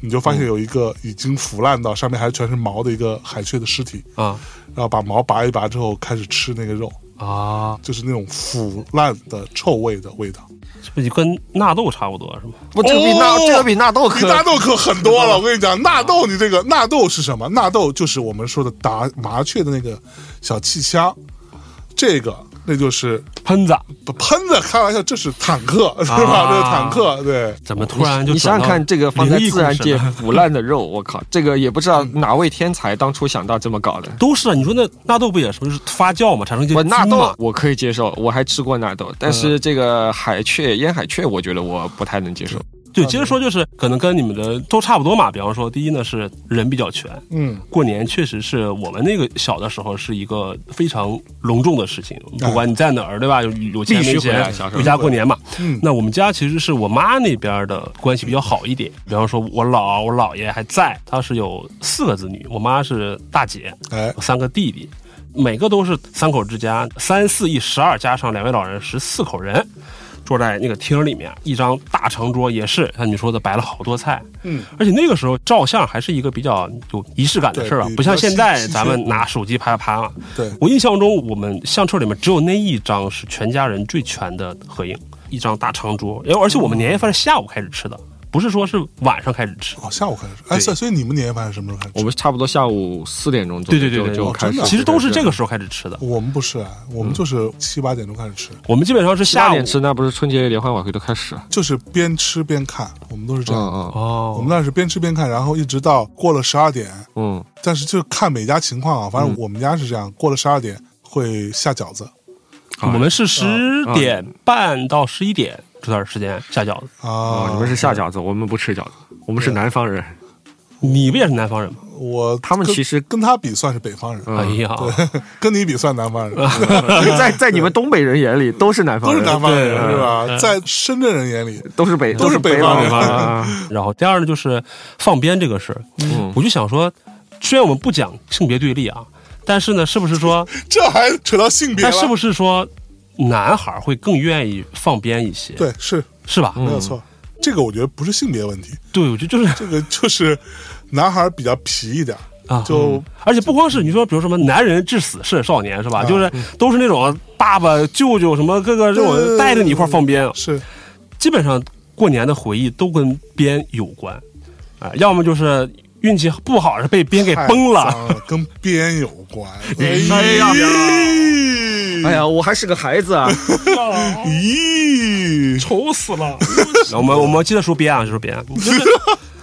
Speaker 1: 你就发现有一个已经腐烂到上面还全是毛的一个海雀的尸体，
Speaker 4: 啊
Speaker 1: 然后把毛拔一拔之后开始吃那个肉，
Speaker 4: 啊！
Speaker 1: 就是那种腐烂的臭味的味道。
Speaker 4: 这不就跟纳豆差不多是吗？
Speaker 2: 不，这个比纳
Speaker 1: 哦
Speaker 2: 这个比纳豆
Speaker 1: 比纳
Speaker 2: 可
Speaker 1: 豆可狠多了，我跟你讲，纳豆你这个纳豆是什么？纳豆就是我们说的打麻雀的那个小气枪，这个那就是
Speaker 4: 喷子
Speaker 1: 不喷子，开玩笑，这是坦克是吧？
Speaker 4: 啊
Speaker 1: 这是坦克，对，
Speaker 4: 怎么突然就
Speaker 2: 你想
Speaker 4: 转
Speaker 2: 想
Speaker 4: 到
Speaker 2: 看，这个放在
Speaker 4: 灵异故
Speaker 2: 自
Speaker 4: 事
Speaker 2: 然界
Speaker 4: 了
Speaker 2: 腐烂
Speaker 1: <laughs>
Speaker 2: 的肉，我靠，这个也不知道
Speaker 1: 嗯
Speaker 2: 哪位天才当初想到这么搞的。
Speaker 4: 都是啊？你说那纳豆不也是不是发酵嘛，产生一些
Speaker 2: 我纳
Speaker 4: 菌
Speaker 2: 豆
Speaker 4: 嘛
Speaker 2: 我可以接受，我还吃过纳豆，但是这个海雀、烟海雀，我觉得我不太能接受。
Speaker 4: 对，接着说就是可能跟你们的都差不多嘛。比方说，第一呢是人比较全，
Speaker 1: 嗯，
Speaker 4: 过年确实是我们那个小的时候是一个非常隆重的事情，不管你在哪儿，对吧？有有钱
Speaker 2: 啊必须
Speaker 4: 没
Speaker 2: 回来
Speaker 4: 钱
Speaker 2: 小时，候
Speaker 4: 回家过年嘛。
Speaker 1: 嗯
Speaker 4: 那我们家其实是我妈那边的关系比较好一点，比方说我姥我姥爷还在，他是有四个子女，我妈是大姐，
Speaker 1: 哎，
Speaker 4: 三个弟弟。每个都是三口之家，三四一十二，加上两位老人，十四口人，坐在那个厅里面，一张大长桌，也是像你说的摆了好多菜，
Speaker 1: 嗯，
Speaker 4: 而且那个时候照相还是一个比较有仪式感的事儿啊
Speaker 1: 对，
Speaker 4: 不像现
Speaker 1: 比较
Speaker 4: 在
Speaker 1: 稀缺
Speaker 4: 咱们拿手机拍拍啊。
Speaker 1: 对
Speaker 4: 我印象中，我们相册里面只有那一张是全家人最全的合影，一张大长桌。然后而且我们年夜饭是下午开始吃的，不是说是晚上开始吃。
Speaker 1: 哦，下午开始吃，哎，
Speaker 4: 对
Speaker 1: 所以所以你们年夜饭是什么时候开始吃？
Speaker 2: 我们差不多下午四点钟左右
Speaker 4: 对对对哦对，
Speaker 2: 就就
Speaker 4: 对
Speaker 2: 开始
Speaker 1: 真的
Speaker 2: 了，
Speaker 1: 啊
Speaker 4: 其实都是这个时候开始吃的。
Speaker 1: 我们不是，啊，我们就是七八点钟开始吃，
Speaker 4: 我们基本上是
Speaker 2: 八
Speaker 4: 下午
Speaker 2: 点吃，那不是春节联欢晚会都开始了？
Speaker 1: 就是边吃边看，我们都是这
Speaker 2: 嗯
Speaker 1: 样。
Speaker 2: 嗯
Speaker 1: 我
Speaker 4: 哦
Speaker 1: 们，那是边吃边看，然后一直到过了十二点，
Speaker 2: 嗯，
Speaker 1: 但是就看每家情况啊。反正我们家是这样，过了十二点会下饺子
Speaker 4: 我
Speaker 1: 啊
Speaker 4: 们是十点半到十一点这段时间下饺子。
Speaker 1: 啊
Speaker 2: 哦，。你们是下饺子，我们不吃饺子，我们是南方人。
Speaker 4: 你不也是南方人吗？
Speaker 1: 我
Speaker 2: 他们
Speaker 1: 跟
Speaker 2: 其实
Speaker 1: 跟他比算是北方人，
Speaker 4: 哎
Speaker 2: 嗯，
Speaker 4: 呀， <laughs>
Speaker 1: 跟你比算南方人，
Speaker 4: 嗯
Speaker 2: 在在你们东北人眼里都是
Speaker 1: <laughs>
Speaker 2: 南
Speaker 1: 都
Speaker 2: 方
Speaker 1: 是
Speaker 2: 人，
Speaker 1: 南方人
Speaker 4: 对嗯
Speaker 1: 是吧？在深圳人眼里，
Speaker 2: 都是北
Speaker 1: 都是北
Speaker 2: 方
Speaker 1: 方人
Speaker 2: 啊
Speaker 4: <laughs> 然后第二呢，就是放鞭这个事儿，
Speaker 2: 嗯
Speaker 4: 我就想说，虽然我们不讲性别对立啊，但是呢，是不是说，
Speaker 1: 这还扯到性 <laughs> 别
Speaker 4: 但
Speaker 1: 了？
Speaker 4: 是不是说，男孩会更愿意放鞭一些，
Speaker 1: 对，嗯是
Speaker 4: 是嗯吧？
Speaker 1: 没有错。这个我觉得不是性别问题，
Speaker 4: 对，我觉得就是 <laughs>
Speaker 1: 这个就是男孩比较皮一点，
Speaker 4: 啊，
Speaker 1: 就
Speaker 4: 而且不光是你说，比如什么男人至死是少年，是
Speaker 1: 啊
Speaker 4: 吧？就是都是那种爸爸、舅舅什么各个这
Speaker 1: 对对对
Speaker 4: 种带着你一块儿放鞭，啊
Speaker 1: 是
Speaker 4: 基本上过年的回忆都跟鞭有关，啊、要么就是运气不好是被鞭给
Speaker 1: 太
Speaker 4: 崩 <laughs> 了，
Speaker 1: 脏了，跟边有
Speaker 4: <laughs>
Speaker 1: 关。
Speaker 4: 哎呀
Speaker 1: 咦，
Speaker 2: 哎呀，我还是个孩子啊！
Speaker 1: 哎咦，
Speaker 4: 愁死了。我们我们接着说鞭啊，就 <laughs> 说鞭，就是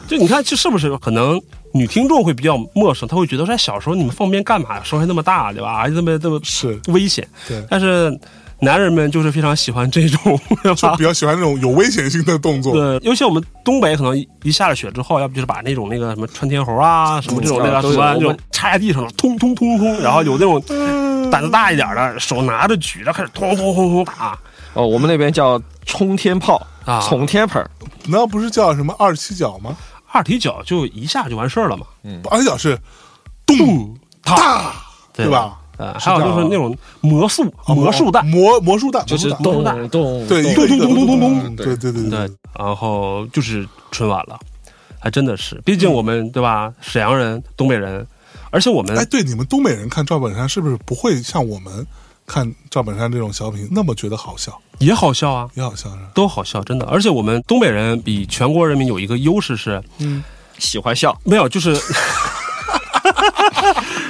Speaker 4: 就你看这是不是可能女听众会比较陌生，她会觉得说哎小时候你们放鞭干嘛？声还那么大，对吧？还这么这么
Speaker 1: 是
Speaker 4: 危险。
Speaker 1: 对
Speaker 4: 但是男人们就是非常喜欢这种， <laughs> 对吧
Speaker 1: 比？较喜欢那种有危险性的动作，
Speaker 4: 对，尤其我们东北可能一下了雪之后，要不就是把那种那个什么穿天猴啊，什么这种那个
Speaker 2: 都有
Speaker 4: 什么
Speaker 2: 我
Speaker 4: 那
Speaker 2: 们
Speaker 4: 种插在地上了，通通通通，然后有那种胆子大一点的，手拿着举着开始通通通通啊打，
Speaker 2: <laughs> 哦，我们那边叫冲天炮
Speaker 4: 啊
Speaker 2: 冲天炮儿
Speaker 1: 那不是叫什么二踢脚吗？
Speaker 4: 二踢脚就一下就完事儿了嘛，
Speaker 1: 二踢脚是咚哒，
Speaker 4: 对
Speaker 1: 对吧？
Speaker 4: 呃，还有就是那种魔术
Speaker 1: 啊
Speaker 4: 魔术弹，
Speaker 1: 魔魔术弹，
Speaker 2: 就是
Speaker 1: 魔术弹
Speaker 4: 咚
Speaker 2: 咚咚
Speaker 1: 对，一
Speaker 2: 咚
Speaker 1: 个一个
Speaker 4: 咚咚咚咚
Speaker 1: 咚，对对对
Speaker 4: 对，，然后就是春晚了，还真的是，毕竟我们对吧，沈阳人、东北人，而且我们
Speaker 1: 哎，对，你们东北人看赵本山是不是不会像我们看赵本山这种小品那么觉得好笑？
Speaker 4: 也好笑啊，
Speaker 1: 也好笑是吧？
Speaker 4: 都好笑，真的。而且我们东北人比全国人民有一个优势是，
Speaker 2: 喜欢笑，
Speaker 4: 没有，就是 <laughs>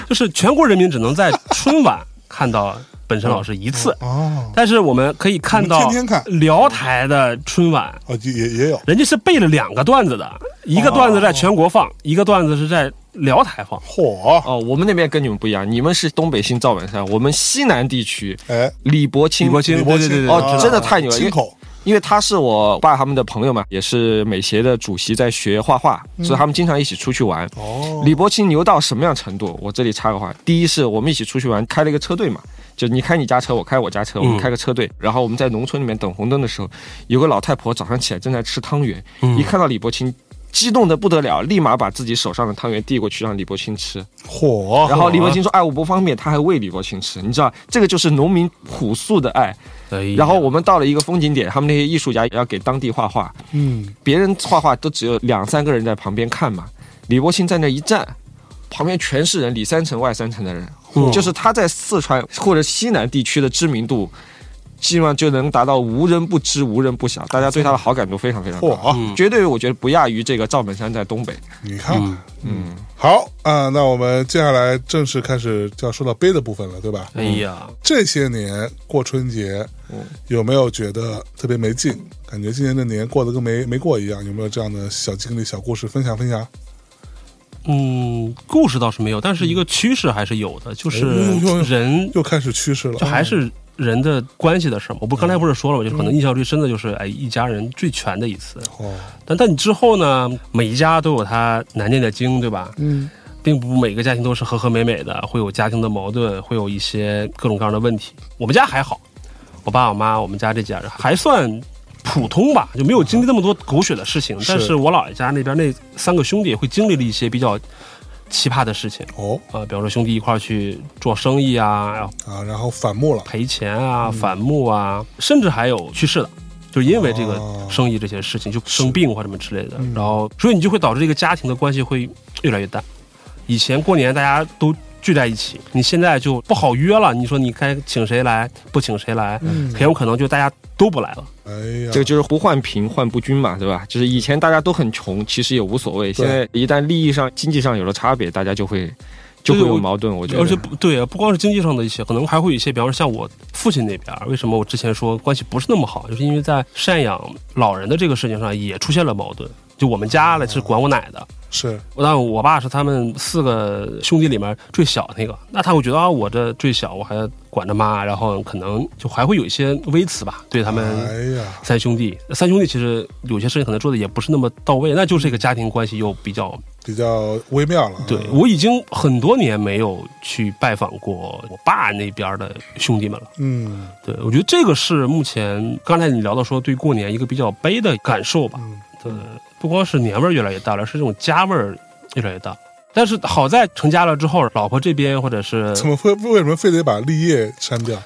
Speaker 4: 就是全国人民只能在春晚看到本山老师一次，
Speaker 1: 哦，
Speaker 4: 但是我们可以看
Speaker 1: 我
Speaker 4: 到
Speaker 1: 们天天看
Speaker 4: 辽台的春晚，
Speaker 1: 哦，也也也有，
Speaker 4: 人家是背了两个段子的，一个段子在全国
Speaker 1: 哦
Speaker 4: 放，一个段子是在辽台放。
Speaker 1: 嚯，
Speaker 2: 哦，我们那边跟你们不一样，你们是东北信赵本山，我们西南地区
Speaker 1: 哎，
Speaker 2: 李伯清，
Speaker 4: 李伯清
Speaker 1: 李伯清
Speaker 4: 对对对对
Speaker 2: 哦真的太牛了
Speaker 1: 清口
Speaker 2: 因为他是我爸他们的朋友嘛，也是美协的主席，在学画画，
Speaker 4: 嗯
Speaker 2: 所以他们经常一起出去玩。
Speaker 1: 哦，
Speaker 2: 李伯清牛到什么样程度？我这里插个话，第一是我们一起出去玩，开了一个车队嘛，就你开你家车，我开我家车，我
Speaker 4: 嗯
Speaker 2: 们开个车队。然后我们在农村里面等红灯的时候，有个老太婆早上起来正在吃汤圆，
Speaker 4: 嗯
Speaker 2: 一看到李伯清。激动的不得了，立马把自己手上的汤圆递过去让李伯清吃，
Speaker 1: 嚯，
Speaker 2: 然后李伯清说：“哎，我不方便。”他还喂李伯清吃，你知道，这个就是农民朴素的爱。
Speaker 4: 哎
Speaker 2: 然后我们到了一个风景点，他们那些艺术家也要给当地画画，
Speaker 1: 嗯，
Speaker 2: 别人画画都只有两三个人在旁边看嘛，李伯清在那一站，旁边全是人，里三层外三层的人，就是他在四川或者西南地区的知名度，基本上就能达到无人不知、无人不晓，大家对他的好感度非常非常高，
Speaker 1: 嚯，
Speaker 2: 绝对我觉得不亚于这个赵本山在东北。
Speaker 1: 你看，嗯，好啊、那我们接下来正式开始就要说到悲的部分了，对吧？
Speaker 4: 哎呀，
Speaker 1: 这些年过春节，
Speaker 4: 嗯
Speaker 1: 有没有觉得特别没劲？感觉今年的年过得跟没没过一样？有没有这样的小经历、小故事分享分享？
Speaker 4: 嗯，故事倒是没有，但是一个趋势还是有的，就是
Speaker 1: 哎呦呦呦
Speaker 4: 人
Speaker 1: 又开始趋势了，
Speaker 4: 就还是人的关系的事儿嘛。我不刚才不是说了吗？就是可能印象最深的就是哎，一家人最全的一次。
Speaker 1: 哦，
Speaker 4: 但但你之后呢，每一家都有他难念的经，对吧？
Speaker 1: 嗯，
Speaker 4: 并不每个家庭都是和和美美的，会有家庭的矛盾，会有一些各种各样的问题。我们家还好，我爸我妈我们家这家人还算。普通吧，就没有经历那么多狗血的事情。但是我姥爷家那边那三个兄弟会经历了一些比较奇葩的事情
Speaker 1: 哦
Speaker 4: 啊、呃比方说兄弟一块儿去做生意啊，然后
Speaker 1: 啊，然后反目了，
Speaker 4: 赔钱啊、反目啊，甚至还有去世的，就因为这个
Speaker 1: 哦
Speaker 4: 生意这些事情就生病或什么之类的，然后所以你就会导致这个家庭的关系会越来越淡。以前过年大家都聚在一起，你现在就不好约了。你说你该请谁来，不请谁来，
Speaker 1: 嗯
Speaker 4: 很有可能就大家都不来了。
Speaker 1: 哎呀，
Speaker 2: 这个就是不患贫患不均嘛，对吧？就是以前大家都很穷，其实也无所
Speaker 1: 对
Speaker 2: 谓。现在一旦利益上、经济上有了差别，大家就会就会
Speaker 4: 对
Speaker 2: 有
Speaker 4: 我
Speaker 2: 矛盾。我觉得，
Speaker 4: 而且不对啊，不光是经济上的一些，可能还会有一些，比方说像我父亲那边儿，为什么我之前说关系不是那么好，就是因为在赡养老人的这个事情上也出现了矛盾。就我们家呢是管我奶的，
Speaker 1: 是
Speaker 4: 但我爸是他们四个兄弟里面最小那个，那他会觉得啊，我这最小，我还管着妈，然后可能就还会有一些微词吧，对他们
Speaker 1: 哎呀，
Speaker 4: 三兄弟。三兄弟其实有些事情可能做的也不是那么到位，那就是一个家庭关系又比较。
Speaker 1: 比较微妙了。
Speaker 4: 对我已经很多年没有去拜访过我爸那边的兄弟们了。
Speaker 1: 嗯，
Speaker 4: 对我觉得这个是目前刚才你聊到说对过年一个比较悲的感受吧。对，不光是年味儿越来越大了，是这种家味儿越来越大。但是好在成家了之后，老婆这边或者是
Speaker 1: 怎么会为什么非得把立业删
Speaker 4: <laughs>
Speaker 1: 掉？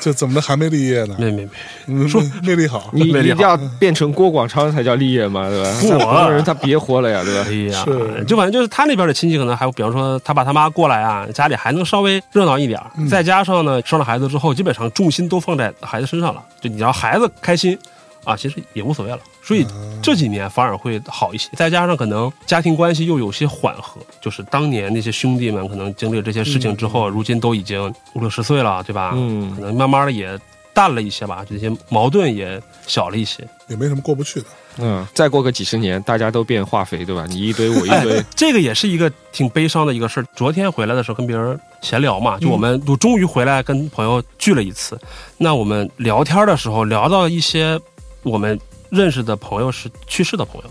Speaker 1: 就怎么能还没立业呢？嗯
Speaker 4: 没没没，
Speaker 1: 说魅力好，
Speaker 2: 你你
Speaker 4: 魅
Speaker 2: 一
Speaker 4: 力
Speaker 2: 定要变成郭广昌才叫立业嘛，对吧？
Speaker 4: 嚯
Speaker 2: 那普通人他别活了呀，对
Speaker 4: <laughs>
Speaker 2: 吧？
Speaker 4: 哎呀
Speaker 1: 是，
Speaker 4: 就反正就是他那边的亲戚可能还有，比方说他爸他妈过来啊，家里还能稍微热闹一点儿。再加上呢，生了孩子之后，基本上重心都放在孩子身上了，就你让孩子开心啊，其实也无所谓了。所以
Speaker 1: 啊
Speaker 4: 这几年反而会好一些，再加上可能家庭关系又有些缓和，就是当年那些兄弟们可能经历了这些事情之后，如今都已经五六十岁了，对吧？
Speaker 2: 嗯
Speaker 4: 可能慢慢的也淡了一些吧，这些矛盾也小了一些。
Speaker 1: 也没什么过不去的。
Speaker 2: 嗯，再过个几十年，大家都变化肥，对吧？你一堆我一堆，
Speaker 4: 这个也是一个挺悲伤的一个事儿。昨天回来的时候跟别人闲聊嘛，就我们我终于回来跟朋友聚了一次。那我们聊天的时候聊到一些我们认识的朋友是去世的朋友，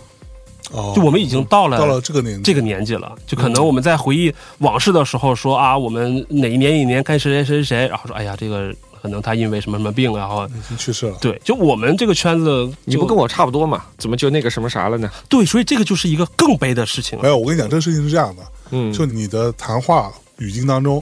Speaker 1: 哦，
Speaker 4: 就我们已经到
Speaker 1: 到
Speaker 4: 了
Speaker 1: 了这个年纪，
Speaker 4: 这个年纪了，就可
Speaker 2: 嗯
Speaker 4: 能我们在回忆往事的时候说啊，我们哪一年一年跟谁谁谁谁，然后说哎呀这个可能他因为什么什么病，然后
Speaker 1: 已经去世了。
Speaker 4: 对，就我们这个圈子
Speaker 2: 嗯你不
Speaker 4: 就
Speaker 2: 跟我差不多嘛？怎么就那个什么啥了呢？
Speaker 4: 对，所以这个就是一个更悲的事情了
Speaker 1: 没。有，我跟你讲，这个事情是这样的，
Speaker 2: 嗯，
Speaker 1: 就你的谈话语境当中，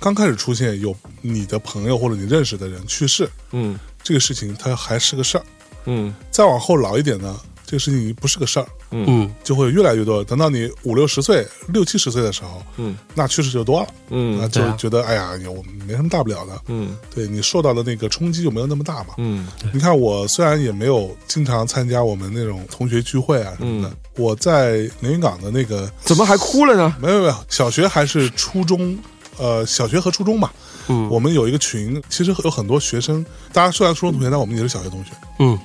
Speaker 1: 刚开始出现有你的朋友或者你认识的人去世，
Speaker 2: 嗯
Speaker 1: 这个事情它还是个事儿。
Speaker 2: 嗯
Speaker 1: 再往后老一点呢，这个事情不是个事儿，
Speaker 2: 呃
Speaker 4: 嗯，
Speaker 1: 就会越来越多。等到你五六十岁、六七十岁的时候，
Speaker 2: 嗯，
Speaker 1: 那趋势就多了，那
Speaker 2: 嗯
Speaker 1: 就
Speaker 4: 对啊
Speaker 1: 觉得、哎呀，有没什么大不了的，
Speaker 2: 嗯
Speaker 1: 对你受到的那个冲击就没有那么大嘛。
Speaker 2: 嗯
Speaker 1: 你看，我虽然也没有经常参加我们那种同学聚会啊什么的，
Speaker 2: 嗯
Speaker 1: 我在连云港的那个
Speaker 2: 怎么还哭了
Speaker 1: <laughs>
Speaker 2: 呢？
Speaker 1: 没有没有，小学还是初中，呃，小学和初中吧，
Speaker 4: 嗯
Speaker 1: 我们有一个群，其实有很多学生，大家虽然初中同学，但我们也是小学同学，
Speaker 4: 嗯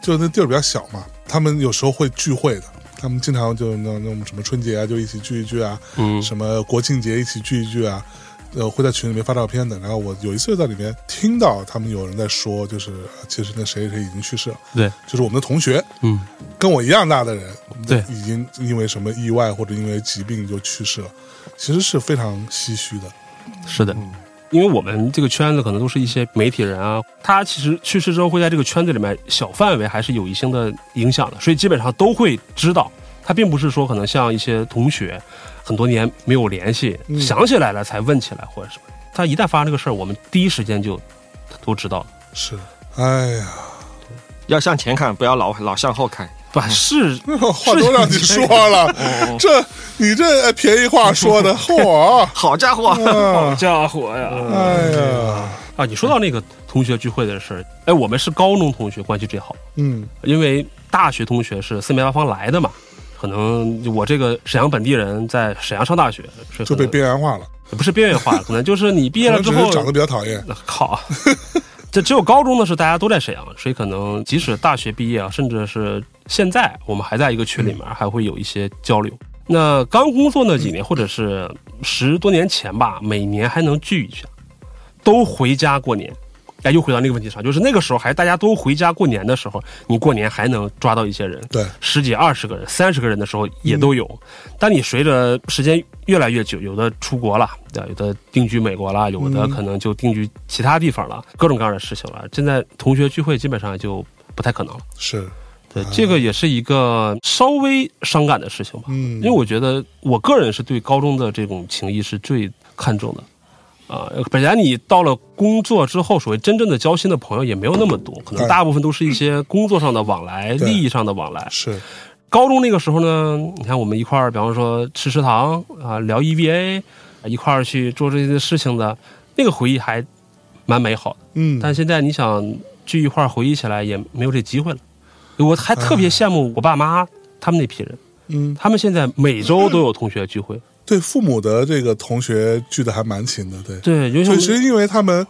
Speaker 1: 就那地儿比较小嘛，他们有时候会聚会的。他们经常就那那种什么春节啊，就一起聚一聚啊，
Speaker 4: 嗯
Speaker 1: 什么国庆节一起聚一聚啊，呃，会在群里面发照片的。然后我有一次在里面听到他们有人在说，就是呃其实那谁谁已经去世了，
Speaker 4: 对，
Speaker 1: 就是我们的同学，
Speaker 4: 嗯
Speaker 1: 跟我一样大的人，
Speaker 4: 对
Speaker 1: 已经因为什么意外或者因为疾病就去世了，其实是非常唏嘘的。
Speaker 4: 是的。嗯因为我们这个圈子可能都是一些媒体人啊，他其实去世之后会在这个圈子里面小范围还是有一定的影响的，所以基本上都会知道。他并不是说可能像一些同学，很多年没有联系，
Speaker 1: 嗯
Speaker 4: 想起来了才问起来或者什么。他一旦发生这个事儿，我们第一时间就都知道了。
Speaker 1: 是，哎呀， <laughs>
Speaker 2: 要向前看，不要老老向后看。
Speaker 4: 不是
Speaker 1: 那话都让你说了，这你这哎便宜话说的，嚯！
Speaker 2: 好家伙，
Speaker 1: 啊
Speaker 4: 家伙呀！
Speaker 1: 哎呀，
Speaker 4: 啊，你说到那个同学聚会的事儿，哎，我们是高中同学关系最好，
Speaker 1: 嗯
Speaker 4: 因为大学同学是四面八方来的嘛。可能我这个沈阳本地人在沈阳上大学，所以
Speaker 1: 就
Speaker 4: 可
Speaker 1: 被
Speaker 4: 能
Speaker 1: 边缘化了，
Speaker 4: 不是边缘化，可能就是你毕业了之
Speaker 1: <laughs> 可能
Speaker 4: 后
Speaker 1: 只是，长得比较讨厌。
Speaker 4: 靠，这只有高中的时候大家都在沈阳，所以可能即使大学毕业啊，甚至是现在我们还在一个群里面，还会有一些交流。那刚工作那几年，或者是十多年前吧，每年还能聚一下，都回家过年。哎，又回到那个问题上，就是那个时候还大家都回家过年的时候，你过年还能抓到一些人，
Speaker 1: 对，
Speaker 4: 十几、二十个人、三十个人的时候也都有。但你随着时间越来越久，有的出国了，对吧，有的定居美国了，有的
Speaker 1: 嗯
Speaker 4: 可能就定居其他地方了，各种各样的事情了。现在同学聚会基本上也就不太可能了。
Speaker 1: 是，
Speaker 4: 对，这个也是一个稍微伤感的事情吧。
Speaker 1: 嗯
Speaker 4: 因为我觉得我个人是对高中的这种情谊是最看重的。啊、本来你到了工作之后，所谓真正的交心的朋友也没有那么多，可能
Speaker 1: 对
Speaker 4: 大部分都是一些工作上的往来、
Speaker 1: 对
Speaker 4: 利益上的往来。
Speaker 1: 是，
Speaker 4: 高中那个时候呢，你看我们一块儿，比方说吃食堂啊，聊 EVA，一啊块儿去做这些事情的，那个回忆还蛮美好的。
Speaker 1: 嗯，
Speaker 4: 但现在你想聚一块儿回忆起来，也没有这机会了。我还特别羡慕我爸妈他们那批人，
Speaker 1: 嗯，
Speaker 4: 他们现在每周都有同学聚会。
Speaker 1: 对父母的这个同学聚的还蛮勤的，对，
Speaker 4: 对，尤
Speaker 1: 确
Speaker 4: 其
Speaker 1: 实因为他们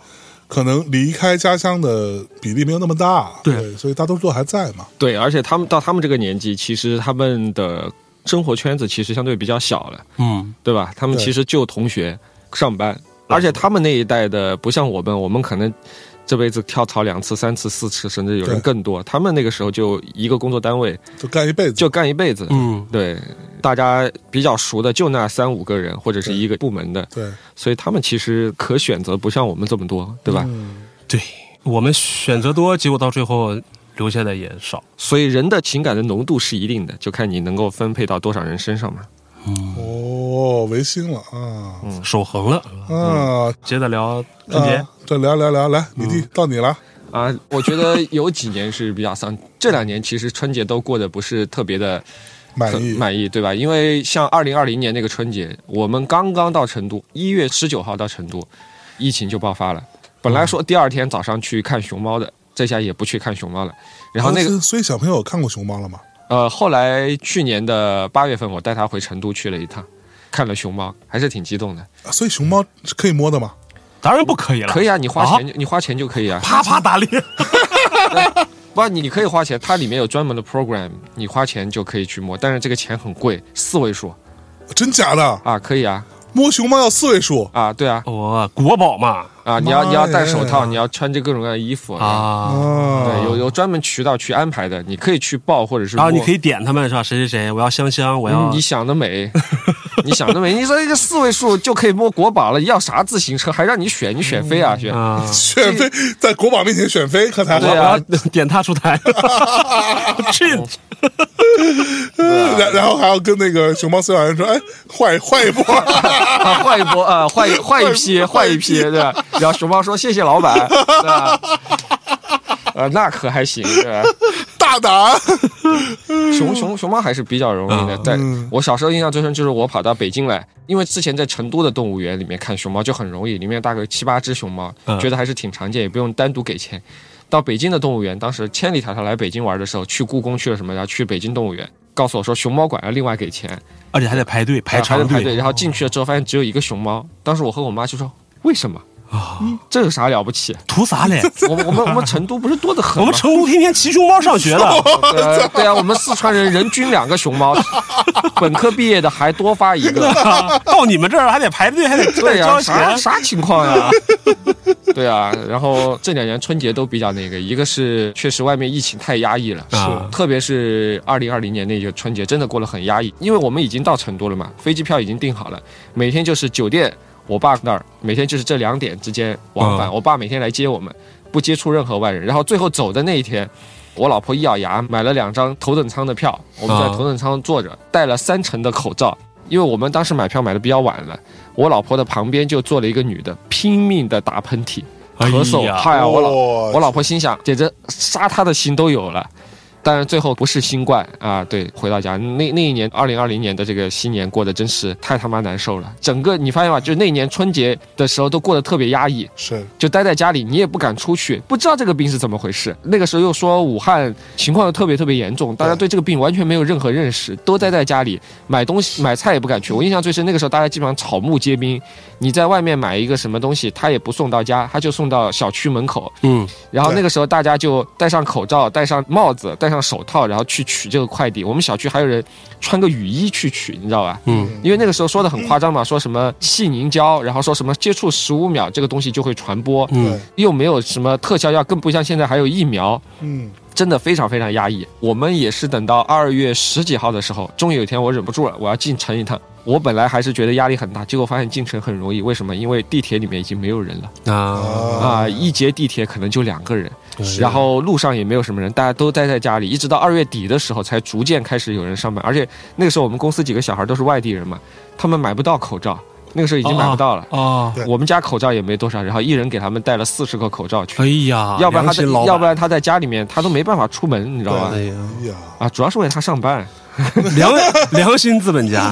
Speaker 1: 可能离开家乡的比例没有那么大，
Speaker 4: 对
Speaker 1: 对，所以大多数还在嘛，
Speaker 2: 对，而且他们到他们这个年纪，其实他们的生活圈子其实相对比较小了，
Speaker 4: 嗯，
Speaker 2: 对吧？他们
Speaker 1: 对
Speaker 2: 其实就同学上班，而且他们那一代的不像我们，我们可能这辈子跳槽两次、三次、四次，甚至有人
Speaker 1: 对
Speaker 2: 更多。他们那个时候就一个工作单位
Speaker 1: 就干一辈子，
Speaker 2: 就干一辈子，
Speaker 4: 嗯，
Speaker 2: 对，大家比较熟的就那三五个人或者是
Speaker 1: 对
Speaker 2: 一个部门的，
Speaker 1: 对，
Speaker 2: 所以他们其实可选择不像我们这么多，对吧？
Speaker 1: 嗯
Speaker 4: 对，我们选择多，结果到最后留下的也少。
Speaker 2: 所以人的情感的浓度是一定的，就看你能够分配到多少人身上嘛。
Speaker 1: 哦，违心了啊
Speaker 4: 守恒了，
Speaker 1: 啊！
Speaker 4: 接着聊春节。
Speaker 1: 啊这聊聊聊来，你弟
Speaker 2: 嗯
Speaker 1: 到你了，
Speaker 2: 啊，我觉得有几年是比较丧，这两年其实春节都过得不是特别的
Speaker 1: 满
Speaker 2: 很
Speaker 1: 意，
Speaker 2: 满意，对吧？因为像二零二零年那个春节，我们刚刚到成都，一月十九号到成都，疫情就爆发了。本来说第二天早上去看熊猫的，这下也不去看熊猫了。然后那
Speaker 1: 哦
Speaker 2: 个
Speaker 1: 但是所以小朋友看过熊猫了吗？
Speaker 2: 呃，后来去年的八月份，我带他回成都去了一趟，看了熊猫，还是挺激动的。
Speaker 1: 啊所以熊猫是可以摸的吗？
Speaker 4: 当然不可以了，
Speaker 2: 可以啊，你花
Speaker 4: 啊
Speaker 2: 钱就、你花钱就可以啊，
Speaker 4: 啪啪打
Speaker 1: <laughs>
Speaker 4: 脸。
Speaker 2: 不，你可以花钱，它里面有专门的 program，你花钱就可以去摸，但是这个钱很贵，四位数
Speaker 1: 真假的？
Speaker 2: 啊，可以啊，
Speaker 1: 摸熊猫要四位数
Speaker 2: 啊，对啊，
Speaker 4: 我、国宝嘛
Speaker 2: 啊，你要
Speaker 1: 妈
Speaker 2: 你要戴
Speaker 1: 耶
Speaker 2: 手套，你要穿这各种各样的衣服，
Speaker 4: 啊，
Speaker 1: 啊
Speaker 2: 对，有有专门渠道去安排的，你可以去报或者是
Speaker 4: 然后啊你可
Speaker 2: 以。
Speaker 4: 以点他们是吧？谁谁谁，我要香香，我
Speaker 2: 嗯
Speaker 4: 要
Speaker 2: 你想得美，你想得美！你说一个四位数就可以摸国宝了，要啥自行车还让你选，你选飞啊选！
Speaker 4: 啊，
Speaker 1: 选妃在国宝面前选妃，可才好
Speaker 4: 我。
Speaker 2: 对啊
Speaker 4: 要点他出台 <laughs>
Speaker 2: 哦
Speaker 4: ，change
Speaker 1: 然然后还要跟那个熊猫饲养员说：“哎，换换一
Speaker 2: <laughs>
Speaker 1: 波。
Speaker 2: 啊，换一波啊，换一换一批，换一批，对吧？然后熊猫说谢谢老板，对吧？呃，那可还行，对吧？
Speaker 1: 大大胆，
Speaker 2: 熊熊熊猫还是比较容易的。
Speaker 4: 嗯
Speaker 2: 对
Speaker 1: 嗯
Speaker 2: 我小时候印象最深就是我跑到北京来，因为之前在成都的动物园里面看熊猫就很容易，里面大概有七八只熊猫
Speaker 4: 嗯，
Speaker 2: 觉得还是挺常见，也不用单独给钱。到北京的动物园，当时千里迢迢来北京玩的时候，去故宫去了什么，然后去北京动物园，告诉我说熊猫馆要另外给钱，
Speaker 4: 而且还得排队排
Speaker 2: 然后还
Speaker 4: 长
Speaker 2: 得排
Speaker 4: 队
Speaker 2: 队，然后进去了之后发现只有一个熊猫，当时我和我妈就说为什么？
Speaker 4: 啊，
Speaker 2: 这有啥了不起？
Speaker 4: 图
Speaker 2: <laughs>
Speaker 4: 啥嘞？
Speaker 2: 我们我们我们成都不是多得很
Speaker 4: 我
Speaker 2: 吗
Speaker 4: 们？成都天天骑熊猫上学
Speaker 2: <laughs>
Speaker 4: 的，
Speaker 2: 对啊对啊，我们四川人人均两个
Speaker 4: <laughs>
Speaker 2: 熊猫，本科毕业的还多发一个。
Speaker 4: 啊到你们这儿还得排队，还得
Speaker 2: 对呀、
Speaker 4: 交
Speaker 2: 啥
Speaker 4: 钱。
Speaker 2: 啥情况呀、 <laughs> 对啊，然后这两年春节都比较那个，一个是确实外面疫情太压抑了，
Speaker 4: 啊
Speaker 2: 特别是二零二零年那个春节真的过得很压抑，因为我们已经到成都了嘛，飞机票已经订好了，每天就是酒店我爸那儿，每天就是这两点之间往返，
Speaker 4: 嗯
Speaker 2: 我爸每天来接我们，不接触任何外人，然后最后走的那一天。我老婆一咬牙买了两张头等舱的票，我们在
Speaker 4: 嗯
Speaker 2: 头等舱坐着，戴了三层的口罩，因为我们当时买票买的比较晚了，我老婆的旁边就坐了一个女的，拼命的打喷嚏、咳嗽。
Speaker 4: 哎呀
Speaker 2: 嗨、啊
Speaker 1: 哦
Speaker 2: 我老
Speaker 1: 哇
Speaker 2: 我老婆心想，简直杀她的心都有了。但是最后不是新冠啊，对，回到家那那一年，二零二零年的这个新年过得真是太他妈难受了。整个你发现吗？就是那年春节的时候都过得特别压抑，
Speaker 1: 是
Speaker 2: 就待在家里，你也不敢出去，不知道这个病是怎么回事。那个时候又说武汉情况又特别特别严重，大家对这个病完全没有任何认识，都待在家里买东西、买菜也不敢去。我印象最深，那个时候大家基本上草木皆兵，你在外面买一个什么东西，他也不送到家，他就送到小区门口。
Speaker 4: 嗯，
Speaker 2: 然后那个时候大家就戴上口罩、戴上帽子、戴上手套，然后去取这个快递。我们小区还有人穿个雨衣去取，你知道吧？
Speaker 4: 嗯，
Speaker 2: 因为那个时候说的很夸张嘛，说什么细凝胶，然后说什么接触十五秒这个东西就会传播，
Speaker 1: 对，
Speaker 2: 又没有什么特效药，更不像现在还有疫苗，
Speaker 1: 嗯
Speaker 2: 真的非常非常压抑。我们也是等到二月十几号的时候，终于有一天我忍不住了，我要进城一趟。我本来还是觉得压力很大，结果发现进城很容易，为什么？因为地铁里面已经没有人了
Speaker 4: 啊，
Speaker 2: 啊、一节地铁可能就两个人，
Speaker 4: 是
Speaker 2: 然后路上也没有什么人，大家都待在家里，一直到二月底的时候才逐渐开始有人上班。而且那个时候我们公司几个小孩都是外地人嘛，他们买不到口罩，那个时候已经买不到了。
Speaker 4: 啊，
Speaker 1: 对
Speaker 2: 我们家口罩也没多少，然后一人给他们带了四十个口罩去，
Speaker 4: 哎呀，
Speaker 2: 要不然他
Speaker 4: 良
Speaker 2: 在
Speaker 4: 心老板
Speaker 2: 要不然他在家里面他都没办法出门，你知道吧
Speaker 4: 哎？
Speaker 1: 哎
Speaker 4: 呀，
Speaker 1: 呀，
Speaker 2: 啊，主要是为他上班
Speaker 4: 良良心资本家。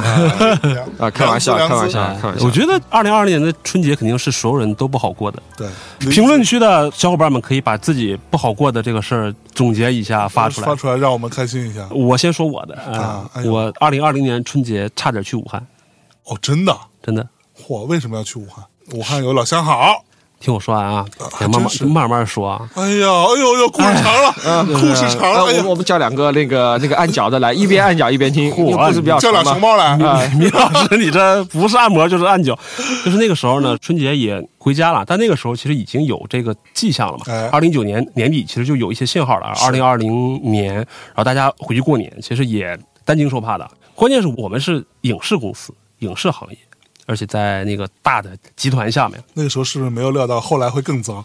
Speaker 2: <laughs> 啊，开玩笑，
Speaker 1: 良啊
Speaker 2: 开
Speaker 1: 知
Speaker 2: 玩笑
Speaker 4: 哎，
Speaker 2: 开玩笑。
Speaker 4: 我觉得二零二零年的春节肯定是所有人都不好过的。
Speaker 1: 对，
Speaker 4: 评论区的小伙伴们可以把自己不好过的这个事儿总结一下发出来
Speaker 1: 发。出来，让我们开心一下。
Speaker 4: 我先说我的
Speaker 1: 啊
Speaker 4: 啊
Speaker 1: 哎，呦
Speaker 4: 我二零二零年春节差点去武汉，
Speaker 1: 哦，真的，
Speaker 4: 真的，
Speaker 1: 嚯，为什么要去武汉？武汉有老乡好。
Speaker 4: 听我说完啊，
Speaker 1: 还
Speaker 4: 慢慢
Speaker 1: 真是
Speaker 4: 慢慢说啊。
Speaker 1: 哎呀，哎呦，呦，故事长
Speaker 4: 嗯
Speaker 1: 了， <laughs> 故事长
Speaker 2: 呃
Speaker 1: 了，哎
Speaker 2: 我们我
Speaker 1: 呀，
Speaker 2: 们叫两个那个那个按脚的来，一边按脚一边 <laughs> 听，因为故事比较
Speaker 1: 叫
Speaker 2: 长
Speaker 1: 俩
Speaker 2: 嘛
Speaker 1: 熊猫来，
Speaker 2: 啊，
Speaker 4: <laughs> 米老师，你这不是按摩就是按脚，就是那个时候呢，春节也回家了，但那个时候其实已经有这个迹象了
Speaker 1: 哎
Speaker 4: 嘛。二零一九年年底其实就有一些信号了，二零二零年，然后大家回去过年，其实也担惊受怕的。关键是我们是影视公司，影视行业，而且在那个大的集团下面，
Speaker 1: 那个时候是不是没有料到后来会更糟？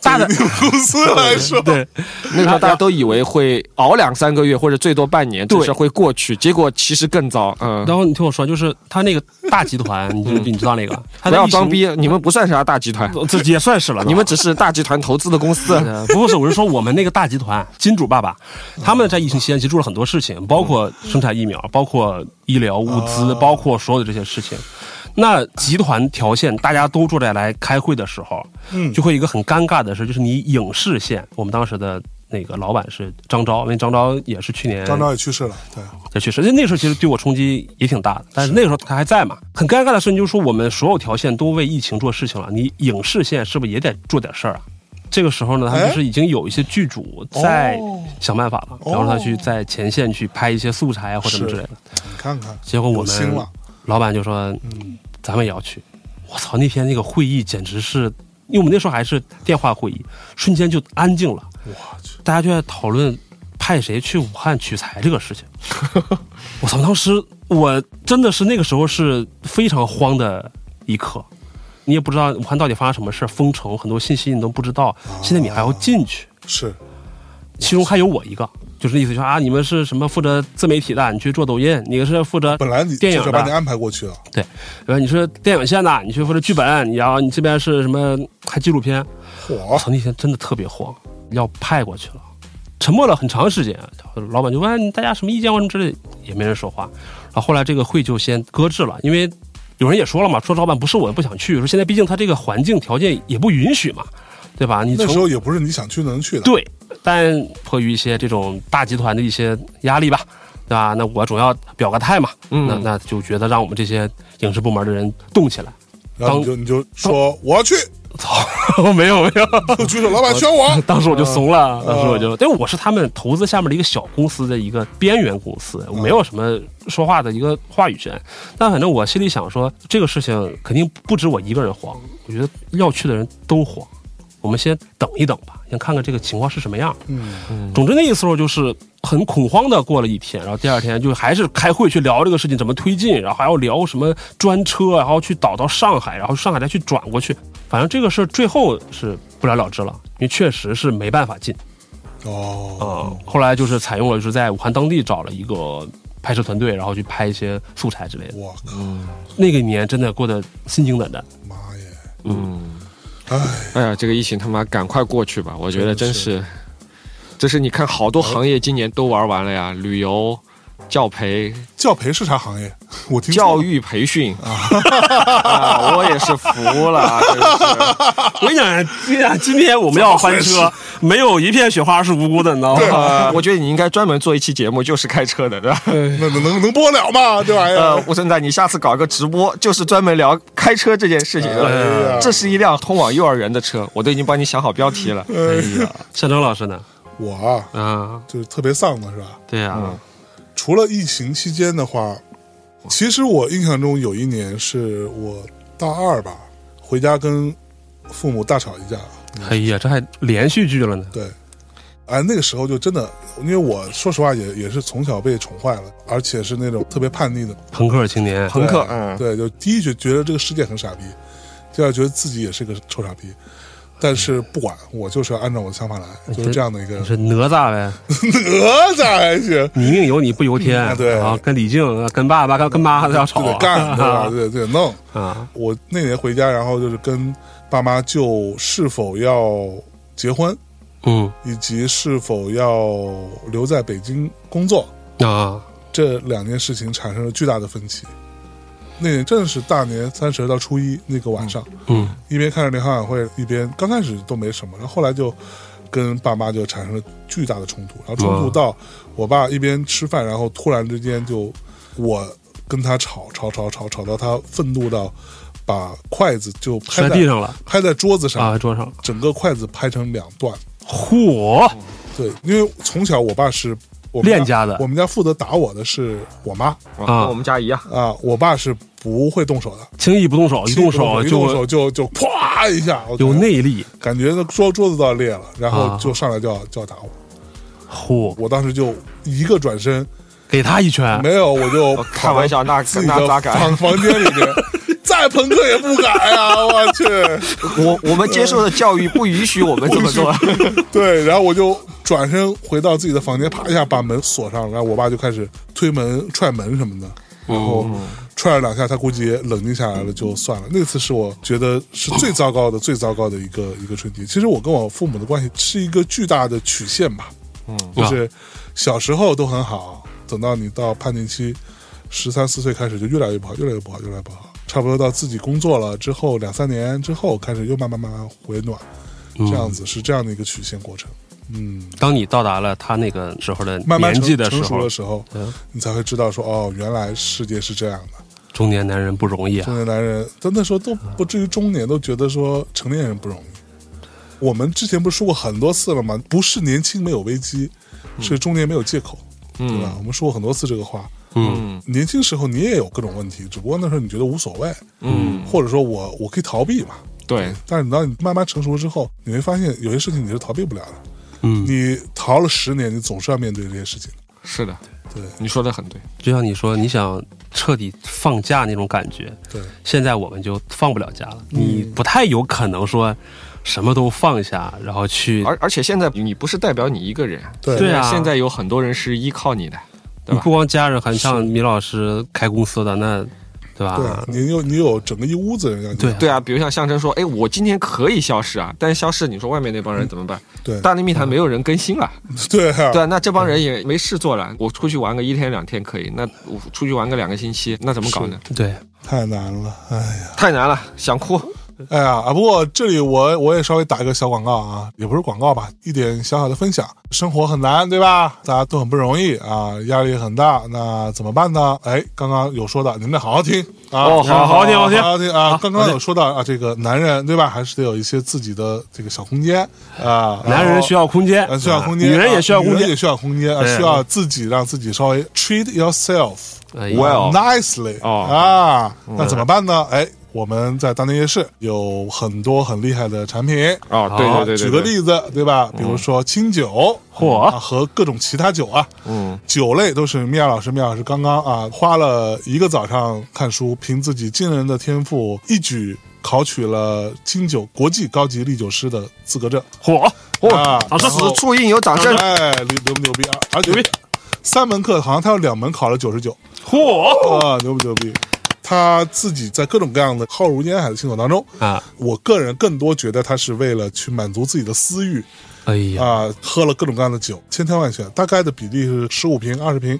Speaker 4: 大的
Speaker 1: 对于你们公司来说，
Speaker 4: <laughs> 对，
Speaker 2: 那时候大家都以为会熬两三个月或者最多半年，这
Speaker 4: 对
Speaker 2: 事会过去，结果其实更糟。嗯，
Speaker 4: 然后你听我说，就是他那个大集团，你就你知道那个，他
Speaker 2: 不
Speaker 4: 的
Speaker 2: 要
Speaker 4: 疫情
Speaker 2: 装，逼，你们不算啥大集 <laughs> 团，
Speaker 4: 这也算是了，
Speaker 2: 你们只是大集团投资的公司。
Speaker 4: 呃， <laughs> 不是，我是说我们那个大集团金主爸爸，他们在疫情期间其实做了很多事情，包括生产疫苗，包括医疗物
Speaker 1: 哦
Speaker 4: 资，包括所有的这些事情。那集团条线，大家都坐在来开会的时候，
Speaker 1: 嗯
Speaker 4: 就会有一个很尴尬的事，就是你影视线，我们当时的那个老板是张昭，因为张昭也是去年
Speaker 1: 张昭也去世了，对，
Speaker 4: 在去世，那那时候其实对我冲击也挺大的，但是那个时候他还在嘛，很尴尬的事情就是说我们所有条线都为疫情做事情了，你影视线是不是也得做点事儿啊？这个时候呢，他们就是已经有一些剧组在
Speaker 1: 哦
Speaker 4: 想办法了，然后他去在前线去拍一些素材啊或什么之类的。
Speaker 1: 你看看，
Speaker 4: 结果我
Speaker 1: 有心
Speaker 4: 们
Speaker 1: 了，
Speaker 4: 老板就说，咱们也要去。我操，那天那个会议简直是，因为我们那时候还是电话会议，瞬间就安静了，
Speaker 1: 我去，
Speaker 4: 大家就在讨论派谁去武汉取材这个事情。 <laughs> 我操！当时我真的是那个时候是非常慌的一刻，你也不知道武汉到底发生什么事儿，封城，很多信息你都不知道。
Speaker 1: 啊
Speaker 4: 现在你还要进去，
Speaker 1: 是
Speaker 4: 其中还有我一个，就是那意思说啊，你们是什么负责自媒体的，你去做抖音；你是负责
Speaker 1: 本来你
Speaker 4: 电影
Speaker 1: 就是
Speaker 4: 的
Speaker 1: 把你安排过去了，
Speaker 4: 对，然后你是电影线的，你去负责剧本，然后你这边是什么还纪录片。我
Speaker 1: 嚯，
Speaker 4: 操，那天真的特别慌，要派过去了，沉默了很长时间。老板就问、哎、你大家什么意见或什么之类的，也没人说话。然后后来这个会就先搁置了，因为有人也说了嘛，说老板不是我不想去，说现在毕竟他这个环境条件也不允许嘛，对吧？你
Speaker 1: 那
Speaker 4: 从
Speaker 1: 时候也不是你想去能去的。
Speaker 4: 对，但迫于一些这种大集团的一些压力吧，对吧？那我总要表个态嘛，那那就觉得让我们这些影视部门的人动起来。 <laughs>
Speaker 1: 然后你就你就说
Speaker 4: 哦
Speaker 1: 我要去，
Speaker 4: 操，没有没有，
Speaker 1: 就举手，老板
Speaker 4: 哦
Speaker 1: 选我。
Speaker 4: 当时我就怂了，当时我就，因为我是他们投资下面的一个小公司的一个边缘公司，我没有什么说话的一个话语权。但反正我心里想说，这个事情肯定不止我一个人慌，我觉得要去的人都慌。我们先等一等吧，先看看这个情况是什么样。
Speaker 1: 嗯，
Speaker 4: 总之那个时候就是很恐慌的过了一天，然后第二天就还是开会去聊这个事情怎么推进，然后还要聊什么专车，然后去导到上海，然后上海再去转过去。反正这个事儿最后是不了了之了，因为确实是没办法进。
Speaker 1: 哦，
Speaker 4: 嗯，后来就是采用了就是在武汉当地找了一个拍摄团队，然后去拍一些素材之类的。
Speaker 1: 我靠，
Speaker 4: 那个年真的过得心惊胆战。
Speaker 1: 妈耶！
Speaker 2: 嗯，
Speaker 1: 哎，
Speaker 2: 哎呀，这个疫情他妈赶快过去吧！我觉得真是，这是你看好多行业今年都玩完了呀，旅游、教培、
Speaker 1: 教培是啥行业？ <laughs> 我听
Speaker 2: 教
Speaker 1: 育
Speaker 2: 育培训啊，我也是服了，啊真是。
Speaker 1: <laughs>
Speaker 4: 我跟你讲，跟你讲，今天我们要翻车，没有一片雪花是无辜的，你知道吗？
Speaker 1: 啊
Speaker 2: 呃，我觉得你应该专门做一期节目，就是开车的，对吧？
Speaker 1: 那能能能播了
Speaker 2: <laughs>
Speaker 1: 吗？这玩意
Speaker 2: 呃
Speaker 1: 儿，，
Speaker 2: 吴存在，你下次搞一个直播，就是专门聊开车这件事情
Speaker 1: 哎呀
Speaker 2: 的。这是一辆通往幼儿园的车，我都已经帮你想好标题了。
Speaker 1: 嗯
Speaker 4: 哎呀，向征老师呢？
Speaker 1: 我啊，
Speaker 4: 啊，
Speaker 1: 就是特别丧的是吧？
Speaker 4: 对啊呀、
Speaker 1: 除了疫情期间的话，其实我印象中有一年是我大二吧，回家跟父母大吵一架。
Speaker 4: 哎呀，这还连续剧了呢。
Speaker 1: 对，哎，那个时候就真的，因为我说实话也也是从小被宠坏了，而且是那种特别叛逆的
Speaker 4: 朋克青年，
Speaker 2: 朋克
Speaker 1: 对，
Speaker 4: 啊
Speaker 2: 嗯，
Speaker 1: 对，就第一觉觉得这个世界很傻逼，第二觉得自己也是个臭傻逼。但是不管，我就是要按照我的想法来，就是这样的一个
Speaker 4: 你是哪吒呗？
Speaker 1: <laughs> 哪吒还行，
Speaker 4: 你命由你不由天。
Speaker 1: 嗯对
Speaker 4: 然后跟李靖、啊跟爸爸、跟跟妈都
Speaker 1: 就
Speaker 4: 要吵
Speaker 1: 得干，对
Speaker 4: <laughs>
Speaker 1: 吧？对对弄。
Speaker 4: 啊！
Speaker 1: 我那年回家，然后就是跟爸妈就是否要结婚，
Speaker 4: 嗯
Speaker 1: 以及是否要留在北京工作
Speaker 4: 啊，
Speaker 1: 这两件事情产生了巨大的分歧。那年正是大年三十到初一那个晚上，
Speaker 4: 嗯
Speaker 1: 一边看着联欢晚会，一边刚开始都没什么，然后后来就跟爸妈就产生了巨大的冲突，然后冲突
Speaker 4: 哇
Speaker 1: 到我爸一边吃饭，然后突然之间就我跟他吵吵吵吵吵到他愤怒到把筷子就拍
Speaker 4: 摔
Speaker 1: 在
Speaker 4: 地上了
Speaker 1: 拍在桌子上，
Speaker 4: 啊，桌上。
Speaker 1: 整个筷子拍成两段。
Speaker 4: 嚯，
Speaker 1: 对，因为从小我爸是我们
Speaker 4: 练家的
Speaker 1: 我们家负责打我的是我妈
Speaker 2: 我
Speaker 4: 啊
Speaker 2: 跟我们家一样，
Speaker 1: 啊，我爸是不会动手的，
Speaker 4: 轻易不动手，一动手
Speaker 1: 一
Speaker 4: 就
Speaker 1: 动手就就咵一下，我
Speaker 4: 有内力。
Speaker 1: 感觉那桌桌子都要裂了，然后
Speaker 4: 啊
Speaker 1: 就上来就要就要打我，
Speaker 4: 嚯，
Speaker 1: 我当时就一个转身，
Speaker 4: 给他一拳。
Speaker 1: 没有我就
Speaker 2: 我开玩笑，那
Speaker 1: 自己
Speaker 2: 那
Speaker 1: 的
Speaker 2: 咋
Speaker 1: 房
Speaker 2: 敢？
Speaker 1: 房间里
Speaker 2: <laughs>
Speaker 1: 面，再朋克也不敢呀、我去，
Speaker 2: 我我们接受的教育不允许我们这么做。
Speaker 1: <laughs> 对，然后我就转身回到自己的房间，啪一下把门锁上了，然后我爸就开始推门、踹门什么的，然后踹了两下，他估计也冷静下来了，就算了。那次是我觉得是最糟糕的、最糟糕的一个一个春节。其实我跟我父母的关系是一个巨大的曲线吧，就是小时候都很好，等到你到叛逆期，十三四岁开始就越来越不好，越来越不好，越来越不好。差不多到自己工作了之后，两三年之后开始又慢慢慢慢回暖，
Speaker 4: 嗯
Speaker 1: 这样子是这样的一个曲线过程。
Speaker 4: 当你到达了他那个时候的
Speaker 1: 慢慢
Speaker 4: 年
Speaker 1: 成
Speaker 4: 纪的时
Speaker 1: 成熟
Speaker 4: 候
Speaker 1: 的，时候
Speaker 4: 嗯，
Speaker 1: 你才会知道说哦，原来世界是这样的。
Speaker 4: 中年男人不容易
Speaker 1: 中
Speaker 4: 啊。
Speaker 1: 年男人，但那时候都不至于中年，都觉得说成年人不容易。我们之前不是说过很多次了吗？不是年轻没有危机，是中年没有借口，
Speaker 2: 嗯
Speaker 1: 对吧？我们说过很多次这个话。
Speaker 4: 嗯
Speaker 1: 年轻时候你也有各种问题，只不过那时候你觉得无所谓，嗯，或者说我我可以逃避嘛。
Speaker 2: 对，
Speaker 1: 但是你当你慢慢成熟之后，你会发现有些事情你是逃避不了的。
Speaker 4: 嗯，
Speaker 1: 你逃了十年，你总是要面对这些事情。
Speaker 2: 是的，
Speaker 1: 对
Speaker 2: 你说的很对。
Speaker 4: 就像你说，你想彻底放假那种感觉，
Speaker 1: 对，
Speaker 4: 现在我们就放不了假了。
Speaker 1: 嗯
Speaker 4: 你不太有可能说什么都放下，然后去
Speaker 2: 而而且现在你不是代表你一个人，
Speaker 1: 对
Speaker 4: 对啊
Speaker 2: 现在有很多人是依靠你的，对
Speaker 4: 你
Speaker 2: 吧
Speaker 4: 不？光家人，还像米老师开公司的，那对吧？
Speaker 1: 对啊你有你有整个一屋子人要你
Speaker 4: 对
Speaker 2: 对啊，比如像象征说，哎，我今天可以消失啊，但是消失，你说外面那帮人怎么办？
Speaker 1: 对
Speaker 2: 大内密谈没有人更新了，
Speaker 1: <laughs> 对啊
Speaker 2: 对啊，那这帮人也没事做了，我出去玩个一天两天可以，那我出去玩个两个星期，那怎么搞呢？
Speaker 4: 对，
Speaker 1: 太难了，哎呀
Speaker 2: 太难了，想哭。
Speaker 1: 哎呀啊！不过这里我我也稍微打一个小广告啊，也不是广告吧，一点小小的分享。生活很难，对吧？大家都很不容易啊，压力也很大，那怎么办呢？哎，刚刚有说到，你们得好好听啊。
Speaker 2: 哦
Speaker 4: 好好听好听
Speaker 1: 好听啊！刚刚有说到啊，这个男人对吧，还是得有一些自己的这个小空间啊。
Speaker 4: 男
Speaker 1: 然后
Speaker 4: 人需要空间
Speaker 1: 呃，，需要空间，
Speaker 4: 女人也需要空
Speaker 1: 女人
Speaker 4: 间
Speaker 1: 也。需要空间，啊
Speaker 4: 对
Speaker 1: 需要自己让自己稍微 treat yourself
Speaker 4: 哎
Speaker 2: Well
Speaker 1: nicely
Speaker 2: 哦
Speaker 1: 啊，那怎么办呢？哎，我们在大内夜市有很多很厉害的产品。
Speaker 2: 哦，对
Speaker 1: 啊
Speaker 2: 对对对，
Speaker 1: 举个
Speaker 2: 对，
Speaker 1: 例子，对吧？比如说清酒，
Speaker 4: 嗯嚯
Speaker 1: 啊和各种其他酒啊，
Speaker 2: 嗯，
Speaker 1: 酒类都是米娅老师，米娅老师刚刚啊花了一个早上看书，凭自己惊人的天赋，一举考取了清酒国际高级历酒师的资格证。
Speaker 4: 火，
Speaker 1: 啊，
Speaker 4: 掌声
Speaker 1: 然后
Speaker 2: 此处应有掌声。
Speaker 1: 哎，牛牛不牛逼啊？而且
Speaker 4: 牛逼
Speaker 1: 三门课好像他有两门考了九十九
Speaker 4: 火
Speaker 1: 啊，牛不牛逼？他自己在各种各样的浩如烟海的清酒当中，
Speaker 4: 啊！
Speaker 1: 我个人更多觉得他是为了去满足自己的私欲
Speaker 4: 哎呀，
Speaker 1: 啊、喝了各种各样的酒，千挑万选，大概的比例是十五瓶、二十瓶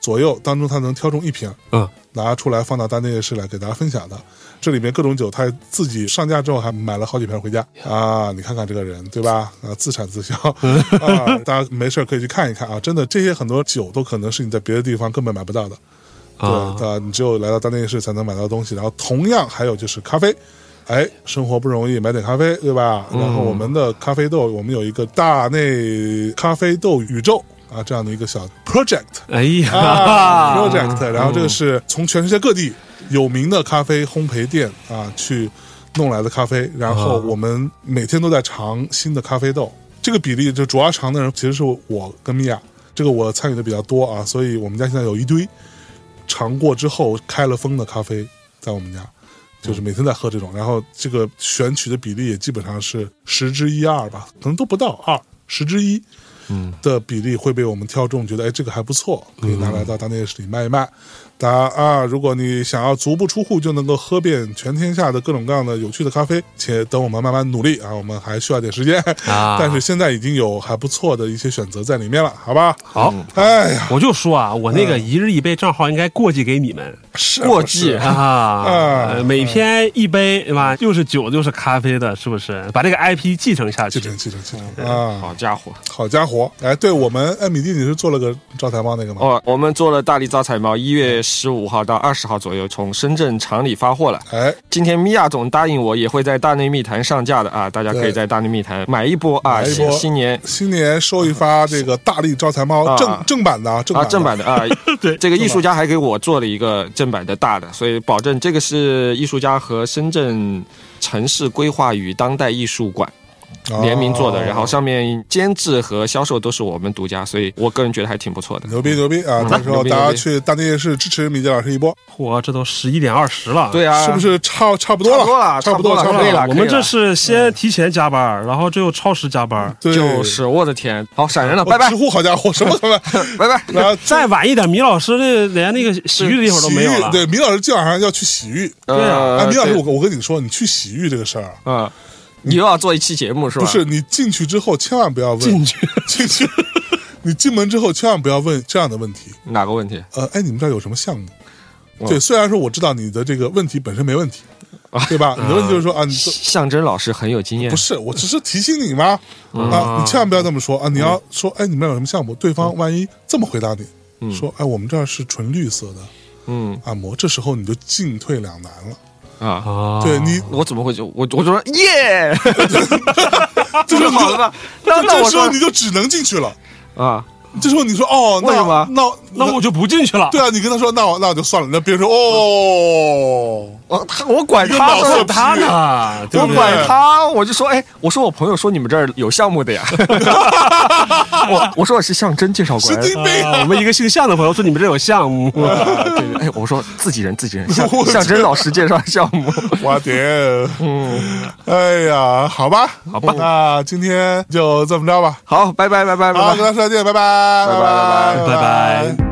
Speaker 1: 左右，当中他能挑中一瓶，
Speaker 4: 嗯，
Speaker 1: 拿出来放到单店夜市来给大家分享的。这里面各种酒，他自己上架之后还买了好几瓶回家啊！你看看这个人，对吧？啊，自产自销啊！大家没事儿可以去看一看啊！真的，这些很多酒都可能是你在别的地方根本买不到的。
Speaker 4: 啊
Speaker 1: 对，啊，你只有来到大内夜市才能买到东西。然后同样还有就是咖啡，哎，生活不容易，买点咖啡，对吧？然后我们的咖啡豆，我们有一个大内咖啡豆宇宙啊这样的一个小 project，
Speaker 4: 哎呀，
Speaker 1: 啊 project，然后这个是从全世界各地有名的咖啡烘焙店啊去弄来的咖啡，然后我们每天都在尝新的咖啡豆，这个比例就主要尝的人其实是我跟米娅，这个我参与的比较多啊，所以我们家现在有一堆尝过之后开了封的咖啡在我们家。就是每天在喝这种，然后这个选取的比例也基本上是十之一二吧，可能都不到二，十之一。
Speaker 4: 嗯
Speaker 1: 的比例会被我们挑中，觉得哎这个还不错，可以拿
Speaker 4: 嗯
Speaker 1: 来到大内夜市里卖一卖。大家啊，如果你想要足不出户就能够喝遍全天下的各种各样的有趣的咖啡，且等我们慢慢努力啊，我们还需要点时间。
Speaker 4: 啊
Speaker 1: 但是现在已经有还不错的一些选择在里面了，好吧？
Speaker 4: 好，
Speaker 1: 哎呀，
Speaker 4: 我就说啊，我那个
Speaker 1: 嗯
Speaker 4: 一日一杯账号应该过继给你们
Speaker 1: 是
Speaker 2: 过
Speaker 1: 不是
Speaker 2: 季
Speaker 4: 啊，
Speaker 1: 哎
Speaker 4: 呃每天一杯，对
Speaker 1: 嗯
Speaker 4: 吧？又是酒又是咖啡的，是不是？把这个 IP 继承下
Speaker 1: 继
Speaker 4: 去。
Speaker 1: 承继承继承啊！
Speaker 2: 好家伙！
Speaker 1: 好家伙，哎，对我们艾米丽，你是做了个招财猫那个吗？
Speaker 2: 哦，我们做了大力招财猫，一月十五号到二十号左右从深圳厂里发货了。
Speaker 1: 哎，
Speaker 2: 今天米娅总答应我也会在大内密谈上架的啊，大家可以在大内密谈买一波
Speaker 1: 买
Speaker 2: 啊，
Speaker 1: 一波
Speaker 2: 新新年
Speaker 1: 新年收一发这个大力招财猫
Speaker 2: 啊
Speaker 1: 正正版的啊，正
Speaker 2: 啊
Speaker 1: 版
Speaker 2: 正版的啊。
Speaker 4: 对
Speaker 2: 这个艺术家还给我做了一个正版的大的，所以保证这个是艺术家和深圳城市规划与当代艺术馆
Speaker 1: 啊
Speaker 2: 联名做的，然后上面监制和销售都是我们独家，所以我个人觉得还挺不错的。
Speaker 1: 牛逼牛逼啊！到时候
Speaker 2: 嗯牛逼
Speaker 1: 大家
Speaker 2: 牛逼
Speaker 1: 去大内夜市支持米杰老师一波，
Speaker 4: 嚯，这都十一点二十了。。
Speaker 2: 对啊，
Speaker 1: 是不是差差不多
Speaker 2: 差不多
Speaker 1: 了？
Speaker 2: 了
Speaker 1: 差不多
Speaker 2: 差
Speaker 1: 差
Speaker 2: 不
Speaker 1: 不多
Speaker 2: 多了可以了
Speaker 4: 啊我们这是先提前加班，然后这又超时加班，
Speaker 1: 对，哦
Speaker 2: 就是我的天，好闪人了，
Speaker 1: 我
Speaker 2: 拜拜
Speaker 1: 直呼好家伙，什么什
Speaker 2: <laughs>
Speaker 1: 么，
Speaker 2: 拜拜。
Speaker 1: 然后
Speaker 4: 再晚一点，米老师那连那个洗浴的地方都
Speaker 1: 洗
Speaker 4: 没有
Speaker 1: 浴
Speaker 4: 了。，
Speaker 1: 对，米老师今晚上要去洗浴。
Speaker 4: 对啊
Speaker 2: 呃
Speaker 1: 哎，米老师，
Speaker 2: 对
Speaker 1: 我跟我跟你说，你去洗浴这个事儿啊，
Speaker 2: 啊，你又要做一期节目是吧？
Speaker 1: 不是你进去之后千万不要问
Speaker 4: 进去
Speaker 1: 进去， <laughs> 你进门之后千万不要问这样的问题。
Speaker 2: 哪个问题？
Speaker 1: 呃，哎，你们这儿有什么项目？对，虽然说我知道你的这个问题本身没问题，对吧？你的问题就是说啊，你做
Speaker 2: 象征老师很有经验，
Speaker 1: 不是，我只是提醒你嘛。啊，你千万不要这么说啊！你要
Speaker 2: 嗯
Speaker 1: 说，哎，你们有什么项目？对方万一这么回答你，说，哎，我们这儿是纯绿色的
Speaker 2: 嗯
Speaker 1: 按摩，这时候你就进退两难了。
Speaker 2: 啊，
Speaker 4: 啊，
Speaker 1: 对你，
Speaker 2: 我怎么会就我我就说耶，这就好了吧？那那
Speaker 1: 这
Speaker 2: 我
Speaker 1: 时
Speaker 2: 说
Speaker 1: 候你就只能进去了。
Speaker 2: 啊，
Speaker 1: 这时候你说，哦，那
Speaker 2: 为什么
Speaker 1: 那
Speaker 4: 那我就不进去了。
Speaker 1: 对啊，你跟他说，那我那我就算了。那别人说，哦，
Speaker 2: 我他我管
Speaker 1: 你老
Speaker 2: 他
Speaker 1: 是
Speaker 2: 说
Speaker 4: 是他呢，对
Speaker 2: 我
Speaker 4: 不
Speaker 2: 管
Speaker 4: 对？
Speaker 2: 他，我就说，哎，我说我朋友说你们这儿有项目的呀，我我说我是象征介绍过
Speaker 1: 神
Speaker 2: 来的
Speaker 1: 经，病
Speaker 4: 啊，我们一个姓向的朋友说你们这有项目，
Speaker 2: 啊对对哎，我说自己人自己人，象
Speaker 1: 我
Speaker 2: 象征老师介绍项目，
Speaker 1: <laughs> 我天，嗯，哎呀，好吧，好吧，那今天就这么着吧。
Speaker 2: 好，拜拜拜拜拜
Speaker 1: 好，
Speaker 2: 拜
Speaker 1: 跟。大家说再见，拜拜，
Speaker 2: 拜拜
Speaker 1: 拜
Speaker 4: 拜拜
Speaker 1: 拜。